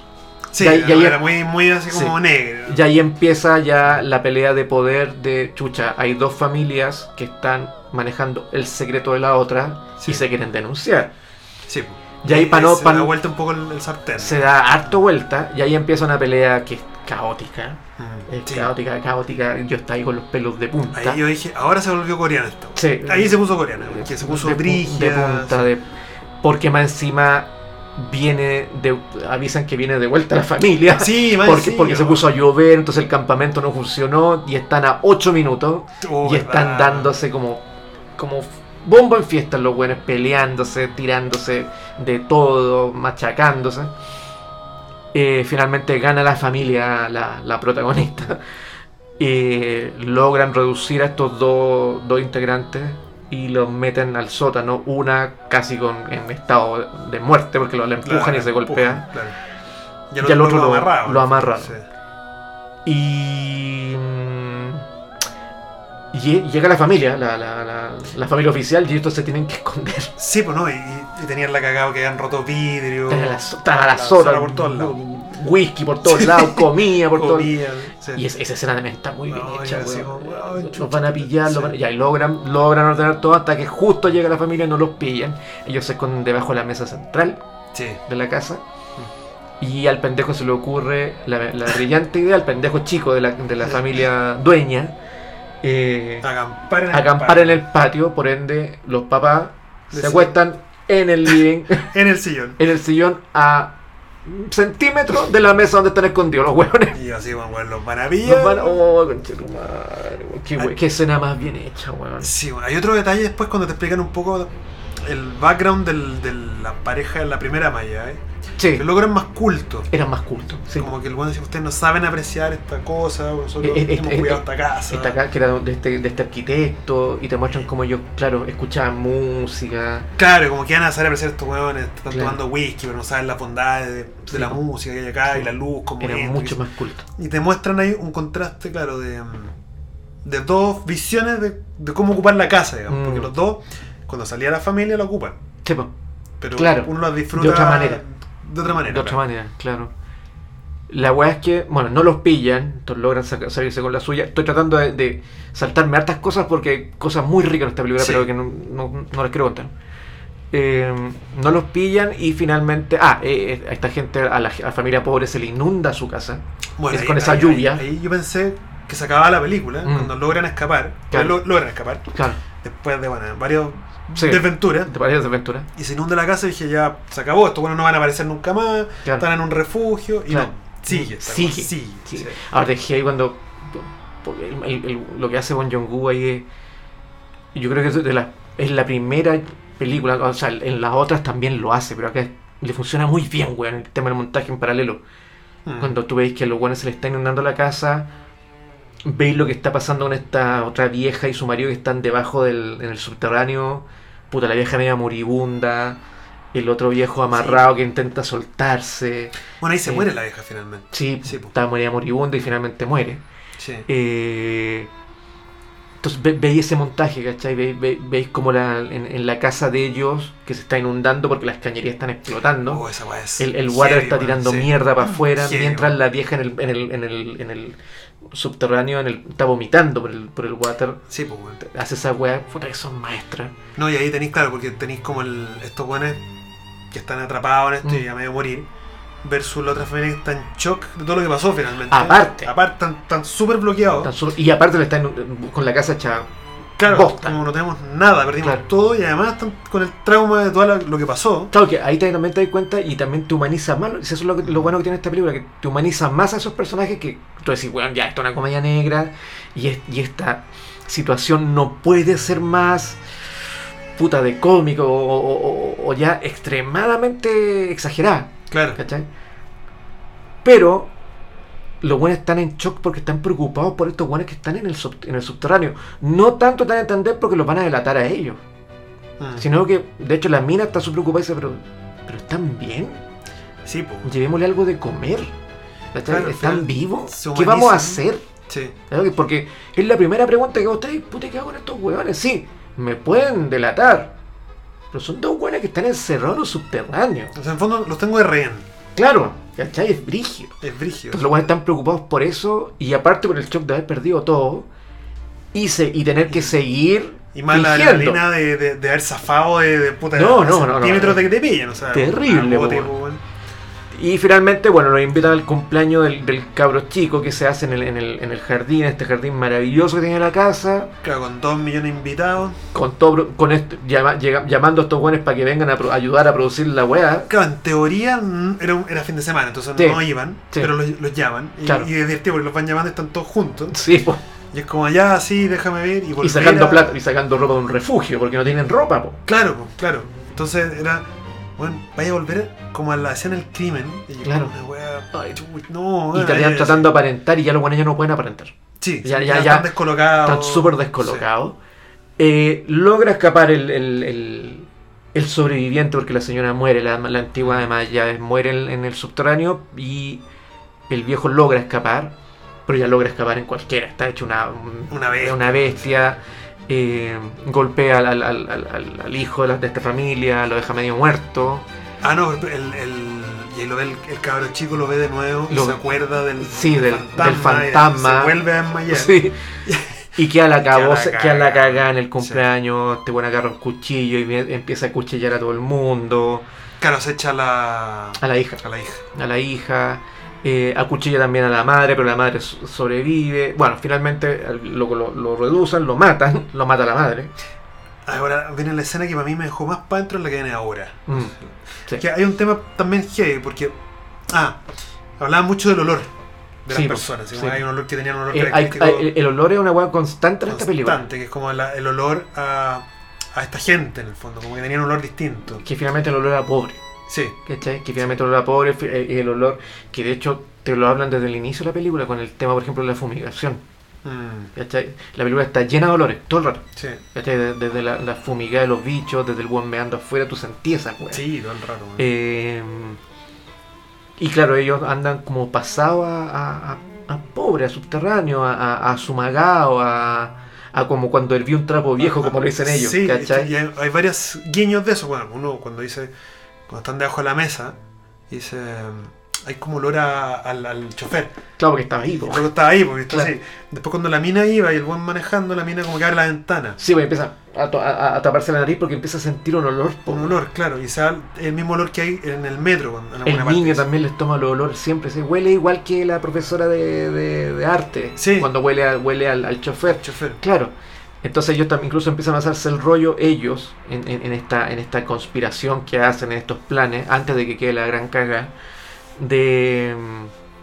Sí,
Y ahí- y ahí-
era muy, muy así como
Sí.
negro.
Y ahí empieza ya la pelea de poder de Chucha. Hay dos familias que están manejando el secreto de la otra
Sí.
y se quieren denunciar.
Sí, po.
Y ahí pa' no-
se
pa'
da
no-
vuelta un poco el, el sartén.
Se da harto vuelta y ahí empieza una pelea que es caótica.
Mm,
Es
sí.
caótica, caótica. Yo estaba ahí con los pelos de punta.
Ahí yo dije, ahora se volvió coreana esto.
Sí.
Ahí se puso coreana, porque se puso
Eh, de, pu- de
brígida.
punta. De, porque más encima viene de, avisan que viene de vuelta la familia.
Sí, más
Porque,
encima.
porque se puso a llover, entonces el campamento no funcionó y están a 8 minutos
Oh,
y están
verdad.
dándose como, como bombo en fiesta los buenos, peleándose, tirándose de todo, machacándose. Eh, finalmente gana la familia, la, la protagonista. Eh, logran reducir a estos dos, dos integrantes y los meten al sótano, una casi con, en estado de muerte porque lo, la
Claro,
empujan y se
empujan,
golpean.
claro.
Y al otro lo-
amarraban.
lo amarraban.
Sí.
Y. mm, lle- llega la familia, la, la- la- la familia oficial, y estos se tienen que esconder.
Sí, pues no, y, y tenían la cagada que habían roto vidrio.
Están a la, so- están a la
la
sola,
sola por todos lados.
Whisky por todos lados, comida por todos lados.
Comían, sí.
Y es- esa escena también está muy bien
No,
hecha,
yo decía,
weón.
weón, chucha,
Los van a pillar,
sí.
los van a- ya, y logran, logran ordenar todo hasta que justo llega la familia y no los pillan. Ellos se esconden debajo de la mesa central
Sí.
de la casa.
Mm.
Y al pendejo se le ocurre la, la brillante idea, al pendejo chico de la, de la familia dueña, eh,
Acampar en el
acampar
patio.
en el patio, por ende los papás se
Deciden.
acuestan en el living,
en el sillón.
en el sillón a centímetros de la mesa donde están escondidos los huevones.
Y yo así, bueno, bueno, los van a
Los
pillar.
van- oh, conchetumare, weón, qué, we- qué escena más bien hecha, weón.
Sí, bueno, hay otro detalle después cuando te explican un poco el background del- de la pareja de la primera malla, ¿eh?
Sí,
Que logran más culto.
eran más cultos. Sí.
Como que el bueno dice, ustedes no saben apreciar esta cosa, nosotros
Eh, eh,
hemos
eh,
cuidado
eh,
esta casa.
Esta acá, que era de este, de este arquitecto, y te muestran cómo ellos, claro, escuchaban música.
Claro, como que van a saber apreciar estos huevones, están
Claro.
tomando whisky, pero no saben la bondades de, de
Sí,
la
po.
música que hay acá y
Sí.
la luz, como
Era
esto,
mucho
que-
más culto.
Y te muestran ahí un contraste, claro, de, mm, de dos visiones de, de cómo ocupar la casa, digamos.
Mm.
Porque los dos, cuando salía la familia, la ocupan.
Sí, po,
Pero
Claro,
uno las disfruta
de otra manera.
De otra manera.
de otra
claro.
manera, claro. La weá es que, bueno, no los pillan, entonces logran saca- salirse con la suya. Estoy tratando de, de saltarme hartas cosas porque hay cosas muy ricas en esta película,
Sí.
pero que no, no, no las quiero contar. Eh, no los pillan y finalmente, ah, eh, eh, a esta gente, a la, a la familia pobre se le inunda su casa.
Bueno,
Es con esa lluvia.
Ahí, ahí yo pensé que se acababa la película,
Mm.
cuando logran escapar.
Claro.
lo- logran escapar.
Claro,
Después de, bueno, varios
Sí.
desventuras.
¿te parece aventura?
Y se inunda la casa y dije, ya, se acabó. Estos bueno no van a aparecer nunca más.
Claro.
Están en un refugio. Y
Claro.
no, sigue. esta
Sigue.
cosa, Sigue.
Sí.
sí.
Ahora dejé ahí cuando. porque el- el- el- lo que hace Bon Jong-gu ahí es. Yo creo que es, de la, es la primera película, o sea, en las otras también lo hace, pero acá es- le funciona muy bien, weón, el tema del montaje en paralelo.
Mm.
Cuando tú veis que a los weones se le está inundando la casa, veis lo que está pasando con esta otra vieja y su marido que están debajo del en el subterráneo. Puta, la vieja media moribunda. El otro viejo amarrado que intenta soltarse.
Bueno, ahí se
Sí.
muere la vieja finalmente.
Sí,
Sí, po.
está media moribunda y finalmente muere.
Sí. Sí.
Eh, entonces ve- veis ese montaje, ¿cachai? Ve- ve- veis como la, en, en la casa de ellos que se está inundando porque las cañerías están explotando.
Oh, esa weá es
El, el
heavy,
water está
weón,
tirando
sí.
mierda para afuera,
Heavy,
mientras
weón.
la vieja en el, en el, en el, en el subterráneo en el, está vomitando por el, por el water.
Sí, pues, weón.
Hace esa weá, puta que son maestras.
No, y ahí tenéis, claro, porque tenéis como el, estos buenos que están atrapados en esto
Mm.
y a medio morir, versus la otra familia que está en shock de todo lo que pasó finalmente.
Aparte.
Aparte, están están súper bloqueados.
Tan solo- y aparte le están eh, con la casa hecha
claro,
bosta.
como no tenemos nada, perdimos
Claro.
todo y además están con el trauma de todo lo que pasó.
Claro que ahí te- también te das cuenta y también te humaniza más. Eso es lo, que- lo bueno que tiene esta película, que te humaniza más a esos personajes que tú decís, weón, ya, esto es una comedia negra y, es- y esta situación no puede ser más puta de cómico o, o- o- o ya extremadamente exagerada,
Claro.
¿cachai? Pero los buenos están en shock porque están preocupados por estos buenos que están en el, sub- en el subterráneo. No tanto tan a entender porque los van a delatar a ellos.
Mm.
Sino que, de hecho, la mina está súper preocupada y dice, pero, pero ¿están bien?
Sí, pues.
Llevémosle algo de comer. ¿Cachai?
Claro, al final
¿Están vivos?
se
¿Qué vamos a
humanizan.
hacer?
Sí.
Claro que- Porque es la primera pregunta que vos te dices, puta, ¿qué hago con estos huevones? Sí, me pueden delatar. Pero son dos hueones que están encerrados en los subterráneos.
O sea, en fondo los tengo de rehén.
Claro, ¿cachai? Es brígido.
Es brígido.
Entonces los buenos están preocupados por eso y aparte por el shock de haber perdido todo y, se- y tener que seguir
Y más la
fingiendo.
adrenalina de, de, de haber zafado de, de puta
No,
a
no, no, no.
centímetros de que te pillan, o sea.
Terrible,
a bote,
po,
po, weón.
Y finalmente, bueno, nos invitan al cumpleaños del, del cabro chico que se hace en el, en, el, en el jardín, este jardín maravilloso que tiene la casa,
Claro, con dos millones de invitados.
con todo, con esto, llama- llega- llamando a estos buenos para que vengan a pro- ayudar a producir la weá.
Claro, en teoría mm, era, un- era fin de semana, entonces
Sí.
no iban,
Sí.
pero los, los llaman. Y,
Claro.
y es divertido porque los van llamando y están todos juntos.
Sí, po,
Y es como, ya, sí, déjame ver. Y,
y
volver
sacando
a-
plata, y sacando ropa de un refugio, porque no tienen ropa, po.
Claro, po, claro. Entonces era, bueno, vaya a volver como a la escena del crimen. Y yo,
Claro.
una wea,
Ay,
chuy, no,
Y
ay,
terminan
ay,
tratando de aparentar y ya los buenos ya no pueden aparentar.
Sí,
Ya,
sí,
ya, ya.
están descolocados.
Están súper descolocados. Eh, logra escapar el, el- el- el sobreviviente porque la señora muere, la, la antigua además ya es- muere en, en el subterráneo y el viejo logra escapar, pero ya logra escapar en cualquiera. Está hecho una, un-
Una bestia.
bestia, eh, golpea al, al- al- al- al- al hijo de, la- de esta familia, lo deja medio muerto.
sí. Ah, no, el, el, y ahí lo ve el, el cabro chico, lo ve de nuevo,
Lo-
se acuerda del,
Sí, del- del
y
fantasma.
se vuelve a desmayar.
Sí. Y queda la
Queda
cagó,
la
queda la
cagada.
cagada en el cumpleaños, este buen agarra un cuchillo y me- empieza a cuchillar a todo el mundo,
Claro, se echa la,
a la hija.
a la hija.
a la hija, eh, acuchilla también a la madre, pero la madre so- sobrevive. Bueno, finalmente al- lo, lo, lo reducen, lo matan, lo mata la madre.
Ahora viene la escena que para mí me dejó más para adentro en la que viene ahora.
Mm. Sí.
Que hay un tema también heavy, porque. Ah, hablaba mucho del olor de
Sí, pues,
las personas.
sí.
¿sí? Hay un olor que tenían un olor
Eh, hay-
característico
hay- el olor es una hueá constante en esta película.
constante, que es como la- el olor a, a esta gente en el fondo, como que tenían un olor distinto.
Que finalmente el olor era pobre.
Sí,
¿Cachai? Que finalmente el olor a pobre, fi- eh, el olor que de hecho te lo hablan desde el inicio de la película con el tema, por ejemplo, de la fumigación.
mm,
¿Cachai? La película está llena de olores, todo el rato.
sí,
¿Cachai? De- Desde la, la fumigada de los bichos, desde el buen meando afuera, tú sentías esa hueá.
sí, todo el rato. man.
Eh, y claro, ellos andan como pasado a, a, a- a pobre, a subterráneo, a, a, a sumagao, a, a como cuando herví un trapo viejo, como lo dicen ellos,
Sí,
¿cachai?
y hay, hay varios guiños de eso. Bueno, uno cuando dice, cuando están debajo de la mesa, dice, hay como olor a- al, al chofer.
Claro, porque estaba
Y
ahí, po.
luego estaba ahí, porque está
Claro.
así. Después cuando la mina iba y el buen manejando, la mina como que abre la ventana.
Sí, pues empieza a, to- a- a taparse la nariz porque empieza a sentir un olor. po.
Un olor, claro, y sea el mismo olor que hay en el metro. cuando- En
El
alguna
niño
parte.
también les toma los olores siempre, se huele igual que la profesora de, de- de arte,
Sí.
cuando huele, a- huele al, al chofer.
Chofer.
Claro. Entonces ellos también incluso empiezan a hacerse el rollo ellos en, en- en esta, en esta conspiración que hacen, en estos planes, antes de que quede la gran caga, de,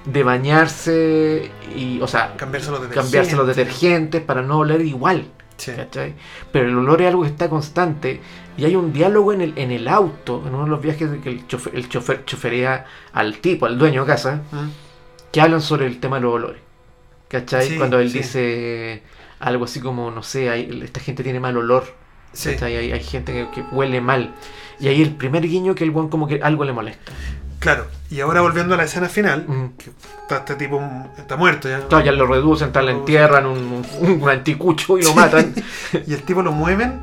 de bañarse y, o sea,
Cambiarse los detergentes.
cambiarse los detergentes para no oler igual.
Sí.
¿cachai? Pero el olor es algo que está constante y hay un diálogo en el, en el auto, en uno de los viajes de que el chofer, el chofer choferea al tipo, al dueño de casa,
Mm.
que hablan sobre el tema de los olores. ¿Cachai?
Sí,
Cuando él
sí.
dice algo así como, no sé, hay- esta gente tiene mal olor.
Sí.
¿cachai? Hay, hay gente que, que huele mal. Y ahí el primer guiño que el buen como que algo le molesta.
Claro, Y ahora volviendo a la escena final,
Mm.
que está este tipo mm, está muerto ya.
Claro, ya lo reducen, tal, le entierran un, un, un anticucho y lo matan.
Y el tipo lo mueven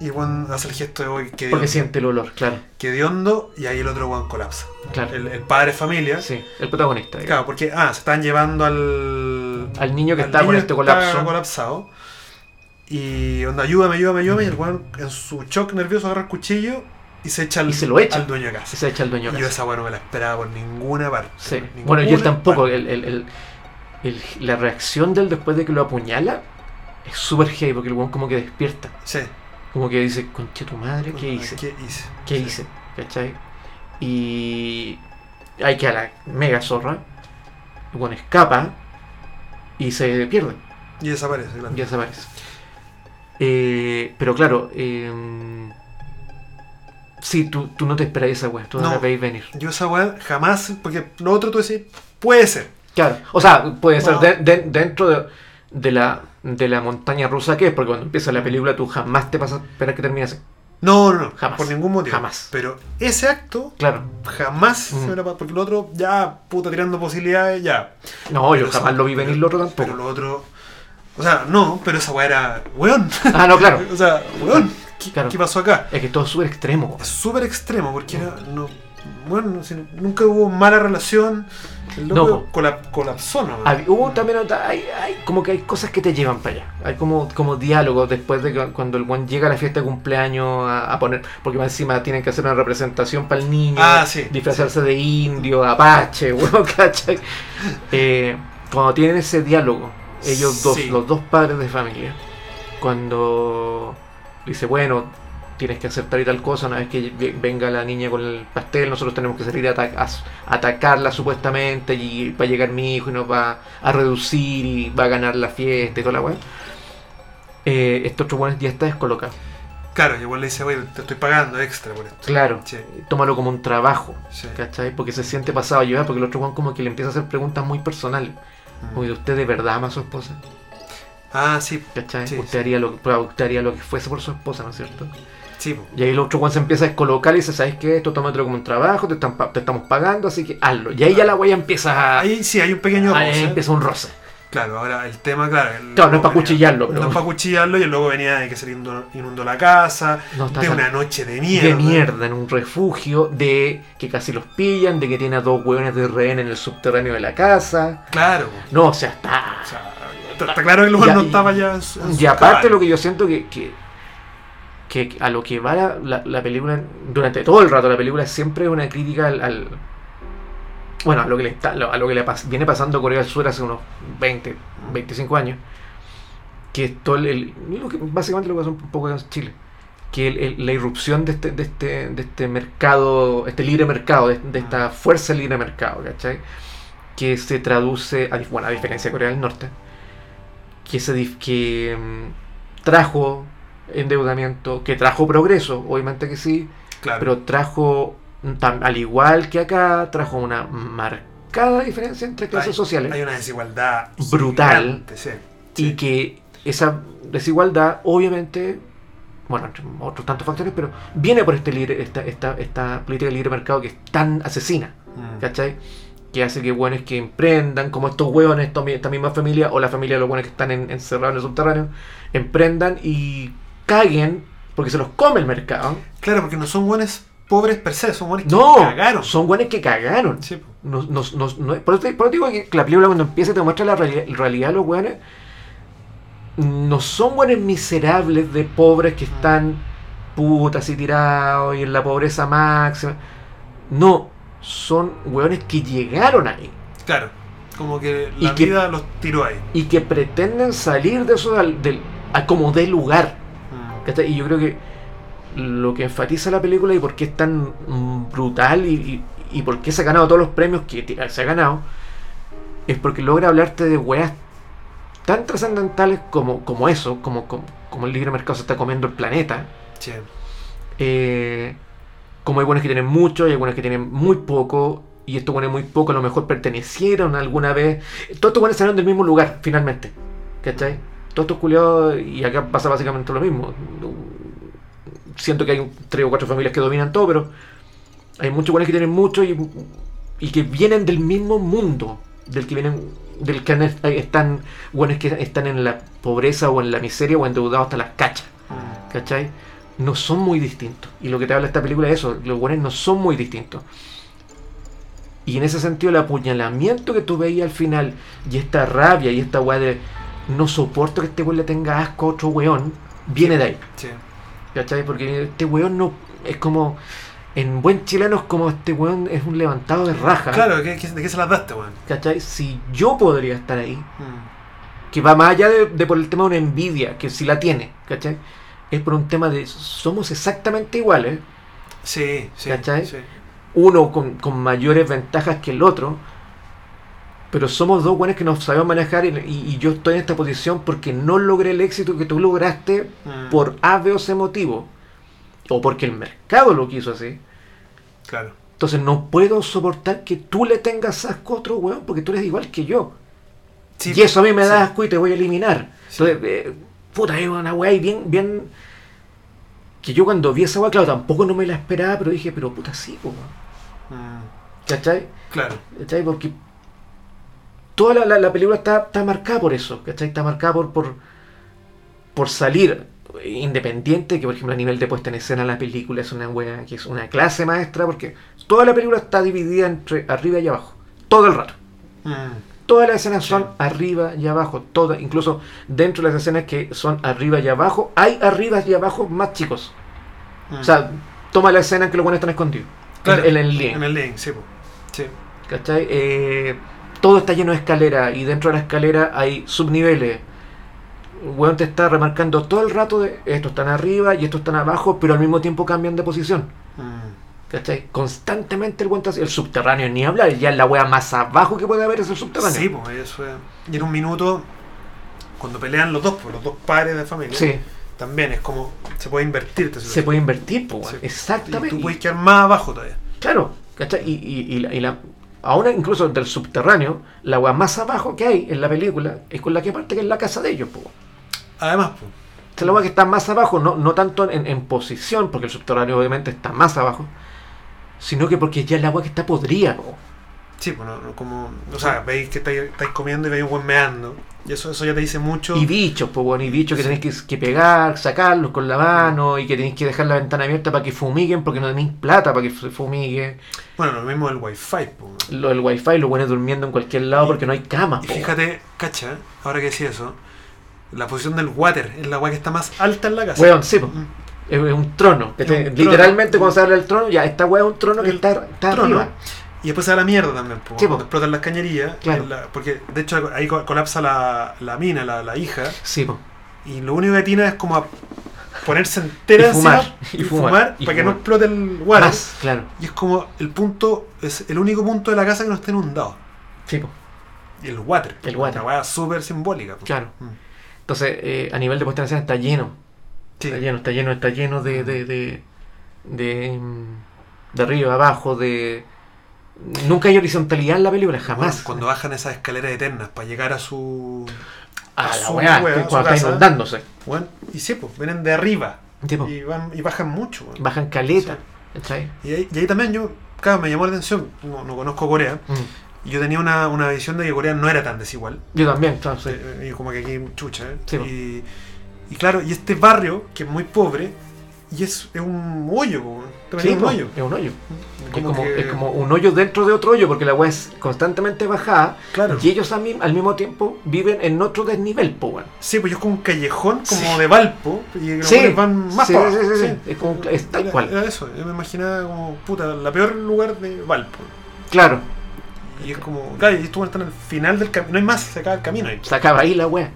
y Juan hace el gesto de hoy que
Porque
de
siente el olor, claro.
hondo y ahí el otro Juan colapsa.
Claro.
El, el padre es familia.
Sí, el protagonista. digamos.
Claro, porque ah, se están llevando al,
Al niño que está con este
que está
colapso.
colapsado. Y onda, ayúdame, ayúdame, ayúdame. Y el weón en su shock nervioso agarra el cuchillo y se echa al,
Y se lo echa.
al dueño de casa.
Y se echa el dueño.
Y
de
yo
casa.
esa weón no me la esperaba por ninguna parte.
Sí.
por
Bueno, y él
ninguna
tampoco.
parte.
El, el- el- el- la reacción de él después de que lo apuñala es súper heavy porque el weón como que despierta.
Sí.
Como que dice, conche tu madre, ¿qué hice?
¿Qué hice?
¿Qué
Sí.
hice? ¿Cachai? Y hay que a la mega zorra. El weón escapa y se pierde.
Y desaparece, claro.
Ya desaparece. Eh, pero claro, eh, sí, tú, tú no te esperas esa weá, tú no,
No.
la veis venir.
Yo esa weón jamás, porque lo otro tú decís, puede ser.
Claro, o sea, puede ser
No.
de- de- dentro de, de la, de la montaña rusa que es, porque cuando empieza
Mm.
la película tú jamás te vas a esperar que termine así.
No, no, no.
Jamás.
Por ningún motivo.
Jamás.
Pero ese acto
Claro,
jamás
Mm.
se hubiera pa- Porque el otro, ya, puta, tirando posibilidades, ya.
no, yo
Pero
jamás
esa-
lo vi venir lo otro
Pero
tampoco.
lo otro. O sea, no, pero esa weá era. Weón.
Ah, no, claro,
o sea, weón. ¿Qué,
Claro.
qué pasó acá?
es que todo es súper extremo.
Es súper extremo porque era. No, bueno, si- nunca hubo mala relación. El loco
No, po. Ah,
colap- colapsó nomás.
Hab- Hubo uh, también otra- hay, hay como que hay cosas que te llevan para allá. Hay como, como diálogos después de que- cuando el Juan llega a la fiesta de cumpleaños a, a poner, porque más encima tienen que hacer una representación para el niño,
Ah, sí,
disfrazarse de indio, apache, weón, ¿cachai? Eh, cuando tienen ese diálogo, ellos dos,
Sí.
los dos padres de familia, cuando dice, bueno, tienes que hacer tal y tal cosa, una vez que ve- venga la niña con el pastel, nosotros tenemos que salir a, ata- a s- a atacarla supuestamente y va a llegar mi hijo y nos va a reducir y va a ganar la fiesta y toda la weá. Eh, este otro weón ya está descolocado.
Claro, igual le dice, oye, te estoy pagando extra por esto.
Claro.
Sí,
Tómalo como un trabajo,
sí.
¿cachai? Porque se siente pasado a llevar, porque el otro weón como que le empieza a hacer preguntas muy personales.
Mm.
Oye, ¿usted de verdad ama a su esposa?
Ah, sí,
¿Cachai?
Sí,
usted,
sí.
Haría lo, que- pues, usted haría lo que fuese por su esposa, ¿no es cierto?
sí. po.
Y ahí el otro Juan se empieza a descolocar y dice, ¿sabes qué? Esto tómatelo como un trabajo, te, están pa- te estamos pagando, así que hazlo. Y ahí ya la wea empieza a...
Ahí sí, hay un pequeño.
ahí
roce.
Ah, empieza un roce.
Claro, ahora el tema, claro. el
Claro, no
loco
es pa'
venía-
cuchillarlo, pero-
No es para cuchillarlo y luego venía de que se le inundó, inundó la casa.
No, está
de
tan-
una noche de mierda.
De mierda, en un refugio, de que casi los pillan, de que tiene a dos hueones de rehén en el subterráneo de la casa.
Claro.
No, o sea, está...
O sea, está está claro que el lugar
Ya,
no
y-
estaba ya. en su- en su
Y aparte
cabal.
lo que yo siento que, que, que a lo que va la, la- la película, durante todo el rato la película siempre es una crítica al... al- bueno, a lo que le, está, a lo que le pas- viene pasando a Corea del Sur hace unos 20, 25 años, que es todo el, el- lo que- básicamente lo que pasó un poco en Chile, que el- el- la irrupción de este, de, este, de este mercado, este libre mercado, de, de esta fuerza del libre mercado, ¿cachai? Que se traduce, a, dif- bueno, a diferencia de Corea del Norte, que, se, dif- que mm, trajo endeudamiento, que trajo progreso, obviamente que sí,
Claro.
pero trajo, tam- al igual que acá, trajo una marcada diferencia entre clases
hay,
sociales
Hay una desigualdad.
Brutal.
gigante, sí,
y
sí.
que esa desigualdad obviamente bueno entre otros tantos factores pero viene por este libre esta, esta, esta política de libre mercado que es tan asesina
Mm.
¿cachai? que hace que hueones que emprendan como estos hueones esta mi- esta misma familia o la familia de los hueones que están en- encerrados en el subterráneo emprendan y caguen porque se los come el mercado
Claro, porque no son buenos pobres per se, son buenos
no
que cagaron.
son hueones que cagaron
Sí, po.
nos, nos, nos- no- por, eso te, por eso te digo que la película cuando empieza te muestra la reali- realidad de los weones. No son weones miserables de pobres que están putas y tirados y en la pobreza máxima. No, son weones que llegaron ahí
Claro. Como que la
Y que-
vida los tiró ahí.
y que pretenden salir de eso al- del, a como de lugar.
Mm.
¿Cachai? Y yo creo que lo que enfatiza la película y por qué es tan mm, brutal y, y- y por qué se ha ganado todos los premios que ti- se ha ganado es porque logra hablarte de weas tan trascendentales como, como eso, como, como, como el libre mercado se está comiendo el planeta.
Sí.
eh, como hay buenos que tienen mucho y hay buenos que tienen muy poco. Y estos buenos muy poco a lo mejor pertenecieron alguna vez. Todos estos buenos salieron del mismo lugar, finalmente. ¿Cachai? Todos estos culiados, y acá pasa básicamente lo mismo. Siento que hay un- tres o cuatro familias que dominan todo, pero hay muchos buenos que tienen mucho y y que vienen del mismo mundo del que vienen del que han- están bueno es que están en la pobreza o en la miseria o endeudados hasta las cachas ¿cachai? no son muy distintos y lo que te habla esta película es eso los buenos no son muy distintos y en ese sentido el apuñalamiento que tú veías al final y esta rabia y esta weá de no soporto que este weón le tenga asco a otro weón viene de ahí
Sí.
¿Cachai? Porque este weón no. Es como. En buen chileno es como este weón es un levantado de raja.
Claro, ¿qué- qué- ¿de qué se las daste, weón?
¿Cachai? Si yo podría estar ahí, que va más allá de, de por el tema de una envidia, que si la tiene, ¿cachai? Es por un tema de somos exactamente iguales,
Sí, sí.
¿Cachai?
sí.
uno con, con mayores ventajas que el otro, pero somos dos weones que nos sabemos manejar y, y- y yo estoy en esta posición porque no logré el éxito que tú lograste
Mm,
por A, B o C motivo, o porque el mercado lo quiso así.
Claro.
Entonces no puedo soportar que tú le tengas asco a otro weón porque tú eres igual que yo.
Sí,
y eso a mí me da
sí.
asco y te voy a eliminar.
Sí.
Entonces, eh, puta, es una weá y bien, bien... Que yo cuando vi esa weá, claro, tampoco no me la esperaba, pero dije, pero puta, sí, po, weón.
Mm,
¿Cachai?
Claro.
¿Cachai? Porque toda la, la- la película está, está marcada por eso, ¿cachai? Está marcada por, por, por salir independiente, que por ejemplo a nivel de puesta en escena la película es una wea, que es una clase maestra, porque toda la película está dividida entre arriba y abajo, todo el rato.
Mm,
Todas las escenas son
Sí.
arriba y abajo, todas, incluso dentro de las escenas que son arriba y abajo, hay arriba y abajo más chicos.
mm.
O sea, toma la escena en que los buenos están escondidos.
Claro,
en, en el lien.
en el link, sí, po. Sí.
¿Cachai? Eh, todo está lleno de escalera y dentro de la escalera hay subniveles. Weón te está remarcando todo el rato de estos están arriba y estos están abajo, pero al mismo tiempo cambian de posición.
Mm,
¿Cachai? Constantemente el weón está así. El subterráneo ni hablar, ya la wea más abajo que puede haber es el subterráneo.
Sí, po, eso es. Y en un minuto, cuando pelean los dos, pues, los dos padres de familia,
Sí,
también es como se puede invertir. esta
se
situación.
puede invertir, po, weón.
Sí.
Exactamente.
Y tú puedes quedar más abajo todavía.
Claro, ¿cachai? Y, y- y la, y la- ahora incluso del subterráneo, la wea más abajo que hay en la película es con la que parte que es la casa de ellos, po.
Además, pues.
Esta es la hueá que está más abajo, no, no tanto en, en posición, porque el subterráneo obviamente está más abajo, sino que porque ya el agua que está podría. po.
Sí, pues no- no como. O sea, veis que estáis, estáis comiendo y veis un buen meando. Y eso, eso ya te dice mucho.
Y bichos, pues bueno, y bichos que tenéis que, que pegar, sacarlos con la mano, y que tenéis que dejar la ventana abierta para que fumiguen, porque no tenéis plata para que se fumigue.
Bueno, lo mismo del wifi, pues.
Lo del wifi, los buenos durmiendo en cualquier lado porque no hay camas.
Y
po.
fíjate, cacha, ahora que decía eso, la posición del water es la agua que está más alta en la casa.
Weón, sí, po.
Mm.
Es es un trono. que
Es un
te-
trono.
literalmente cuando se habla del trono, ya esta weá es un trono que
El
está, está
trono.
arriba.
Y después se da la mierda también, pues.
Sí, po.
cuando explotan las cañerías.
Claro.
en la- porque de hecho ahí co- colapsa la, la mina, la, la hija.
Sí, po.
Y lo único que tiene es como a ponerse entera
Y fumar,
encima
y fumar, y
para que no
fumar.
explote el water.
Más, claro.
Y es como el punto, es el único punto de la casa que no está inundado.
Sí, po.
Y el water.
El water.
Una weá súper simbólica. pues.
Claro.
Mm.
Entonces, eh, a nivel de puesta en escena está lleno.
Sí.
Está lleno, está lleno, está lleno de. de. de. de, mm, de arriba, abajo, de. Nunca hay horizontalidad en la película, jamás.
Bueno, cuando bajan esas escaleras eternas para llegar a su.
a la
su
weá,
weá,
que
su
cuando está
casa.
inundándose.
Bueno, y sí, pues, vienen de arriba.
Sí, po.
Y, van, y bajan mucho. weón.
Bajan caleta. ¿cachai?
Y, ahí, y ahí también yo, claro, me llamó la atención. No, no conozco Corea.
Mm.
y Yo tenía una, una visión de que Corea no era tan desigual.
Yo también, claro, sí.
Eh, Y como que aquí chucha. ¿eh?
Sí, po.
y, y claro, y este barrio, que es muy pobre, y es, es un hoyo, po, weón. Te metí
Sí,
en
po,
un hoyo.
Es un hoyo. Es
Como
como,
que-
es como un hoyo dentro de otro hoyo, porque la weá es constantemente bajada.
Claro.
Y ellos a mí- al mismo tiempo viven en otro desnivel, po, weón.
Sí, pues yo es como un callejón como
Sí.
de Valpo y los
Sí.
buenos van más
Sí,
para
sí,
abajo,
sí, sí. Es como- es tal
Era-
cual.
Era eso, yo me imaginaba como, puta, la peor lugar de Valpo.
Claro,
Y es como, claro, y estos buenos están al final del camino, no hay más, se acaba el camino ahí.
se acaba ahí la weá.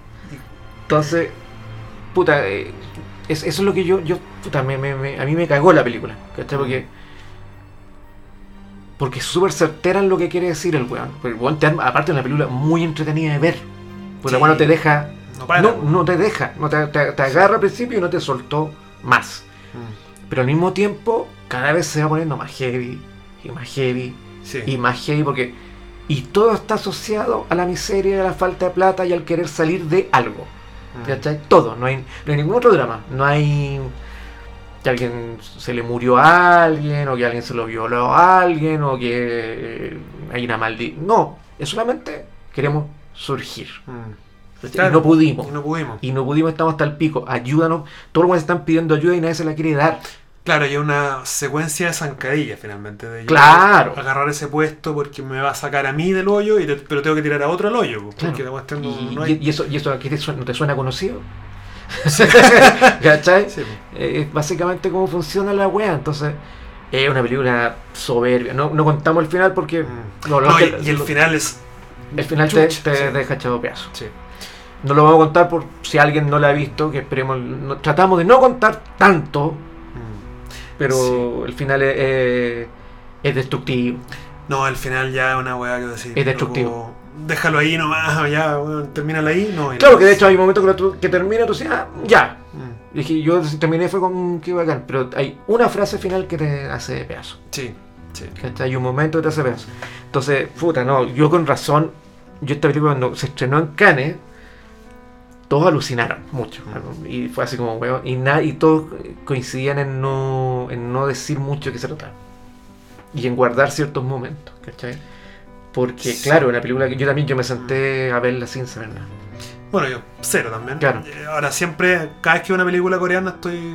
Entonces, puta, eh, es- eso es lo que yo, yo puta, me- me- me- a mí me cagó la película, ¿cachai? Porque, porque es súper certera en lo que quiere decir el weón. Porque el weón te arma- aparte es una película muy entretenida de ver. Porque la
Sí.
weá no te deja,
No para.
no, no te deja, no te, te- te agarra al principio y no te soltó más.
Mm,
Pero al mismo tiempo, cada vez se va poniendo más heavy, y más heavy,
Sí.
y más heavy, porque... Y todo está asociado a la miseria, a la falta de plata y al querer salir de algo.
Mm.
¿Cachai? Todo, no hay, no hay ningún otro drama, no hay que alguien se le murió a alguien, o que alguien se lo violó a alguien, o que eh, hay una maldición. No, es solamente queremos surgir.
Mm.
Y no pudimos.
Y no pudimos.
Y no pudimos, estamos hasta el pico. Ayúdanos. Todos los buenos están pidiendo ayuda y nadie se la quiere dar.
Claro, y es una secuencia de zancadilla finalmente. De yo
Claro.
Agarrar ese puesto porque me va a sacar a mí del hoyo, y te- pero tengo que tirar a otro al hoyo. Porque la cuestión no,
Y,
no
y-
hay.
y eso, y eso aquí te suena- no te suena conocido. ¿Cachai?
Sí, pues.
Eh, es básicamente cómo funciona la wea. Entonces, es una película soberbia. No, no contamos el final porque.
Mm.
no, eh, lo
No,
que-
y, y el
lo-
final es.
el final te,
Chuch,
te
sí.
deja echado pedazo.
Sí.
No lo vamos a contar por si alguien no la ha visto, que esperemos. no- tratamos de no contar tanto,
Mm.
pero
Sí.
el final es, es- es destructivo.
No, el final ya es una weá que decir.
Es destructivo.
loco, déjalo ahí nomás, ya, weón, termínalo ahí. No, y
Claro
no.
que de hecho hay momentos que, lo tu- que termina, tú dices, ah, ya.
Mm.
Y dije, yo terminé fue con "Mm, qué bacán, pero hay una frase final que te hace pedazo.
Sí, sí.
¿Cachai? Hay un momento que te hace pedazo. Entonces, puta, no, yo con razón, yo esta película cuando se estrenó en Cannes, todos alucinaron mucho.
Mm.
Y fue así como, weón, y, na- y todos coincidían en no, en no decir mucho de qué se trataba. Y en guardar ciertos momentos, ¿cachai? Porque,
Sí.
claro, una película que yo también yo me senté a verla sin saber nada.
Bueno, yo cero también.
Claro.
Eh, Ahora siempre, cada vez que veo una película coreana estoy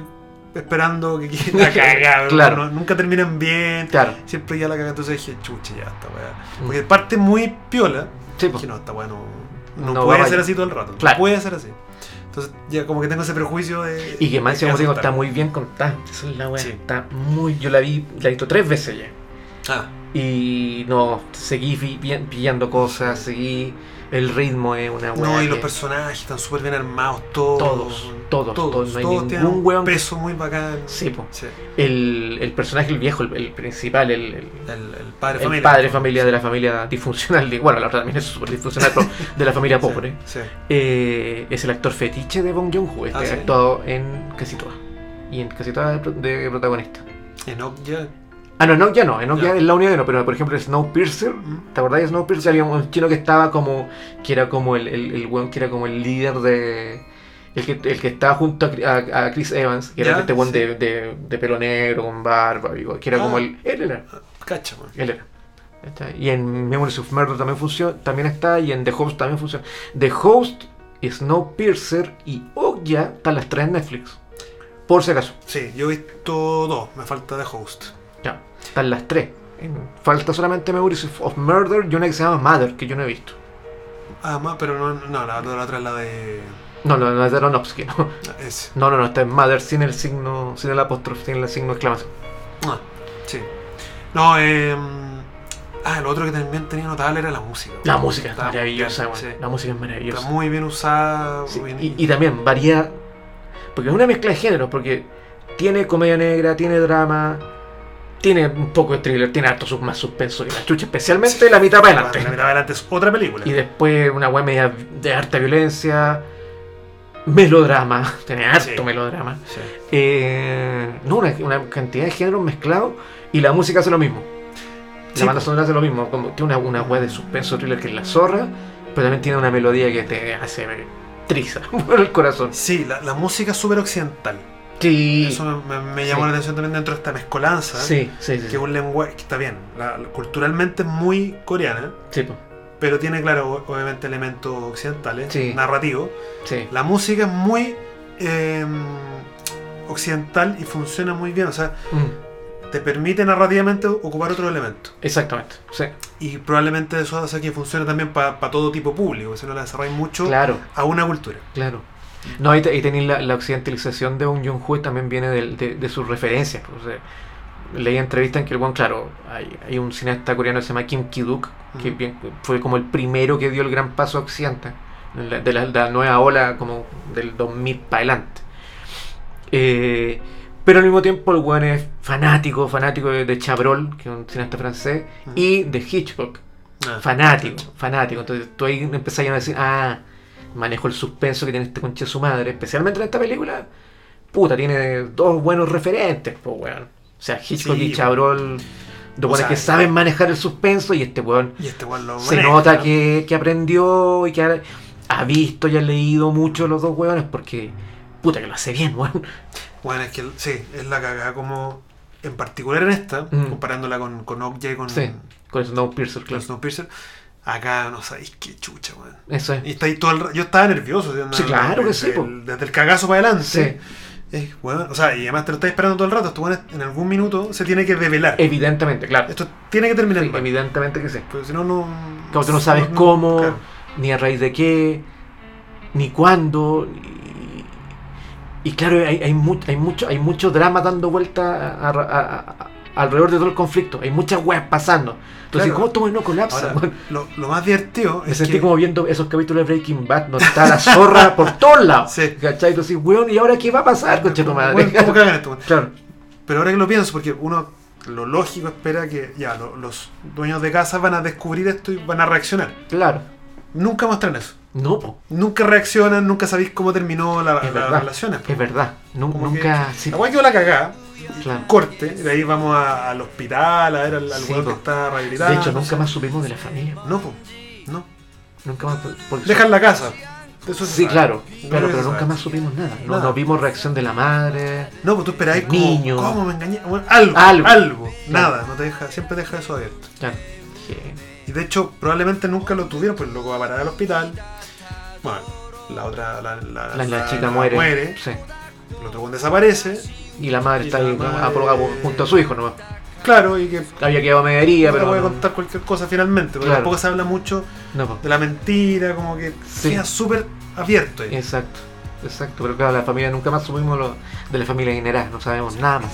esperando que quede la cagada.
Claro.
no- nunca terminan bien.
Claro.
Siempre ya la cagada. Entonces dije, chuche, ya esta weá.
Mm.
Porque parte muy piola.
Sí, pues.
Dije, no, esta weá no, no,
No
puede
va
ser
para
así todo el rato. no
Claro.
puede ser así. Entonces ya como que tengo ese prejuicio de...
Y que más
de
encima como digo, está
aceptar.
muy bien contada. Esa es la wea.
Sí.
Está muy. Yo la vi, la he visto tres veces ya.
Ah,
Y no, seguí vi- vi- pillando cosas, seguí. El ritmo es una wea.
no, y
que-
los personajes están súper bien armados, todos.
Todos, todos, todos, no hay ningún
tienen un
weón que-
peso muy bacán.
Sí, po.
Sí,
El, el personaje, el viejo, el, el principal, el, el-
El, el padre
el
familia.
padre familia de la familia disfuncional. de- bueno, la otra también es súper disfuncional, pero de la familia
Sí,
pobre.
Sí,
Eh, es el actor fetiche de Bong Joon-ho. Este
Ah,
ha
¿sí?
actuado en casi todas. Y en casi todas de, pro- de protagonista.
En Okja,
Ah, no, no, ya no. En Nokia
Ya.
es la única que no, pero por ejemplo, Snowpiercer.
mm,
¿Te acordás de Snowpiercer? Había un chino que estaba como. que era como el, el, el weón que era como el líder de. El que, el que estaba junto a, Cri- a- a Chris Evans, que
Ya,
era este
sí.
weón de, de, de pelo negro, con barba, digo, que era
Ah.
como el. Él era.
Cacha, man.
Él era. ¿Cachai? Y en Memories of Murder también funciona, también está, y en The Host también funciona. The Host, Snowpiercer y Ogya están las tres en Netflix. Por si acaso.
Sí, yo he visto dos, me falta de host.
Ya, están las tres. En- Falta solamente Memories of Murder y una que se llama Mother, que yo no he visto.
Ah, más, pero no, no la, la otra es la de.
No, no, no es de Aronofsky, no.
Es.
No, no, no, está en Mother sin el signo, sin el apóstrofe, sin el signo de exclamación.
Ah, sí. No, eh. Ah, lo otro que también tenía notable era la música.
La música es
Está
maravillosa,
bien,
weón.
sí.
La música es
Está
maravillosa.
muy bien usada.
Sí,
bien-
y, y también varía. Porque es una mezcla de géneros, porque tiene comedia negra, tiene drama, tiene un poco de thriller, tiene harto sus más suspenso que la chucha, especialmente la mitad para
Bueno,
adelante.
La mitad para adelante es otra película.
Y después una weá media de harta violencia, melodrama, tiene harto
Sí.
melodrama.
Sí.
Eh, no, una, una cantidad de géneros mezclados y la música hace lo mismo. La
Sí,
banda
po.
sonora hace lo mismo, como tiene una, una wea de suspenso thriller que es la zorra, pero también tiene una melodía que te hace triza por el corazón.
Sí, la, la música es súper occidental.
Sí,
Eso me, me- me llamó
Sí.
la atención también dentro de esta mezcolanza.
sí, sí, sí,
Que es un lenguaje que está bien. la- la- culturalmente es muy coreana.
sí, po,
pero tiene, claro, o- obviamente elementos occidentales,
Sí.
narrativos.
sí.
La música es muy eh, occidental y funciona muy bien, o sea,
Mm,
te permite narrativamente ocupar otro elemento.
exactamente, sí,
Y probablemente eso hace que funcione también para todo tipo de público, si no la desarrolláis mucho
claro,
a una cultura.
claro. No, ahí, te- ahí tenéis la, la occidentalización de un Jong-ho también viene del- de, de sus referencias. pues, o sea, leí entrevistas en que el buen, claro, hay, hay un cineasta coreano que se llama Kim Ki-duk, que
Ujú.
bien- fue como el primero que dio el gran paso a Occidente, en la- de la, de la nueva ola como del 2000 para adelante. Eh, pero al mismo tiempo el weón es fanático, fanático de, de Chabrol, que es un cineasta francés,
Ujú.
y de Hitchcock,
Ah,
fanático, fanático. Entonces tú ahí empezás ya a decir, ah, manejo el suspenso que tiene este conche su madre, especialmente en esta película. Puta, tiene dos buenos referentes, pues weón. O sea, Hitchcock
Sí,
y Chabrol, dos
O
buenos
sea, eh,
que saben manejar el suspenso y este weón
Y este weón lo
se
maneja.
nota que, que aprendió y que ha, ha visto y ha leído mucho los dos hueones porque puta que lo hace bien, weón.
Bueno, es que el- sí, es la cagada como. En particular en esta,
Mm.
comparándola con, con Okja y con,
Sí, con Snowpiercer,
con
claro.
Snowpiercer, acá no sabéis qué chucha, weón.
Eso es.
Y está ahí todo el ra- Yo estaba nervioso. o sea,
Sí,
no-
claro que
desde
sí, po.
el- Desde el cagazo para adelante.
Sí.
Es, bueno, o sea, y además te lo estás esperando todo el rato. Tú, bueno, en algún minuto se tiene que develar.
Evidentemente, claro.
Esto tiene que terminar
Eh, Sí,
mal.
evidentemente que sí.
Porque si pues, no, no.
Como tú no sabes
no-
cómo,
claro.
ni a raíz de qué, ni cuándo. Y, y claro, hay, hay, mu- hay, mucho, hay mucho drama dando vuelta a- a- a- alrededor de todo el conflicto. Hay muchas weas pasando. Entonces,
Claro.
¿cómo tú no colapsa?
Ahora, lo, lo más divertido
Me
es
sentí
que
como viendo esos capítulos de Breaking Bad, donde está la zorra por todos lados.
Sí.
¿Cachai? Entonces, weón, ¿y ahora qué va a pasar, concha "Ah, tu madre?
Bueno, ¿cómo cagan esto?
Claro,
Pero ahora que lo pienso, porque uno, lo lógico espera que ya lo- los dueños de casa van a descubrir esto y van a reaccionar.
claro.
Nunca muestran eso.
No, po.
Nunca reaccionan, nunca sabéis cómo terminó la,
Es
la
verdad.
relación.
Es verdad. Nu-
Como
nunca.
que-
sí,
La weá quedó la cagada.
Claro.
Corte, de ahí vamos a- al hospital, a ver al, al
Sí,
weón
po.
que está rehabilitado.
de hecho, nunca más supimos de la familia.
No, po, no.
Nunca más. pues, porque-
Dejan la casa. Eso se
Sí,
sabe.
claro. Claro,
se
pero
sabe.
nunca más supimos nada. No,
Nada.
no vimos reacción de la madre.
No, pues tú esperabas como,
Niño.
¿cómo me engañé? Bueno, algo, algo,
Algo.
nada, no te deja, siempre deja eso abierto.
Claro. Sí.
Y de hecho, probablemente nunca lo tuvieron, pues el loco va a parar al hospital. Bueno, la otra, la, Ah, la,
La, la chica muere.
muere,
Sí.
el otro weón desaparece,
Y la madre
Y
está
la
ahí
madre-
a por- junto a su hijo nomás.
claro, y que
Había quedado a media herida,
no
pero.
voy a
no-
contar cualquier cosa finalmente, porque
Claro.
tampoco se habla mucho
No, po.
de la mentira, como que
Sí. Eh.
sea súper abierto. ahí.
pues, Exacto. Exacto. Pero claro, la familia nunca más supimos lo- de la familia general. No sabemos nada más.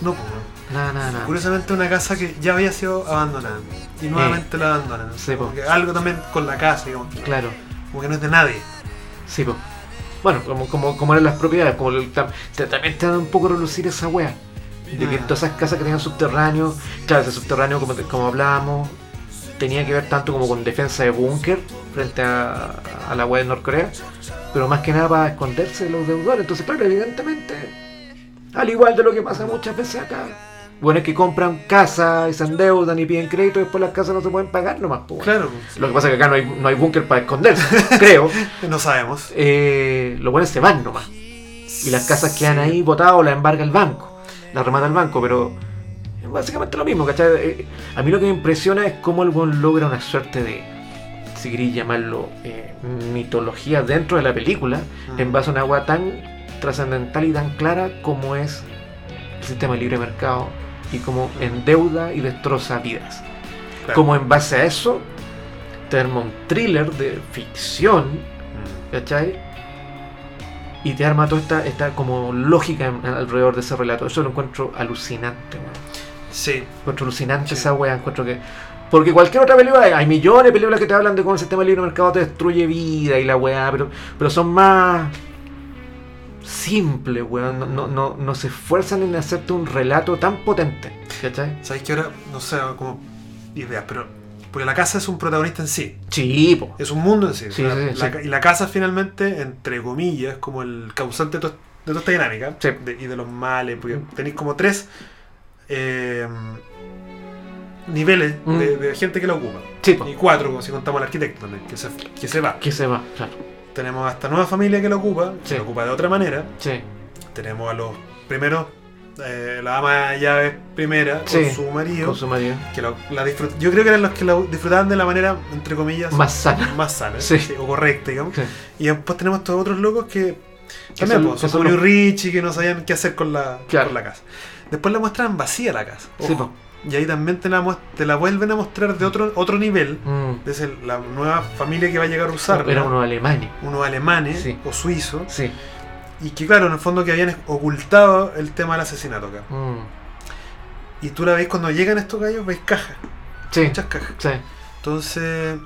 No, pues, weón.
Nada, nada, nada.
curiosamente una casa que ya había sido abandonada, y nuevamente la abandonan.
Eh. Sí,
Como
po.
que algo también con la casa, digamos,
Claro.
como que no es de nadie.
Sí, po. Bueno, como, como, como eran las propiedades, como el- tam- te- también te da un poco relucir esa wea. De que
Ah.
todas esas casas que tenían subterráneo, claro, ese subterráneo, como, como hablábamos, tenía que ver tanto como con defensa de búnker frente a, a la wea de Norcorea, pero más que nada para esconderse de los deudores. Entonces, claro, evidentemente, al igual de lo que pasa muchas veces acá, bueno, es que compran casa y se endeudan y piden crédito y después las casas no se pueden pagar nomás, po, weón.
Claro,
Lo que pasa es que acá no hay, no hay búnker para esconderse, creo
pues, no sabemos.
eh, los buenos se van nomás. Y las casas quedan ahí botadas o las embarga el banco. La remata el banco, pero es básicamente lo mismo, ¿cachai? Eh, a mí lo que me impresiona es cómo el buen logra una suerte de, si queréis llamarlo, eh, mitología dentro de la película,
Mm.
en base a una agua tan trascendental y tan clara como es el sistema de libre mercado y cómo endeuda y destroza vidas
Mm, Claro.
como en base a eso te arma un thriller de ficción,
Mm.
¿cachai? Y te arma toda esta, esta como lógica en- alrededor de ese relato. Eso lo encuentro alucinante, weón.
Sí,
Encuentro alucinante
Sí.
esa weá, encuentro que... Porque cualquier otra película, hay- hay millones de películas que te hablan de cómo el sistema del libre mercado te destruye vida y la weá, pero, pero son más simples, weón. No, no, no, no se esfuerzan en hacerte un relato tan potente, ¿cachai?
¿sabéis que ahora? No sé, como ideas, pero. Porque la casa es un protagonista en sí,
Sí, po.
es un mundo en sí.
Sí,
O sea,
sí,
la
sí.
ca- Y la casa finalmente, entre comillas, como el causante de, to- de toda esta dinámica
Sí.
de- y de los males, porque tenéis como tres eh, niveles
Mm.
de, de gente que la ocupa.
Sí, po.
Y cuatro, como si contamos al arquitecto también, que se, que se va.
Que se va, claro.
Tenemos a esta nueva familia que la ocupa,
Sí.
que la ocupa de otra manera.
Sí.
Tenemos a los primeros, eh, la ama de llaves primera,
Sí,
con su marido.
Con su marido.
que la- la disfrut- yo creo que eran los que la disfrutaban de la manera, entre comillas,
Más sana.
más sana
Sí.
sí, o correcta, digamos.
Sí.
Y después tenemos estos otros locos que
Que
también
son-
pues,
que
son
son
Julio
los-
Ricci, que no sabían qué hacer con la,
Claro.
con la casa. Después la muestran vacía la casa. ojo.
Sí, po.
y ahí también te la, muest- te la vuelven a mostrar de otro, otro nivel.
Mm.
Es el- la nueva familia que va a llegar a usar.
Era uno alemán.
Unos alemanes
Sí.
o suizos.
Sí.
Y que claro, en el fondo que habían ocultado el tema del asesinato acá.
Mm.
Y tú la veis cuando llegan estos gallos, veis cajas,
Sí.
muchas cajas.
Sí.
Entonces,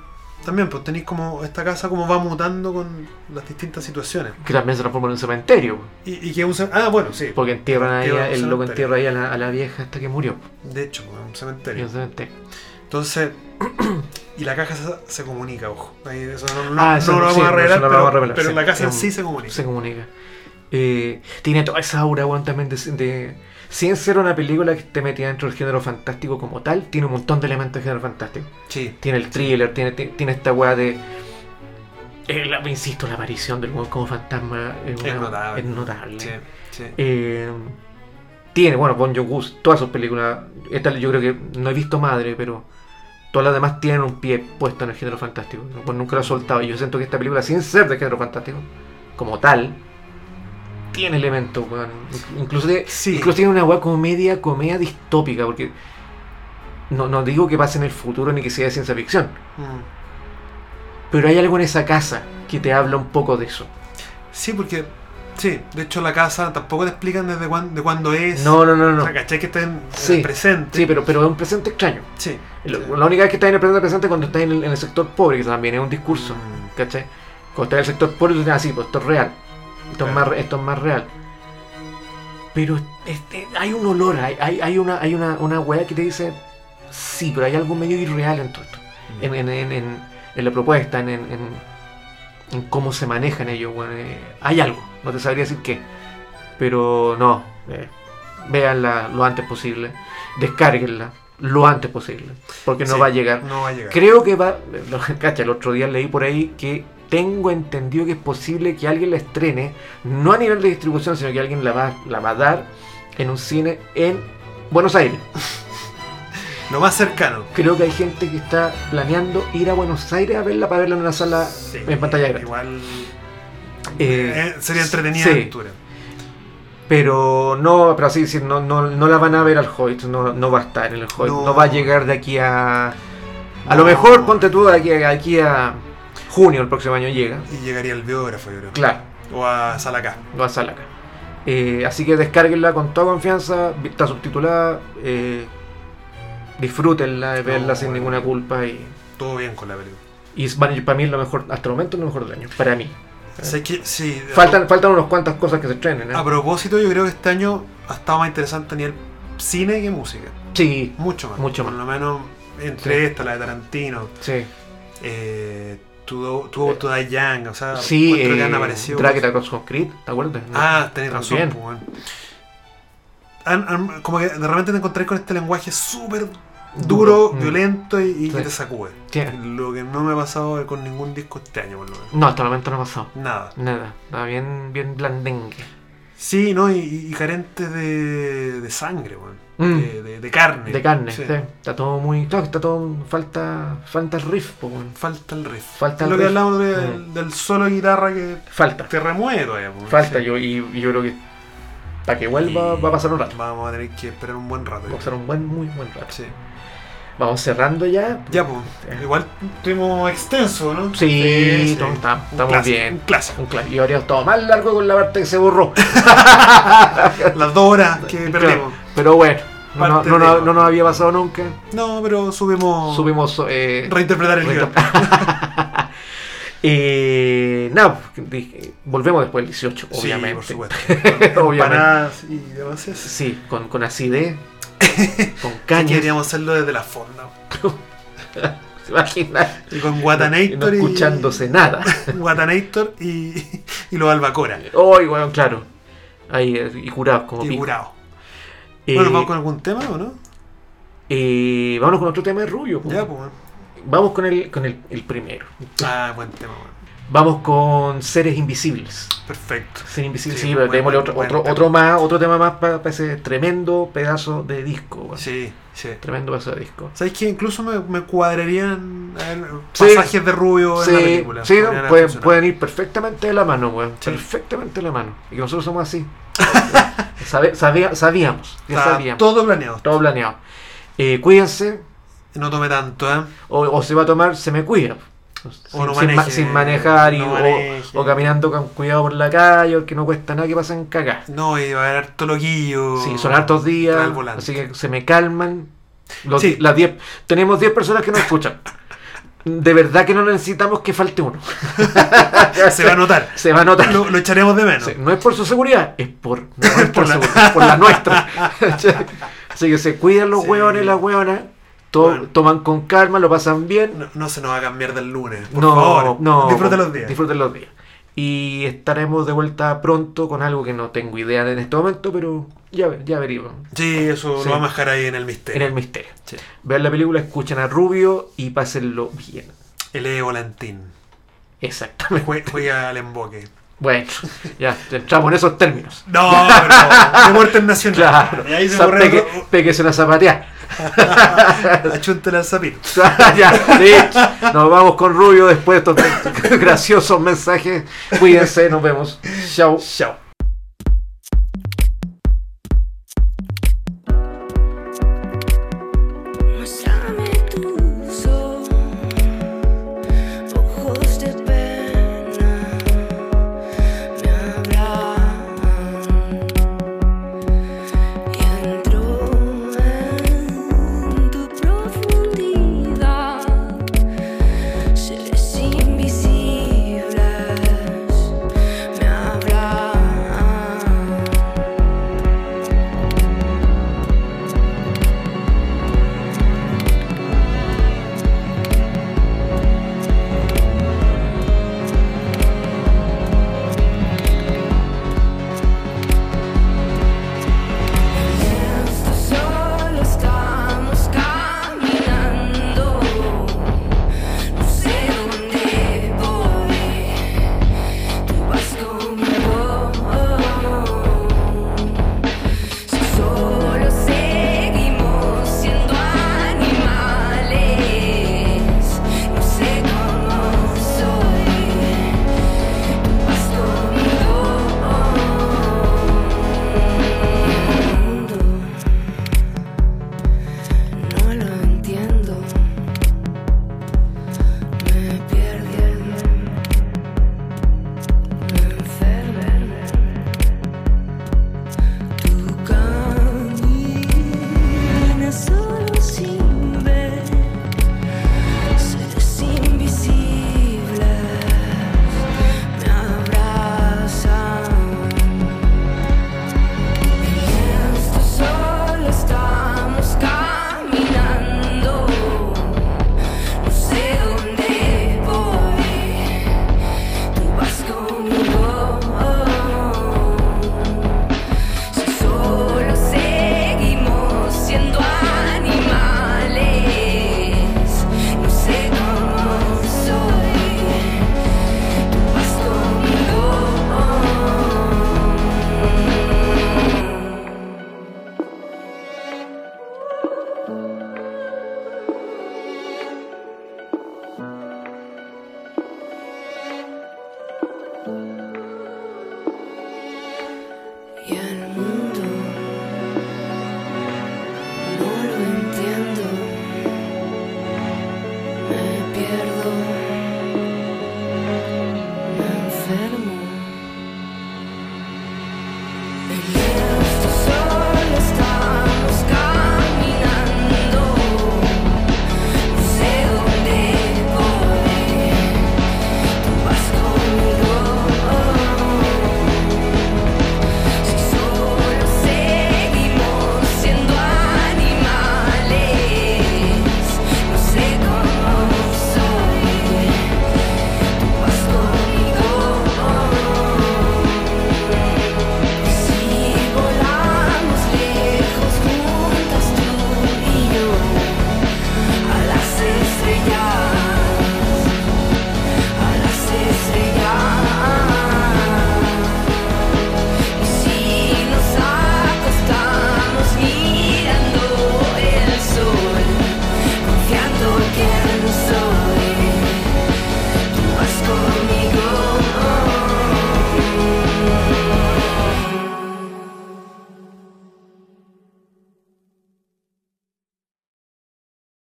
también, pues tenéis como esta casa como va mutando con las distintas situaciones.
Que también se transforma en un cementerio.
Y, y que un cem- Ah, bueno, sí.
Porque entierran ahí,
Entierran
a-
un
el loco
cementerio.
entierra ahí a la, a la vieja hasta que murió.
De hecho, pues, un
En
cementerio.
un cementerio.
Entonces, y la caja se, se comunica, ojo. Ahí eso no, no-
Ah, eso
no lo
no,
vamos
sí,
a
no,
revelar,
eso no lo
pero,
vamos a revelar,
pero
sí.
la casa en
Es un-
sí se comunica.
Se comunica. Eh, tiene toda esa aura, weón, también de, de- Sin ser una película que esté metida dentro del género fantástico como tal, tiene un montón de elementos de género fantástico.
Sí.
Tiene el thriller, tiene, tiene, tiene esta weá de. eh, la- insisto, la aparición del weón como fantasma es,
Es
una-
notable.
es notable.
Sí, sí.
Eh, tiene, bueno, Bon Joon-ho, todas sus películas. Esta yo creo que no he visto Madre, pero todas las demás tienen un pie puesto en el género fantástico. ¿no? Pues nunca lo ha soltado. Y yo siento que esta película, sin ser de género fantástico, como tal, tiene elementos, weón. Incluso, de-
Sí.
incluso tiene una weá comedia, comedia distópica, porque no, no digo que pase en el futuro ni que sea de ciencia ficción,
Mm.
pero hay algo en esa casa que te habla un poco de eso.
Sí, porque. Sí, de hecho la casa tampoco te explican desde cuán- de cuándo es.
No, no, no,
O
no.
sea, Ah, ¿cachai? Que está en, en el
Sí,
presente.
Sí, pero, pero es un presente extraño.
Sí.
Lo- La única vez que estás en el presente presente es cuando estás en el, en el sector pobre, que también es un discurso,
Mm.
¿cachai? Cuando estás en el sector pobre, tú dices, ah, sí, pues esto es real, esto,
Claro.
es, más, re- esto es más real. Pero este, hay un olor, hay, hay, hay una, hay una, una weá que te dice, sí, pero hay algo medio irreal en todo esto, en, en, en, en- en la propuesta, en, en, en- en cómo se manejan ellos, weón, eh, hay algo, no te sabría decir qué, pero no, eh, véanla lo antes posible, descárguenla lo antes posible, porque no
Sí,
va a llegar.
No va a llegar.
Creo que va. Lo, cacha, el otro día leí por ahí que tengo entendido que es posible que alguien la estrene, no a nivel de distribución, sino que alguien la va, la va a dar en un cine en Buenos Aires.
Lo más cercano.
Creo que hay gente que está planeando ir a Buenos Aires a verla para verla en una sala
Sí,
en pantalla grande.
Igual.
Eh,
eh, sería entretenida
sí.
aventura.
Pero no, pero así decir, no, no, no la van a ver al Hoyt, no, no va a estar en el Hoyt, no,
No.
va a llegar de aquí a. A lo
No.
mejor ponte tú de aquí, a- aquí a junio, el próximo año llega.
Y llegaría el biógrafo, yo creo.
Claro.
O a Salacá.
lo a acá. Eh, así que descárguenla con toda confianza, vi- está subtitulada, eh, disfrútenla, de verla
No,
sin
bueno.
ninguna culpa y,
Todo bien con la película.
y es- bueno, y para mí es lo mejor, hasta el momento es lo mejor del año, para mí.
O sea, es que, sí, a-
Faltan, faltan unas cuantas cosas que se estrenen. ¿eh?
A propósito, yo creo que este año ha estado más interesante a nivel cine que música.
Sí,
Mucho más.
Mucho más.
Por lo menos entre
Sí.
esta, la de Tarantino,
sí,
eh, Tuvo To Die Young, o sea, Ah,
sí.
encuentro que
eh,
han aparecido.
Drag It Across Concrete, ¿te acuerdas?
Ah, tenés razón,
También.
pues, bueno. Han- han- Como que de repente te encontrás con este lenguaje súper duro,
Mm.
violento y, y
Sí.
que te sacude.
Sí.
Lo que no me ha pasado con ningún disco este año, por lo menos.
No, hasta el momento no ha pasado.
Nada.
Nada, está bien, bien blandengue.
Sí, ¿no? Y, y carente de, de sangre, weón.
Mm.
De, de- de carne.
De carne,
Sí.
sí. Está todo muy. Claro, que está todo. Falta. Falta riff, po, weón.
Falta el riff.
Falta el
lo que
riff.
hablamos de-
Mm.
del solo de guitarra que
Falta.
te remueve todavía. pues.
Falta
Sí.
yo y y yo creo que para que vuelva
Y
va a pasar un rato.
Vamos a tener que esperar un buen rato.
Va a pasar un buen, muy buen rato.
Sí.
Vamos cerrando ya.
Ya, pues.
Sí.
Igual tuvimos extenso, ¿no?
Sí,
sí.
no, está-
Un
estamos
clásico,
bien.
Un clásico.
Un cla- Y habría estado más largo con la parte que se borró.
Las dos horas que
Claro,
perdimos.
Pero bueno, no, no,
Parte
no,
de-
no nos había pasado nunca.
No, pero subimos.
Subimos. Eh,
Reinterpretar el guión.
eh, nada, dije, volvemos después del 18, obviamente.
Sí, por supuesto. Empanadas y demás. Sí,
Sí, con, con acidez, con caña.
queríamos hacerlo desde la fonda.
¿Se imagina?
Y con
No
Guatanator y.
escuchándose nada.
Guatanator y, y los albacora.
Ay, weón, claro. Ahí, eh, y curados como
Y
pico.
curado.
Eh,
Bueno, ¿vamos con algún tema o no?
eh, vámonos con otro tema de Rubio. po.
Ya, pues. bueno.
Vamos con, el, con el, el primero.
Ah, buen tema, bueno.
Vamos con Seres Invisibles.
Perfecto.
Seres Invisibles,
Sí,
sí,
buen-
pero démosle otro,
buen
otro,
tema.
otro más, otro tema más para, ese tremendo pedazo de disco. weón.
Sí, sí.
Tremendo pedazo de disco.
¿Sabéis que incluso me, me cuadrarían a ver,
Sí.
pasajes de Rubio en la
Sí,
película?
sí,
Podrían haber
pueden,
funcionado.
pueden ir perfectamente de la mano, weón.
Sí.
Perfectamente de la mano. Y que nosotros somos así. Sabe- sabía- sabíamos, ya
Está
sabíamos.
todo planeado.
Todo planeado. Eh, cuídense,
No tomé tanto, ¿eh?
o, o se va a tomar, se me cuida. Sin,
no
sin
maneje,
ma- sin manejar y,
no
o-
maneje.
o, caminando con cuidado por la calle, o que no cuesta nada que pasen cagar.
No, y va a haber harto loquillo.
Sí, son hartos
Tras
días,
el volante.
así que se me calman. Los-
Sí.
las 10 tenemos 10 personas que nos escuchan. De verdad que no necesitamos que falte uno.
Se va a notar.
Se va a notar.
Lo, lo echaremos de menos.
Sí, no es por su seguridad, es por nuestra
Por la-
seguridad, por la nuestra. así que se cuidan los
Sí.
hueones, las hueonas, to-
Bueno.
toman con calma, lo pasan bien.
No, no se nos va a cambiar del lunes. Por
no,
favor.
no. pues,
Disfruta los días.
Disfruta los días. Y estaremos de vuelta pronto con algo que no tengo idea de en este momento, pero ya, ve- ya veremos.
Sí, eso
Sí.
lo vamos a dejar ahí en el misterio.
En el misterio.
Sí.
Vean la película, escuchan a Rubio y pásenlo bien.
El E volantín.
Exactamente.
Fue, fue al emboque.
Bueno, ya entramos en esos términos.
No, pero de muerte nacional.
Claro.
Y ahí se
Sa-
corre
pegue- péguese una zapateada.
Achúntale oh, al sapito.
ya, listo. Nos vamos con Rubio después de estos graciosos mensajes. Cuídense, nos vemos. Chao.
Chao.
Muéstrame tus ojos de pena, me hablan y entro en tu profundidad. Seres invisibles me hablan. Solo estamos caminando, no sé dónde voy, tú vas conmigo. Si solo seguimos siendo animales, no sé cómo soy, tú vas conmigo. No lo entiendo, me pierden, me enferman. Tu camino solo sin ver, seres invisibles me abrazan. En esto solo estamos caminando, no sé dónde voy, tú vas conmigo. Si solo seguimos siendo animales, no sé cómo soy, tú vas conmigo. Y el mundo